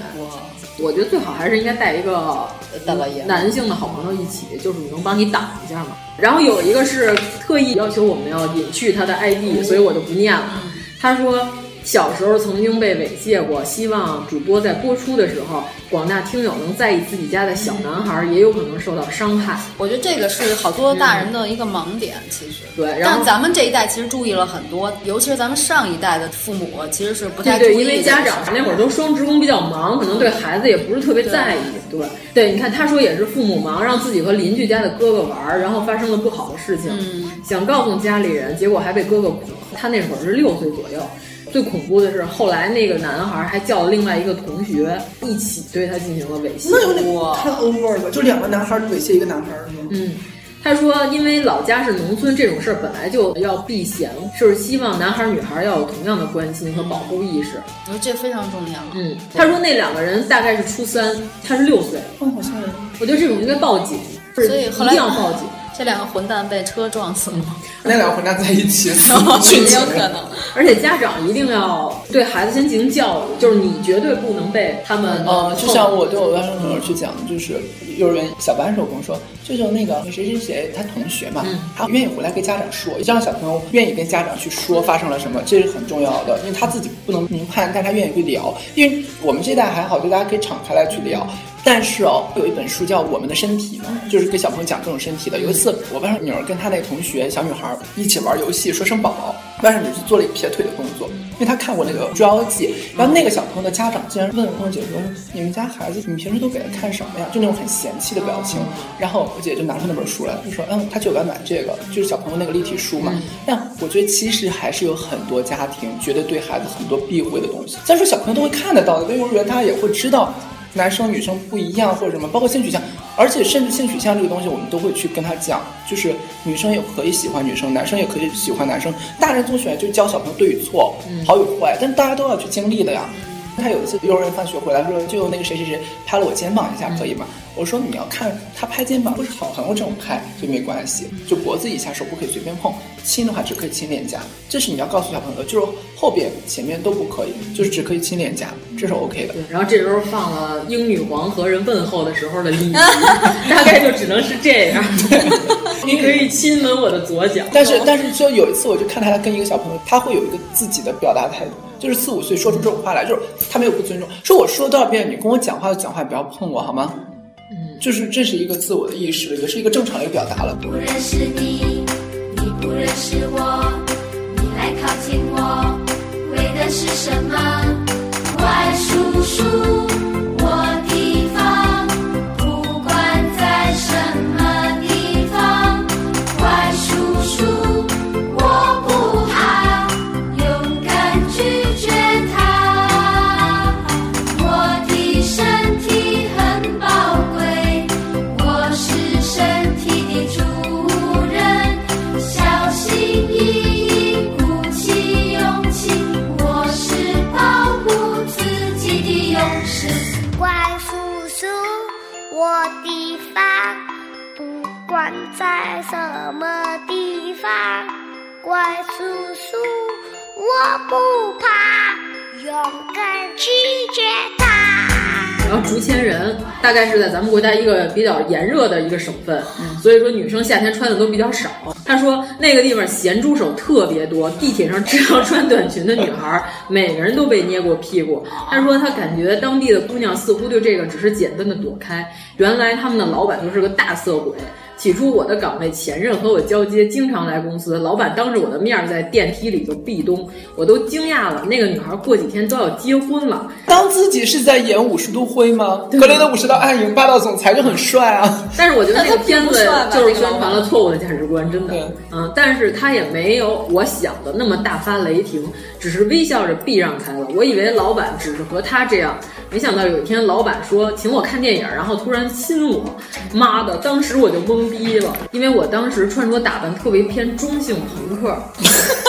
S5: 我觉得最好还是应该带一个
S7: 大老爷
S5: 男性的好朋友一起，就是能帮你挡一下嘛。然后有一个是特意要求我们要隐去他的 ID，所以我就不念了。他说小时候曾经被猥亵过，希望主播在播出的时候，广大听友能在意自己家的小男孩也有可能受到伤害。
S7: 我觉得这个是好多大人的一个盲点，其实。
S5: 对，然
S7: 但
S5: 后
S7: 咱们这一代其实注意了很多，尤其是咱们上一代的父母，其实是不
S5: 对
S7: 太注意
S5: 对，因为家长那会儿
S7: 都
S5: 都双职工比较忙，可能对孩子也不是特别在意。对对，你看他说也是父母忙，让自己和邻居家的哥哥玩儿，然后发生了不好的事情，想告诉家里人，结果还被哥哥恐吓。他那会儿是六岁左右。最恐怖的是，后来那个男孩还叫另外一个同学一起对他进行了猥亵。
S6: 那有点太 over 了，就两个男孩怼下一个男孩是吗？
S5: 嗯，他说，因为老家是农村，这种事儿本来就要避嫌，就是希望男孩儿女孩儿要有同样的关心和保护意识。
S7: 我觉得这非常重要。
S5: 嗯，他说那两个人大概是初三，他是六岁，
S6: 嗯，好吓人。
S5: 我觉得这种应该报警，
S7: 所
S5: 就是
S7: 以
S5: 一
S7: 后
S5: 定
S7: 来
S5: 要报警。
S7: 这两个混蛋被车撞死了，
S6: 那两个混蛋在一起，殉
S7: 也有
S6: 情
S7: 可能。
S5: 而且家长一定要对孩子先进行教育，就是你绝对不能被他们
S6: 呃，就
S5: 碰
S6: 像我对我外甥女儿去讲，就是幼儿园小班的时候跟我说，舅舅那个谁谁谁他同学嘛，他愿意回来跟家长说，让小朋友愿意跟家长去说发生了什么，这是很重要的，因为他自己不能明判，但他愿意去聊。因为我们这代还好，就大家可以敞开来去聊。但是哦，有一本书叫《我们的身体》，就是给小朋友讲各种身体的。有一次，我外甥女儿跟她那个同学小女孩一起玩游戏，说生宝宝，外甥女是做了一撇腿的动作，因为她看过那个《捉妖记》，然后那个小朋友的家长竟然问我姐说：“你们家孩子，你平时都给他看什么呀？”就那种很嫌弃的表情。然后我姐就拿出那本书来，就说：“嗯，他就该买这个，就是小朋友那个立体书嘛。”但我觉得其实还是有很多家庭觉得对孩子很多避讳的东西。虽然说小朋友都会看得到的，在幼儿园他也会知道。男生女生不一样或者什么，包括性取向，而且甚至性取向这个东西，我们都会去跟他讲，就是女生也可以喜欢女生，男生也可以喜欢男生。大人总喜欢就教小朋友对与错，好与坏，但是大家都要去经历的呀。他有一次幼儿园放学回来说，就那个谁谁谁拍了我肩膀一下，可以吗？我说你要看他拍肩膀，不是好朋友这种拍就没关系，就脖子以下手不可以随便碰，亲的话只可以亲脸颊，这是你要告诉小朋友，就是后边前面都不可以，就是只可以亲脸颊，这是 OK 的。
S5: 然后这时候放了英女皇和人问候的时候的礼仪， 大概就只能是这样。 你可以亲吻我的左脚，
S6: 但是但是就有一次，我就看他跟一个小朋友，他会有一个自己的表达态度，就是四五岁说出这种话来，就是他没有不尊重，说我说多少遍，你跟我讲话就讲话，不要碰我好吗？就是这是一个自我的意识，也是一个正常的一个表达了。
S3: 不认识你，你不认识我，你来靠近我，为的是什么？怪叔叔，我的方，不管在什么地方，怪叔叔，我不怕，勇敢拒绝他。我的身体很宝贵。我是身体的主人，小心翼翼，鼓起勇气，我是保护自己的勇士。
S8: 怪叔叔，我的发，不管在什么地方，怪叔叔，我不怕，勇敢拒绝它。
S5: 要竹签人，大概是在咱们国家一个比较炎热的一个省份，所以说女生夏天穿的都比较少。他说那个地方咸猪手特别多，地铁上只要穿短裙的女孩儿，每个人都被捏过屁股。他说他感觉当地的姑娘似乎对这个只是简单的躲开，原来他们的老板就是个大色鬼。起初，我的岗位前任和我交接，经常来公司。老板当着我的面儿在电梯里就壁咚，我都惊讶了。那个女孩过几天都要结婚了，
S6: 当自己是在演五十度灰吗？格雷的五十道暗影霸道总裁就很帅啊。
S5: 但是我觉得那个片子就是宣传了错误的价值观，真的。嗯，但是他也没有我想的那么大发雷霆，只是微笑着避让开了。我以为老板只是和他这样，没想到有一天老板说请我看电影，然后突然亲我，妈的，当时我就懵逼了，因为我当时穿着打扮特别偏中性朋 克。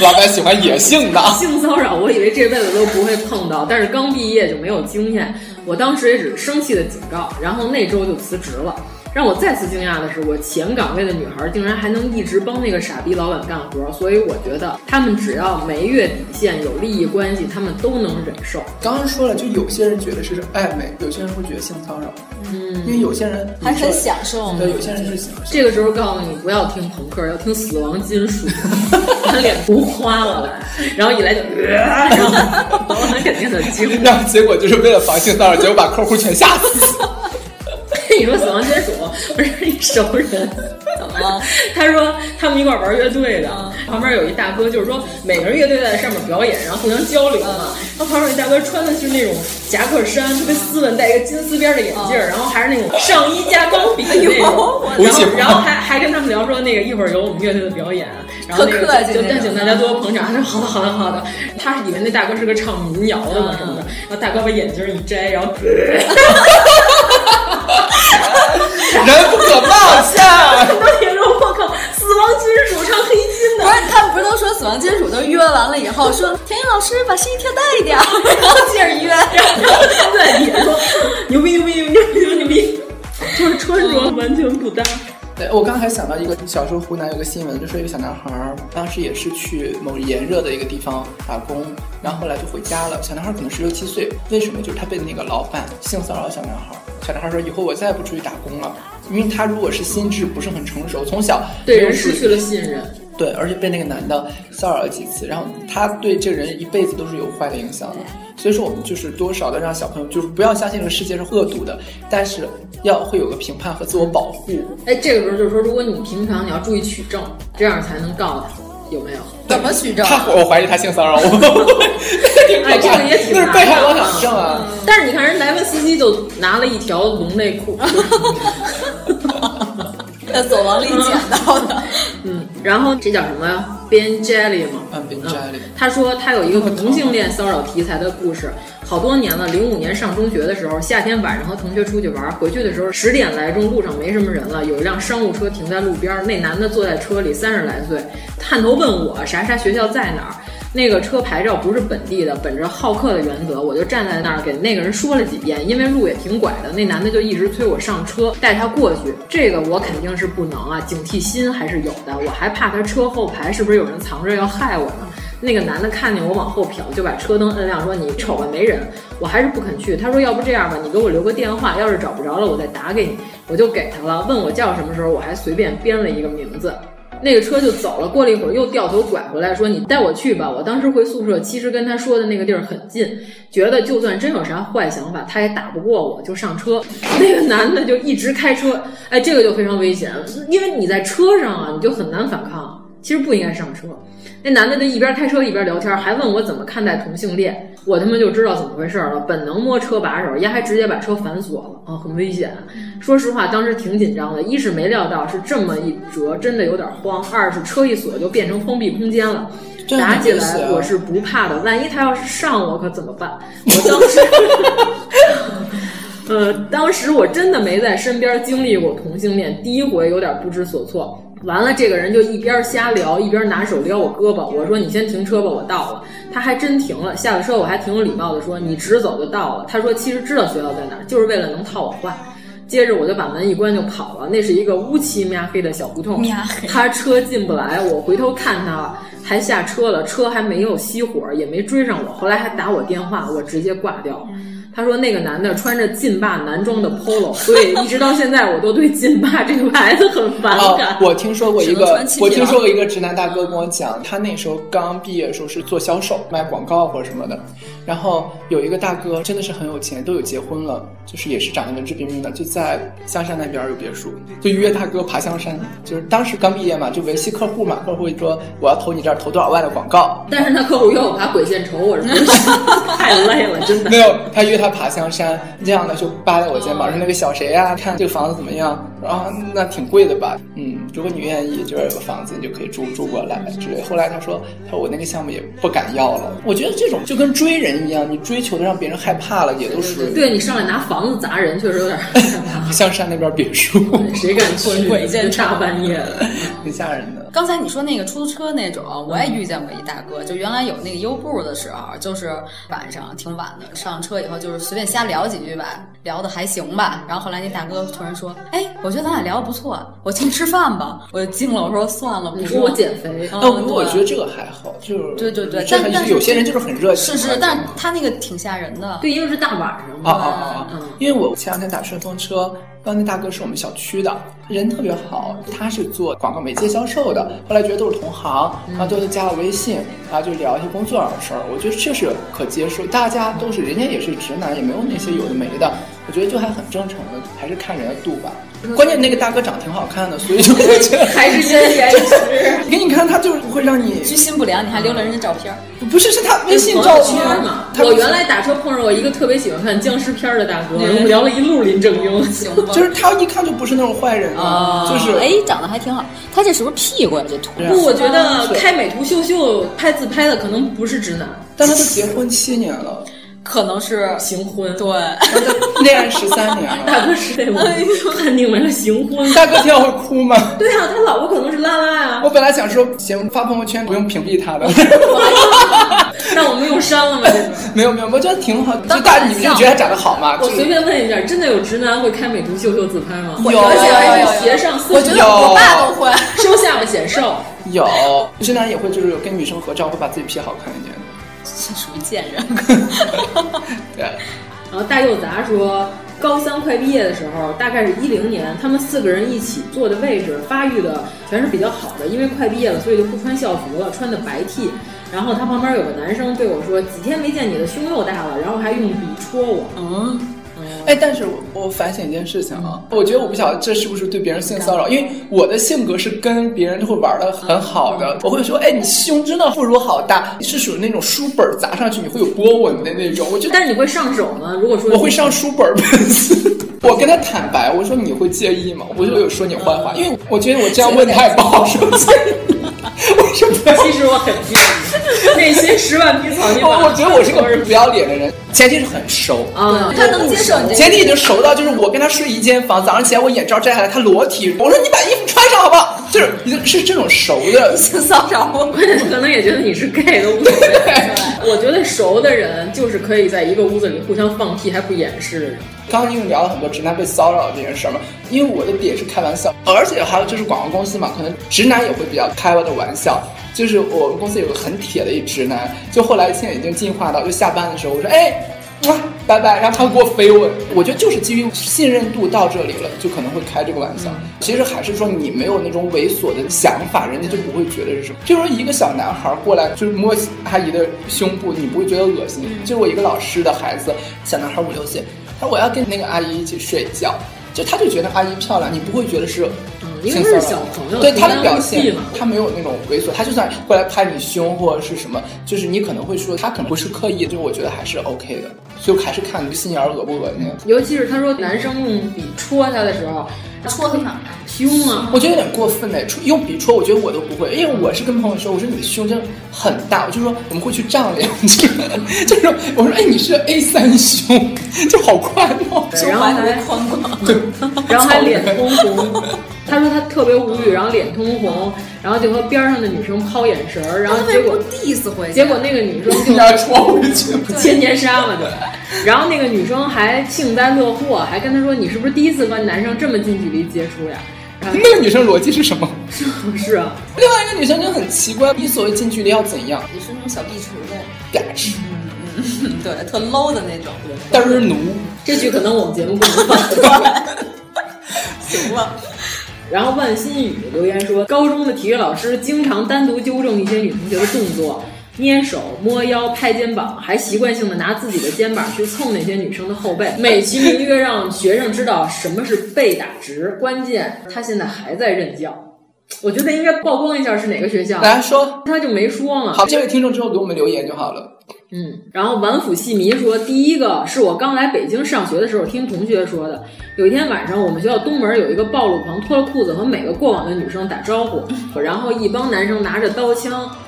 S6: 老板喜欢野性的。
S5: 性骚扰，我以为这辈子都不会碰到，但是刚毕业就没有经验，我当时也只是生气的警告，然后那周就辞职了。让我再次惊讶的是，我前岗位的女孩竟然还能一直帮那个傻逼老板干活，所以我觉得他们只要没越底线，有利益关系，他们都能忍受。
S6: 刚刚说了，就有些人觉得是暧昧，有些人会觉得性骚扰，
S5: 嗯，
S6: 因为有些人
S7: 还很享受
S6: 对，有些人是享受。
S5: 这个时候告诉你，不要听朋克，要听死亡金属， 把脸涂花了来，然后一来就，呃然后老板肯定很惊讶。
S6: 然后结果就是为了防性骚扰，结果把客户全吓死。
S5: 你说死亡金属，我是一熟人。怎么了？他说他们一块儿玩乐队的，
S7: 嗯
S5: 旁边有一大哥，就是说每个人乐队在上面表演，然后互相交流
S7: 嗯
S5: 嘛。然后旁边有一大哥穿的是那种夹克衫，特别斯文，戴一个金丝边的眼
S7: 嗯
S5: 镜儿，然后还是那种上衣加钢
S7: 哎
S5: 笔的那种。
S6: 我
S5: 然
S6: 喜
S5: 后
S6: 欢
S5: 然后还还跟他们聊说那个一会儿有我们乐队的表演，然后那
S7: 特客
S5: 个
S7: 气
S5: 就
S7: 那
S5: 但
S7: 种
S5: 请大家多捧场。他说好的好的好的，他是以为那大哥是个唱民谣的嘛什
S7: 嗯
S5: 么的，然后大哥把眼镜一摘，然后。
S6: 人不可貌相。
S5: 很多听众，我靠，死亡金属唱黑金的
S7: 不，是，他们不是都说死亡金属都约完了以后，说 田一老师把声音调大一点， 然后接着 约，
S5: 然后他们也说牛逼牛逼牛逼牛逼牛逼，就是穿着完全不搭。
S6: 对，我刚才想到一个，小时候湖南有个新闻，就说一个小男孩儿，当时也是去某炎热的一个地方打工，然后后来就回家了。小男孩儿可能十六七岁，为什么？就是他被那个老板性骚扰小男孩儿。小男孩儿说：“以后我再也不出去打工了，因为他如果是心智不是很成熟，从小
S5: 对
S6: 没有
S5: 人
S6: 属于
S5: 失去了信任。
S6: 对，而且被那个男的骚扰了几次，然后他对这个人一辈子都是有坏的影响的。所以说，我们就是多少的让小朋友就是不要相信这个世界是恶毒的，但是要会有个评判和自我保护。
S5: 哎，这个时候就是说，如果你平常你要注意取证，这样才能告他有没有。
S7: 怎么取证？
S6: 他，我怀疑他性骚扰 我，那挺可
S5: 啊
S6: 怕
S5: 哎，这个也挺难
S6: 那是
S5: 的
S6: 被害妄想症啊！
S5: 但是你看，人莱文斯基就拿了一条龙内 裤，
S7: 在呃走廊里捡到的。
S5: 嗯，然后这叫什么呀？Ben 啊 Jelly 吗？
S6: 嗯，Ben Jelly
S5: 他说他有一个同性恋骚扰题材的故事，好多年了。零五年上中学的时候，夏天晚上和同学出去玩，回去的时候十点来钟，路上没什么人了，有一辆商务车停在路边，那男的坐在车里，三十来岁，探头问我啥啥学校在哪儿。那个车牌照不是本地的，本着好客的原则，我就站在那儿给那个人说了几遍，因为路也挺拐的，那男的就一直催我上车，带他过去。这个我肯定是不能啊，警惕心还是有的，我还怕他车后排是不是有人藏着要害我呢。那个男的看见我往后瞟，就把车灯摁亮，说：“你瞅吧，没人。”我还是不肯去。他说：“要不这样吧，你给我留个电话，要是找不着了，我再打给你。”我就给他了，问我叫什么时候，我还随便编了一个名字。那个车就走了，过了一会儿又掉头拐回来，说你带我去吧。我当时回宿舍，其实跟他说的那个地儿很近，觉得就算真有啥坏想法，他也打不过我，就上车。那个男的就一直开车，哎，这个就非常危险，因为你在车上啊，你就很难反抗。其实不应该上车。那男的就一边开车一边聊天，还问我怎么看待同性恋。我他妈就知道怎么回事了，本能摸车把手，丫还直接把车反锁了啊，很危险。
S6: 嗯
S5: 说实话，当时挺紧张的，一是没料到是这么一折，真的有点慌；二是车一锁就变成封闭空间了。
S6: 这样
S5: 打起
S6: 很危险
S5: 来
S6: 啊
S5: 我是不怕的，万一他要是上我可怎么办？我当时 呃，当时我真的没在身边经历过同性恋，第一回有点不知所措。完了，这个人就一边瞎聊，一边拿手撩我胳膊。我说：“你先停车吧，我到了。”他还真停了。下了车，我还挺有礼貌的说：“你直走就到了。”他说：“其实知道学校在哪儿，就是为了能套我话。”接着我就把门一关就跑了。那是一个乌漆嘛黑的小胡同
S7: 呀嘿，
S5: 他车进不来。我回头看他还下车了，车还没有熄火，也没追上我。后来还打我电话，我直接挂掉。他说那个男的穿着劲霸男装的 polo，所以一直到现在我都对劲霸这个牌子很反感。
S6: 哦，我听说过一
S5: 只能
S6: 个
S5: 穿，
S6: 我
S5: 旗
S6: 听
S5: 袍
S6: 说过一个直男大哥跟我讲，他那时候刚毕业的时候是做销售，卖广告或者什么的。然后有一个大哥真的是很有钱，都有结婚了，就是也是长得文质彬彬的，就在香山那边有别墅，就约大哥爬香山。就是当时刚毕业嘛，就维系客户嘛，客户说我要投你这儿投多少万的广告，
S5: 但是他客户约我爬鬼见愁，我是不是太累了， 真的。
S6: 没有，他约他爬香山，这样的就扒在我肩膀说那个小谁呀、看这个房子怎么样？然后那挺贵的吧？嗯，如果你愿意，就是有个房子你就可以住住过来之类。后来他说，他说我那个项目也不敢要了。我觉得这种就跟追人一样，你追求的让别人害怕了，也都是
S5: 对你上来拿房子砸人，确实有点
S6: 香山那边别墅，
S5: 谁敢去？鬼见大半夜的，
S6: 挺吓人的。
S7: 刚才你说那个出租车那种，我也遇见过一大哥，就原来有那个优步的时候，就是晚上挺晚的，上车以后就是随便瞎聊几句吧，聊的还行吧。然后后来那大哥突然说：“哎，我觉得咱俩聊的不错，我请你吃饭吧。”我就惊了，我说算了，不
S5: 你
S7: 说
S5: 说我减肥
S7: 啊
S6: 但我
S7: 对
S6: 觉得这个还好，就是
S7: 对对对，
S6: 这
S7: 但
S6: 还
S7: 但
S6: 有些人就是很热情，
S7: 是是，但是他那个挺吓人的，
S5: 对，因为是大晚上
S6: 哦哦哦
S5: 嗯
S6: 哦！因为我前两天打顺风车，刚那大哥是我们小区的，人特别好，他是做广告媒介销售的，后来觉得都是同行，
S5: 嗯
S6: 然后最后就加了微信，然后就聊一些工作上的事儿，我觉得这是可接受，大家都是人家也是直男，也没有那些有的没的，我觉得就还很正常的，还是看人的度吧。关键那个大哥长挺好看的，所以 就我觉得
S5: 还嗯是真颜值。
S6: 给你看，他就是不会让你
S7: 居心不良，你还留了人家照片儿。
S6: 不是是他微信
S5: 朋
S6: 照
S5: 友
S6: 片
S5: 圈嘛。
S6: 他
S5: 我原来打车碰上过一个特别喜欢看僵尸片儿的大哥，我们聊了一路林正英，
S6: 就是他一看就不是那种坏人啊，就是啊
S7: 哎，长得还挺好。他这是不是屁股呀？啊这图
S5: 不，我觉得开美图秀秀拍自拍的可能不是直男，
S6: 但他都结婚七年了，
S7: 可能是
S5: 行婚，
S7: 对，
S6: 恋爱十三年了。
S5: 大哥是被我
S6: 哎
S5: 判定为了行婚。
S6: 大哥听到会哭吗？
S5: 对啊，他老婆可能是拉拉啊。
S6: 我本来想说行，发朋友圈不用屏蔽他的，
S5: 那我们又删了吗？这个
S6: 没有没有，我觉得挺好。就大你们就觉得他长得好吗？
S5: 我
S6: 就是
S5: 随便问一下，真的有直男会开美图秀秀自拍吗？
S6: 有
S5: 而且还是斜上四十
S6: 有我爸都
S7: 会
S5: 收下巴显 瘦。
S6: 有直男也会，就是跟女生合照会把自己 P 好看一点。
S7: 这属于贱人。
S6: 对，
S5: 然后大佑杂说，高三快毕业的时候，大概是一零年，他们四个人一起坐的位置发育的全是比较好的，因为快毕业了，所以就不穿校服了，穿的白 T。然后他旁边有个男生对我说：“几天没见你的胸又大了。”然后还用笔戳我。
S7: 嗯，
S6: 哎，但是我我反省一件事情
S5: 嗯
S6: 啊，我觉得我不晓得这是不是对别人性骚扰，因为我的性格是跟别人会玩的
S5: 嗯
S6: 很好的，我会说，哎，你胸真的副乳好大，是属于那种书本儿砸上去你会有波纹的那种，我就
S5: 但是你会上手吗？如果说
S6: 我 会上书本儿本子。 我跟他坦白，我说你会介意吗？我就有说你坏话，
S5: 嗯
S6: 因为我觉得我这样问他也不好说 介意。为什么要？
S5: 其实我很介意那些十万匹草泥马。
S6: 哦我我觉得我是个不要脸的人，前提是很熟
S5: 啊他能接受你这个
S6: 前提已经熟到就是我跟他睡一间房，早上起来我眼罩摘下来，他裸体，我说你把衣服穿上好不好？就是已经是这种熟的，
S7: 性骚扰我，
S5: 可能也觉得你是 gay 都无所谓。 我觉得熟的人就是可以在一个屋子里互相放屁还不掩饰的人。
S6: 刚刚因为聊了很多直男被骚扰这件事儿嘛，因为我的点是开玩笑，而且还有就是广告公司嘛，可能直男也会比较开我的玩笑。就是我们公司有个很铁的一直男，就后来现在已经进化到，就下班的时候我说哎，哇拜拜，然后他给我飞吻，我觉得就是基于信任度到这里了，就可能会开这个玩笑。其实还是说你没有那种猥琐的想法，人家就不会觉得是什么。就说一个小男孩过来就是摸阿姨的胸部，你不会觉得恶心。就是我一个老师的孩子，小男孩五六岁，他说我要跟那个阿姨一起睡觉，就他就觉得阿姨漂亮，你不会觉得是
S5: 嗯因
S6: 性
S5: 为
S6: 骚扰。
S5: 是小朋友
S6: 对
S5: 不
S6: 他
S5: 要
S6: 的表
S5: 入戏
S6: 现
S5: 嘛，
S6: 他没有那种猥琐，他就算过来拍你胸或者是什么，就是你可能会说他可能不是刻意，就是我觉得还是 OK 的，就还是看你心眼儿恶不恶心。
S5: 尤其是他说男生用笔戳他的时候，
S7: 戳他哪？
S5: 胸啊！
S6: 我觉得有点过分哎，戳用笔戳，我觉得我都不会，因为我是跟朋友说，我说你的胸真的很大，我就说我们会去丈量， 就是就是我说哎你是 A 三胸，就好宽哦，
S5: 然后还
S7: 宽广，
S6: 对，
S5: 然后还脸通红。他说他特别无语，然后脸通红，然后就和边上的女生抛眼神儿，然后结果
S7: diss 回去，啊
S5: 结果那个女生
S6: 你要戳回去，
S5: 千年杀嘛，对。然后那个女生还幸灾乐祸，还跟他说：“你是不是第一次和男生这么近距离接触呀？”然后
S6: 那个女生逻辑是什么？
S5: 不是啊，
S6: 另外一个女生就很奇怪，你所谓近距离要怎样？
S7: 也是那种小壁橱的。
S6: 嘎吱，
S7: 嗯，对，特 low 的那种，
S6: 嘚儿奴。
S5: 这句可能我们节目不能放。
S7: 行了。
S5: 然后万新宇留言说，高中的体育老师经常单独纠正一些女同学的动作，捏手、摸腰、拍肩膀，还习惯性的拿自己的肩膀去蹭那些女生的后背，美其名曰让学生知道什么是被打直。关键他现在还在任教。我觉得应该曝光一下是哪个学校。
S6: 来说，
S5: 他就没说嘛。
S6: 好，这位听众之后给我们留言就好了。
S5: 嗯，然后玩腐戏迷说，第一个是我刚来北京上学的时候听同学说的。有一天晚上，我们学校东门有一个暴露狂，脱了裤子和每个过往的女生打招呼，然后一帮男生拿着刀枪，啊、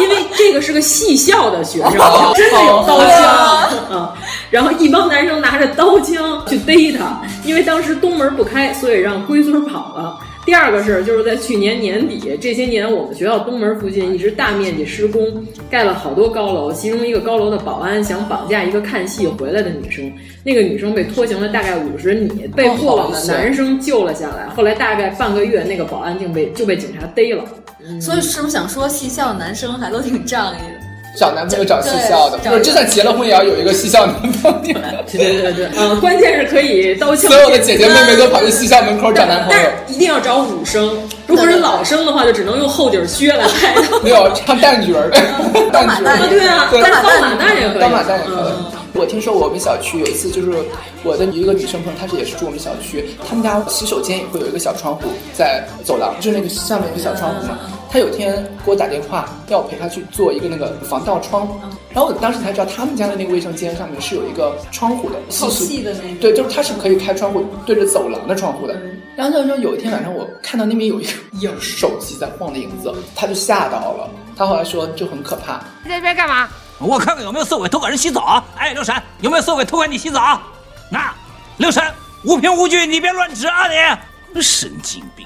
S5: 因为这个是个戏校的学生，真的有刀枪啊。然后一帮男生拿着刀枪去逮他，因为当时东门不开，所以让龟孙跑了。第二个事儿就是在去年年底，这些年我们学校东门附近一直大面积施工，盖了好多高楼，其中一个高楼的保安想绑架一个看戏回来的女生，那个女生被拖行了大概五十米，被过往的男生救了下 来。后来大概半个月，那个保安竟被就被警察逮了。
S7: 嗯、所以是不是想说戏校男生还都挺仗义的？
S6: 找男朋友找戏校的，就是就算结了婚也要有一个戏校男朋友。
S5: 对对对，嗯，关键是可以刀枪。
S6: 所有的姐姐妹妹都跑去戏校门口找男朋友，
S5: 一定要找武生。如果是老生的话，就只能用后底靴来拍。
S6: 没有唱旦角儿，
S7: 当马 旦
S5: 对啊，当马旦也可以，嗯
S6: 当马旦也可以。我听说我们小区有一次，就是我的一个女生朋友，她是也是住我们小区，他们家洗手间也会有一个小窗户在走廊，就是那个下面有个小窗户嘛。她有天给我打电话，要我陪她去做一个那个防盗窗，然后我当时才知道他们家的那个卫生间上面是有一个窗户的，
S7: 透气的那个，
S6: 对，就是它是可以开窗户对着走廊的窗户的。然后那时候有一天晚上，我看到那边有一个影手机在晃的影子，她就吓到了，她后来说就很可怕。
S9: 你在这边干嘛？
S4: 我看看有没有色鬼偷管人洗澡啊！哎，刘晨，有没有色鬼偷管你洗澡啊？啊，刘晨，无凭无据，你别乱指啊你！神经病！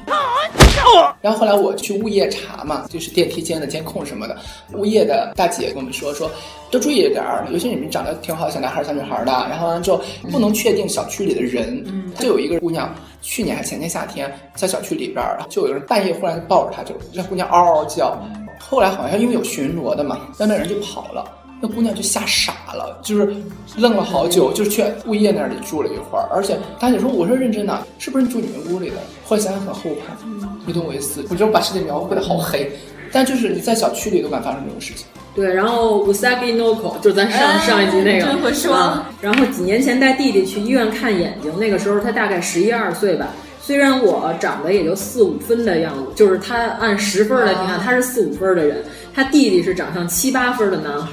S6: 然后后来我去物业查嘛，就是电梯间的监控什么的，物业的大姐跟我们说说，多注意着点儿，尤其你们长得挺好，小男孩小女孩的，然后完了之后不能确定小区里的人，嗯、就有一个姑娘。去年还前年夏天，在小区里边儿，就有人半夜忽然抱着她，就那姑娘嗷嗷叫。后来好像因为有巡逻的嘛，那那人就跑了，那姑娘就吓傻了，就是愣了好久，就去物业那里住了一会儿。而且大姐说：“我说认真的，是不是住你们屋里的？”后来想想很后怕，你懂我意思？我就把事情描绘的好黑，但就是你在小区里都敢发生这种事情。
S5: 对，然后 Wasabi Noko 就咱
S6: 哎
S5: 上上一集那个，
S7: 真会说、
S5: 啊。然后几年前带弟弟去医院看眼睛，那个时候他大概十一二岁吧。虽然我长得也就四五分的样子，就是他按十分来评价，他是四五分的人，他弟弟是长相七八分的男孩。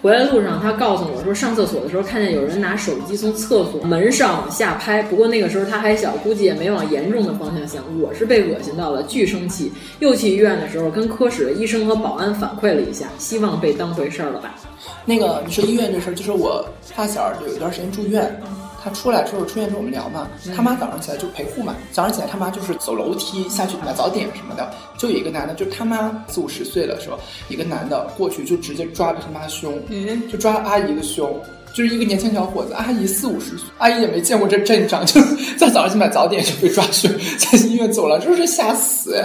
S5: 回来路上，他告诉我说，上厕所的时候看见有人拿手机从厕所门上往下拍。不过那个时候他还小，估计也没往严重的方向想。我是被恶心到了，巨生气。又去医院的时候，跟科室的医生和保安反馈了一下，希望被当回事儿了吧。
S6: 那个你说医院这事儿，就是我发小有一段时间住院。他出来之后，出院之后我们聊嘛，他妈早上起来就陪护嘛，早上起来他妈就是走楼梯下去买早点什么的，就有一个男的，就是他妈四五十岁的时候，一个男的过去就直接抓着他妈胸，就抓阿姨的胸，就是一个年轻小伙子，阿姨四五十岁，阿姨也没见过这阵仗， 就是在早上去买早点就被抓胸， 在医院走廊，就是吓死，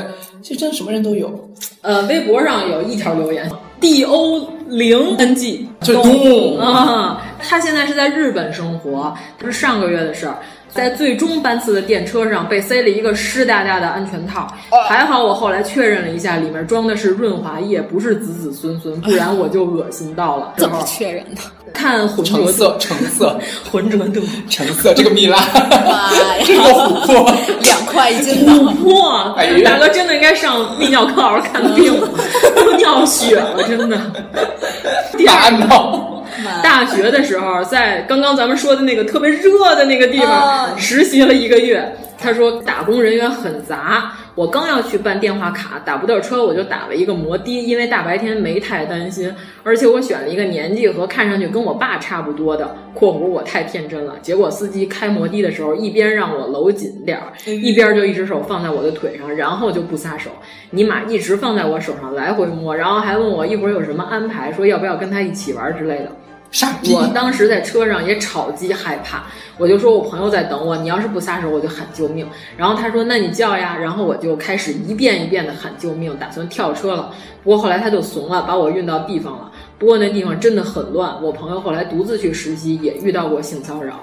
S6: 这真什么人都有。
S5: 呃，微博上有一条留言，D O 零 N G，
S6: 就咚
S5: 啊。他现在是在日本生活，这是上个月的事儿，在最终班次的电车上被塞了一个湿哒哒的安全套，
S6: 啊
S5: 还好我后来确认了一下，里面装的是润滑液，不是子子孙孙，不然我就恶心到了。
S7: 怎么确认的？
S5: 看浑
S6: 浊色，橙 色，
S5: 浑浊度，
S6: 橙色，这个蜜蜡，
S7: 这
S6: 个 琥珀，
S7: 两块一斤的
S5: 琥珀，
S6: 哎
S5: 大哥真的应该上泌尿科好好看病，都尿血了，真的。
S6: 大闹。
S5: 大学的时候，在刚刚咱们说的那个特别热的那个地方实习了一个月。他说打工人员很杂，我刚要去办电话卡，打不到车，我就打了一个摩的，因为大白天没太担心，而且我选了一个年纪和看上去跟我爸差不多的（括弧我太天真了）。结果司机开摩的的时候，一边让我搂紧点儿，一边就一只手放在我的腿上，然后就不撒手，尼玛一直放在我手上来回摸，然后还问我一会儿有什么安排，说要不要跟他一起玩之类的。
S6: 傻逼！
S5: 我当时在车上也吵鸡害怕，我就说我朋友在等我，你要是不撒手我就喊救命。然后他说那你叫呀，然后我就开始一遍一遍的喊救命，打算跳车了。不过后来他就怂了，把我运到地方了。不过那地方真的很乱，我朋友后来独自去实习也遇到过性骚扰。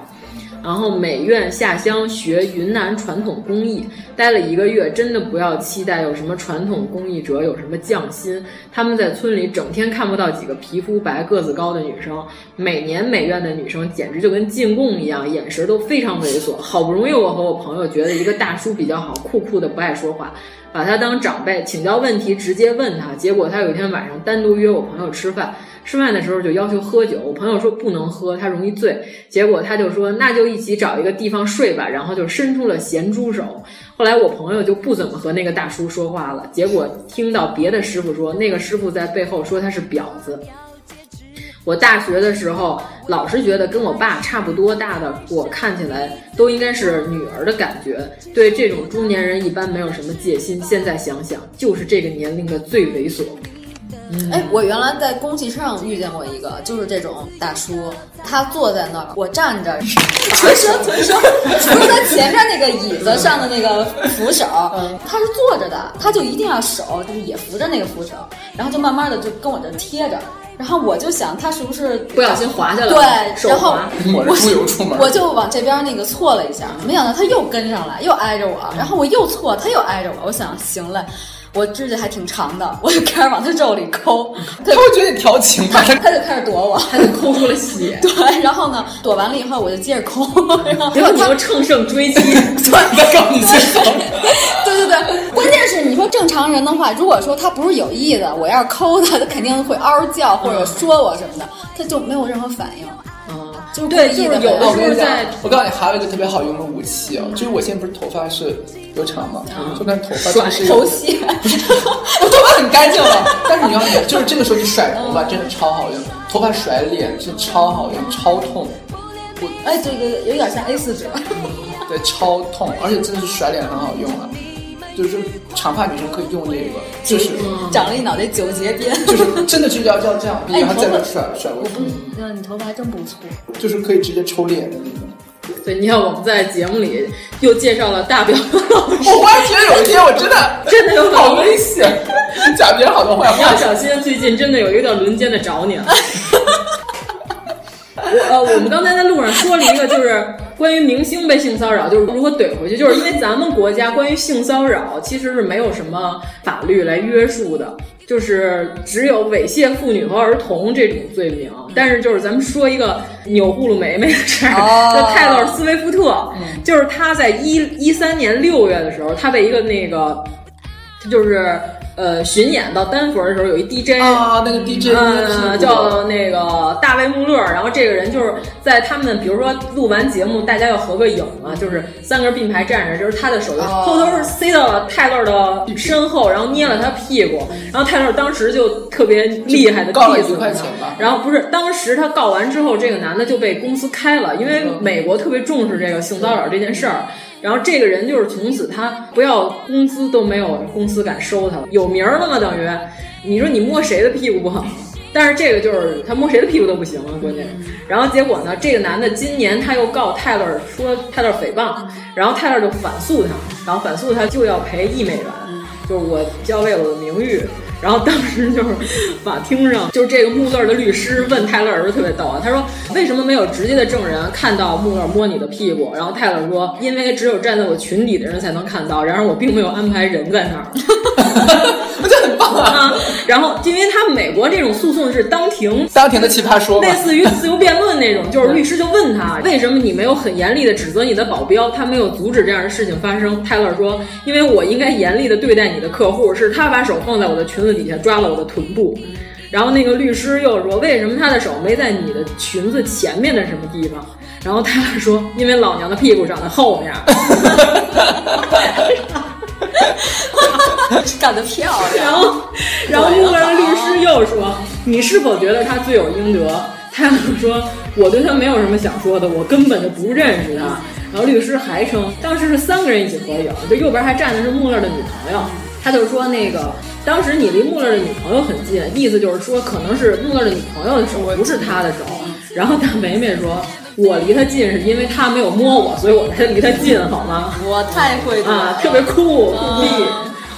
S5: 然后美院下乡学云南传统工艺，待了一个月，真的不要期待有什么传统工艺者有什么匠心。他们在村里整天看不到几个皮肤白、个子高的女生，每年美院的女生简直就跟进贡一样，眼神都非常猥琐。好不容易我和我朋友觉得一个大叔比较好，酷酷的不爱说话，把他当长辈，请教问题直接问他。结果他有一天晚上单独约我朋友吃饭。吃饭的时候就要求喝酒，我朋友说不能喝，他容易醉。结果他就说那就一起找一个地方睡吧，然后就伸出了咸猪手。后来我朋友就不怎么和那个大叔说话了，结果听到别的师傅说，那个师傅在背后说他是婊子。我大学的时候，老是觉得跟我爸差不多大的我看起来都应该是女儿的感觉，对这种中年人一般没有什么戒心。现在想想，就是这个年龄的最猥琐。
S7: 哎，我原来在公汽车上遇见过一个，就是这种大叔，他坐在那儿，我站 着，纯生纯生，不是他前面那个椅子上的那个扶手，他是坐着的，他就一定要手就是也扶着那个扶手，然后就慢慢的就跟我这贴着。然后我就想，他是不是
S5: 不小心滑下来了
S7: 对，
S5: 手
S7: 然后
S5: 滑
S7: 我
S6: 我是出游出门
S7: 我就往这边那个错了一下，没想到他又跟上来，又挨着我，然后我又错，他又挨着我。我想，行了，我指甲还挺长的，我就开始往他肉里抠。他
S6: 会觉得你调情吧？
S7: 他就开始躲我，
S5: 他就抠出了血。
S7: 对，然后呢，躲完了以后，我就接着抠， 然后
S5: 结果你又乘胜追击，
S6: 对，告你接受。
S7: 对对对，关键是你说正常人的话，如果说他不是有意的，我要是抠他，他肯定会嗷叫或
S5: 嗯
S7: 者说我什么的，他就没有任何反应。
S5: 啊
S7: 就是故
S5: 对，
S7: 意
S5: 就
S7: 的
S5: 是有
S7: 呗
S5: 的
S6: 我
S5: 时
S6: 跟
S5: 候
S6: 你讲
S5: 在，
S6: 我告诉你，还有一个特别好用的武器啊，就是我现在不是头发是留长嘛，就看头发
S5: 甩
S6: 就是
S7: 头屑，
S6: 我头发很干净了，但是你要就是这个时候你甩头发真的超好用，头发甩脸是超好用，超痛，
S7: 哎，这个有点像 A 四纸。
S6: 对，超痛，而且真的是甩脸很好用啊，就是长发女生可以用这个，就是
S7: 长了一脑袋九节鞭。
S6: 就是真的是要要这样，
S7: 哎
S6: 然后
S7: 头
S6: 再
S7: 发
S6: 甩甩过去，
S7: 那你头发还真不错。
S6: 就是可以直接抽脸的那种。
S5: 对，你看我们在节目里又介绍了大表老师，
S6: 我忽然觉得有一天我真的
S5: 真的有可能
S6: 好危险，讲别人好多坏
S5: 你要
S6: 话。
S5: 小心，最近真的有一个叫轮奸的找你了。 我呃，我们刚才在路上说了一个，就是关于明星被性骚扰，就是如何怼回去，就是因为咱们国家关于性骚扰其实是没有什么法律来约束的，就是只有猥亵妇女和儿童这种罪名。但是就是咱们说一个钮祜禄梅梅的事儿，
S7: 哦
S5: 就泰勒·斯威夫特，就是她在一一三年六月的时候，她被一个那个他就是呃巡演到丹佛的时候，有一 DJ
S6: 啊，那个 DJ
S5: 嗯， 叫那个大卫穆勒。然后这个人就是在他们，比如说录完节目，大家要合个影嘛，就是三根并排站着，就是他的手就偷偷塞到了泰勒的身后，然后捏了他屁股。然后泰勒当时就特别厉害的
S6: 告了
S5: diss
S6: 一块
S5: 他
S6: 钱吧
S5: 然后不是，当时他告完之后，这个男的就被公司开了，因
S6: 嗯
S5: 为美国特别重视这个性骚扰这件事儿。然后这个人就是从此他不要工资都没有公司敢收他了，有名儿了嘛？等于你说你摸谁的屁股不好？但是这个就是他摸谁的屁股都不行了，关键。
S6: 嗯
S5: 然后结果呢，这个男的今年他又告泰勒说泰勒诽谤，然后泰勒就反诉他，然后反诉他就要赔一美元，
S6: 嗯
S5: 就是我交为了我的名誉。然后当时就是法庭上，就是这个穆勒的律师问泰勒的时候特别逗啊，他说为什么没有直接的证人看到穆勒摸你的屁股？然后泰勒说，因为只有站在我群里的人才能看到，然而我并没有安排人在那儿。
S6: 我觉得很棒啊！
S5: 啊，然后因为他们美国这种诉讼是当庭
S6: 当庭的奇葩说嘛
S5: 类，似于自由辩论那种，就是律师就问他为什么你没有很严厉的指责你的保镖，他没有阻止这样的事情发生。泰勒说，因为我应该严厉的对待你的客户，是他把手放在我的裙子底下抓了我的臀部。然后那个律师又说，为什么他的手没在你的裙子前面的什么地方？然后泰勒说，因为老娘的屁股长在后 面。
S7: 干得漂亮。
S5: 然 后，然后穆勒的律师又说：“你是否觉得他罪有应得？”泰勒说：“我对他没有什么想说的，我根本就不认识他。”然后律师还称，当时是三个人一起合影，就右边还站的是穆勒的女朋友。他就说那个，当时你离穆勒的女朋友很近，意思就是说可能是穆勒的女朋友的手，不是他的手。然后大梅梅说：“我离他近是因为他没有摸我，所以我才离他近，好吗？”
S7: 我太会
S5: 啊，特别酷酷毙。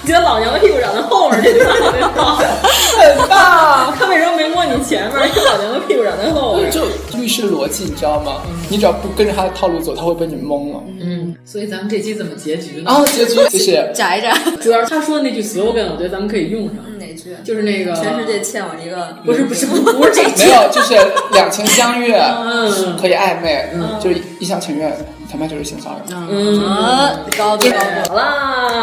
S5: 你的老娘的屁股长在后面儿，这特别棒，很棒。他为什么没摸你前面儿？因为老娘的屁股长在后面儿。
S6: 就律师逻辑，你知道吗？你只要不跟着他的套路走，他会被你蒙了。
S5: 嗯，所以咱们这期怎么结局呢？
S6: 啊结局就是
S7: 宅宅。
S5: 主要是他说的那句 slogan，我觉得咱们可以用上。
S7: 哪句？
S5: 就是那个
S7: 全世界欠我一个，
S5: 不是不是不是这句
S6: 没有，就是两情相悦，
S5: 嗯
S6: 可以暧昧，
S5: 嗯
S6: 就是一厢情愿，他妈就是性骚扰。
S5: 嗯，
S7: 高度高度。
S5: 好啦，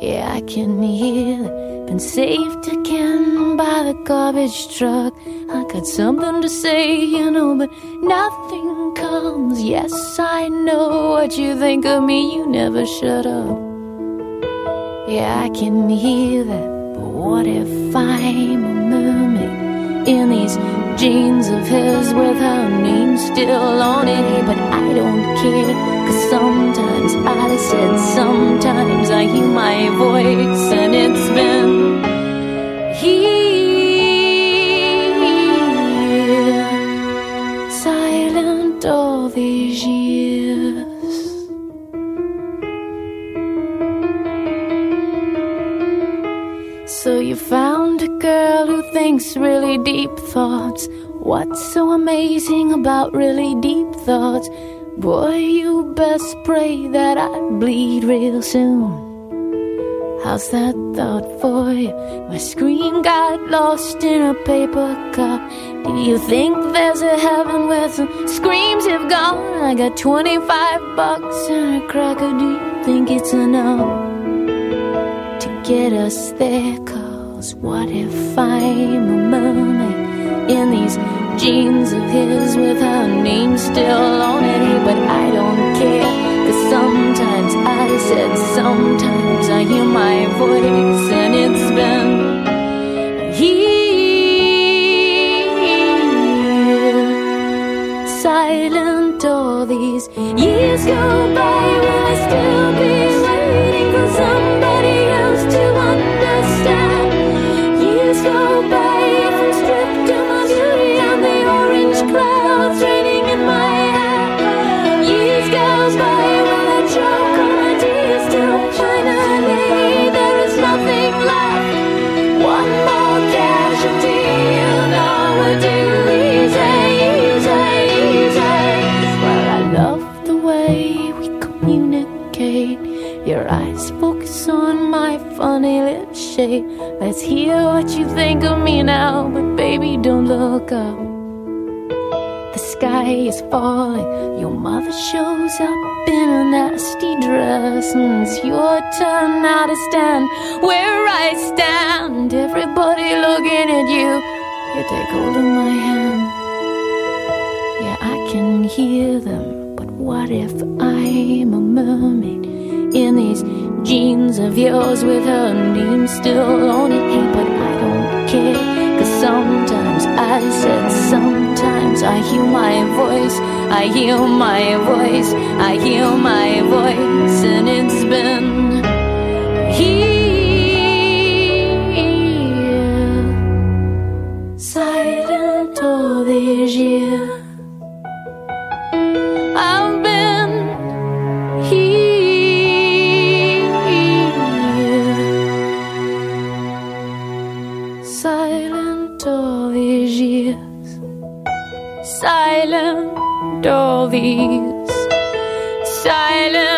S9: Yeah, I can hear it. Been saved again by the garbage truck. I got something to say, you know, but nothing comes. Yes, I know what you think of me. You never shut up. Yeah, I can hear that. But what if I'm a mermaid in these jeans of his with her name still on it? But I don't care, cause sometimes I said, sometimes I hear my voice, and it's been here, silent all these years. So you found a girl who thinks really deep thoughts. What's so amazing about really deep thoughts? Boy, you best pray that I bleed real soon. How's that thought for you? My screen got lost in a paper cup. Do you think there's a heaven where some screams have gone? I got 25 bucks and a cracker. Do you think it's enough? to get us there. Cause what if I'm a mermaid in these jeans of his with her name still on it? But I don't care. Cause sometimes I said, sometimes I hear my voice and it's been here silent all these years go by will I still be waiting for somebody else to understand years go by if I'm stripped of my beauty and the orange clouds raining in my hair years goes by will I choke on ideas till finally there is nothing left one more casualty and all will do easy, easy, easy. Well, I love the way we communicate. Your eyes focus on my funny lip shape. Let's hear what you think of me now, but baby, don't look up. The sky is falling. Your mother shows up in a nasty dress, and it's your turn now to stand where I stand. Everybody looking at you. You take hold of my hand. Yeah, I can hear them. But what if I'm a mermaid in these jeans of yours with her name still on it? Hey, but I don't care. Cause sometimes I said, sometimes I hear my voice. I hear my voice. I hear my voice. And it's been here. Silent all these years. I've been here, silent all these years, silent all these, silent.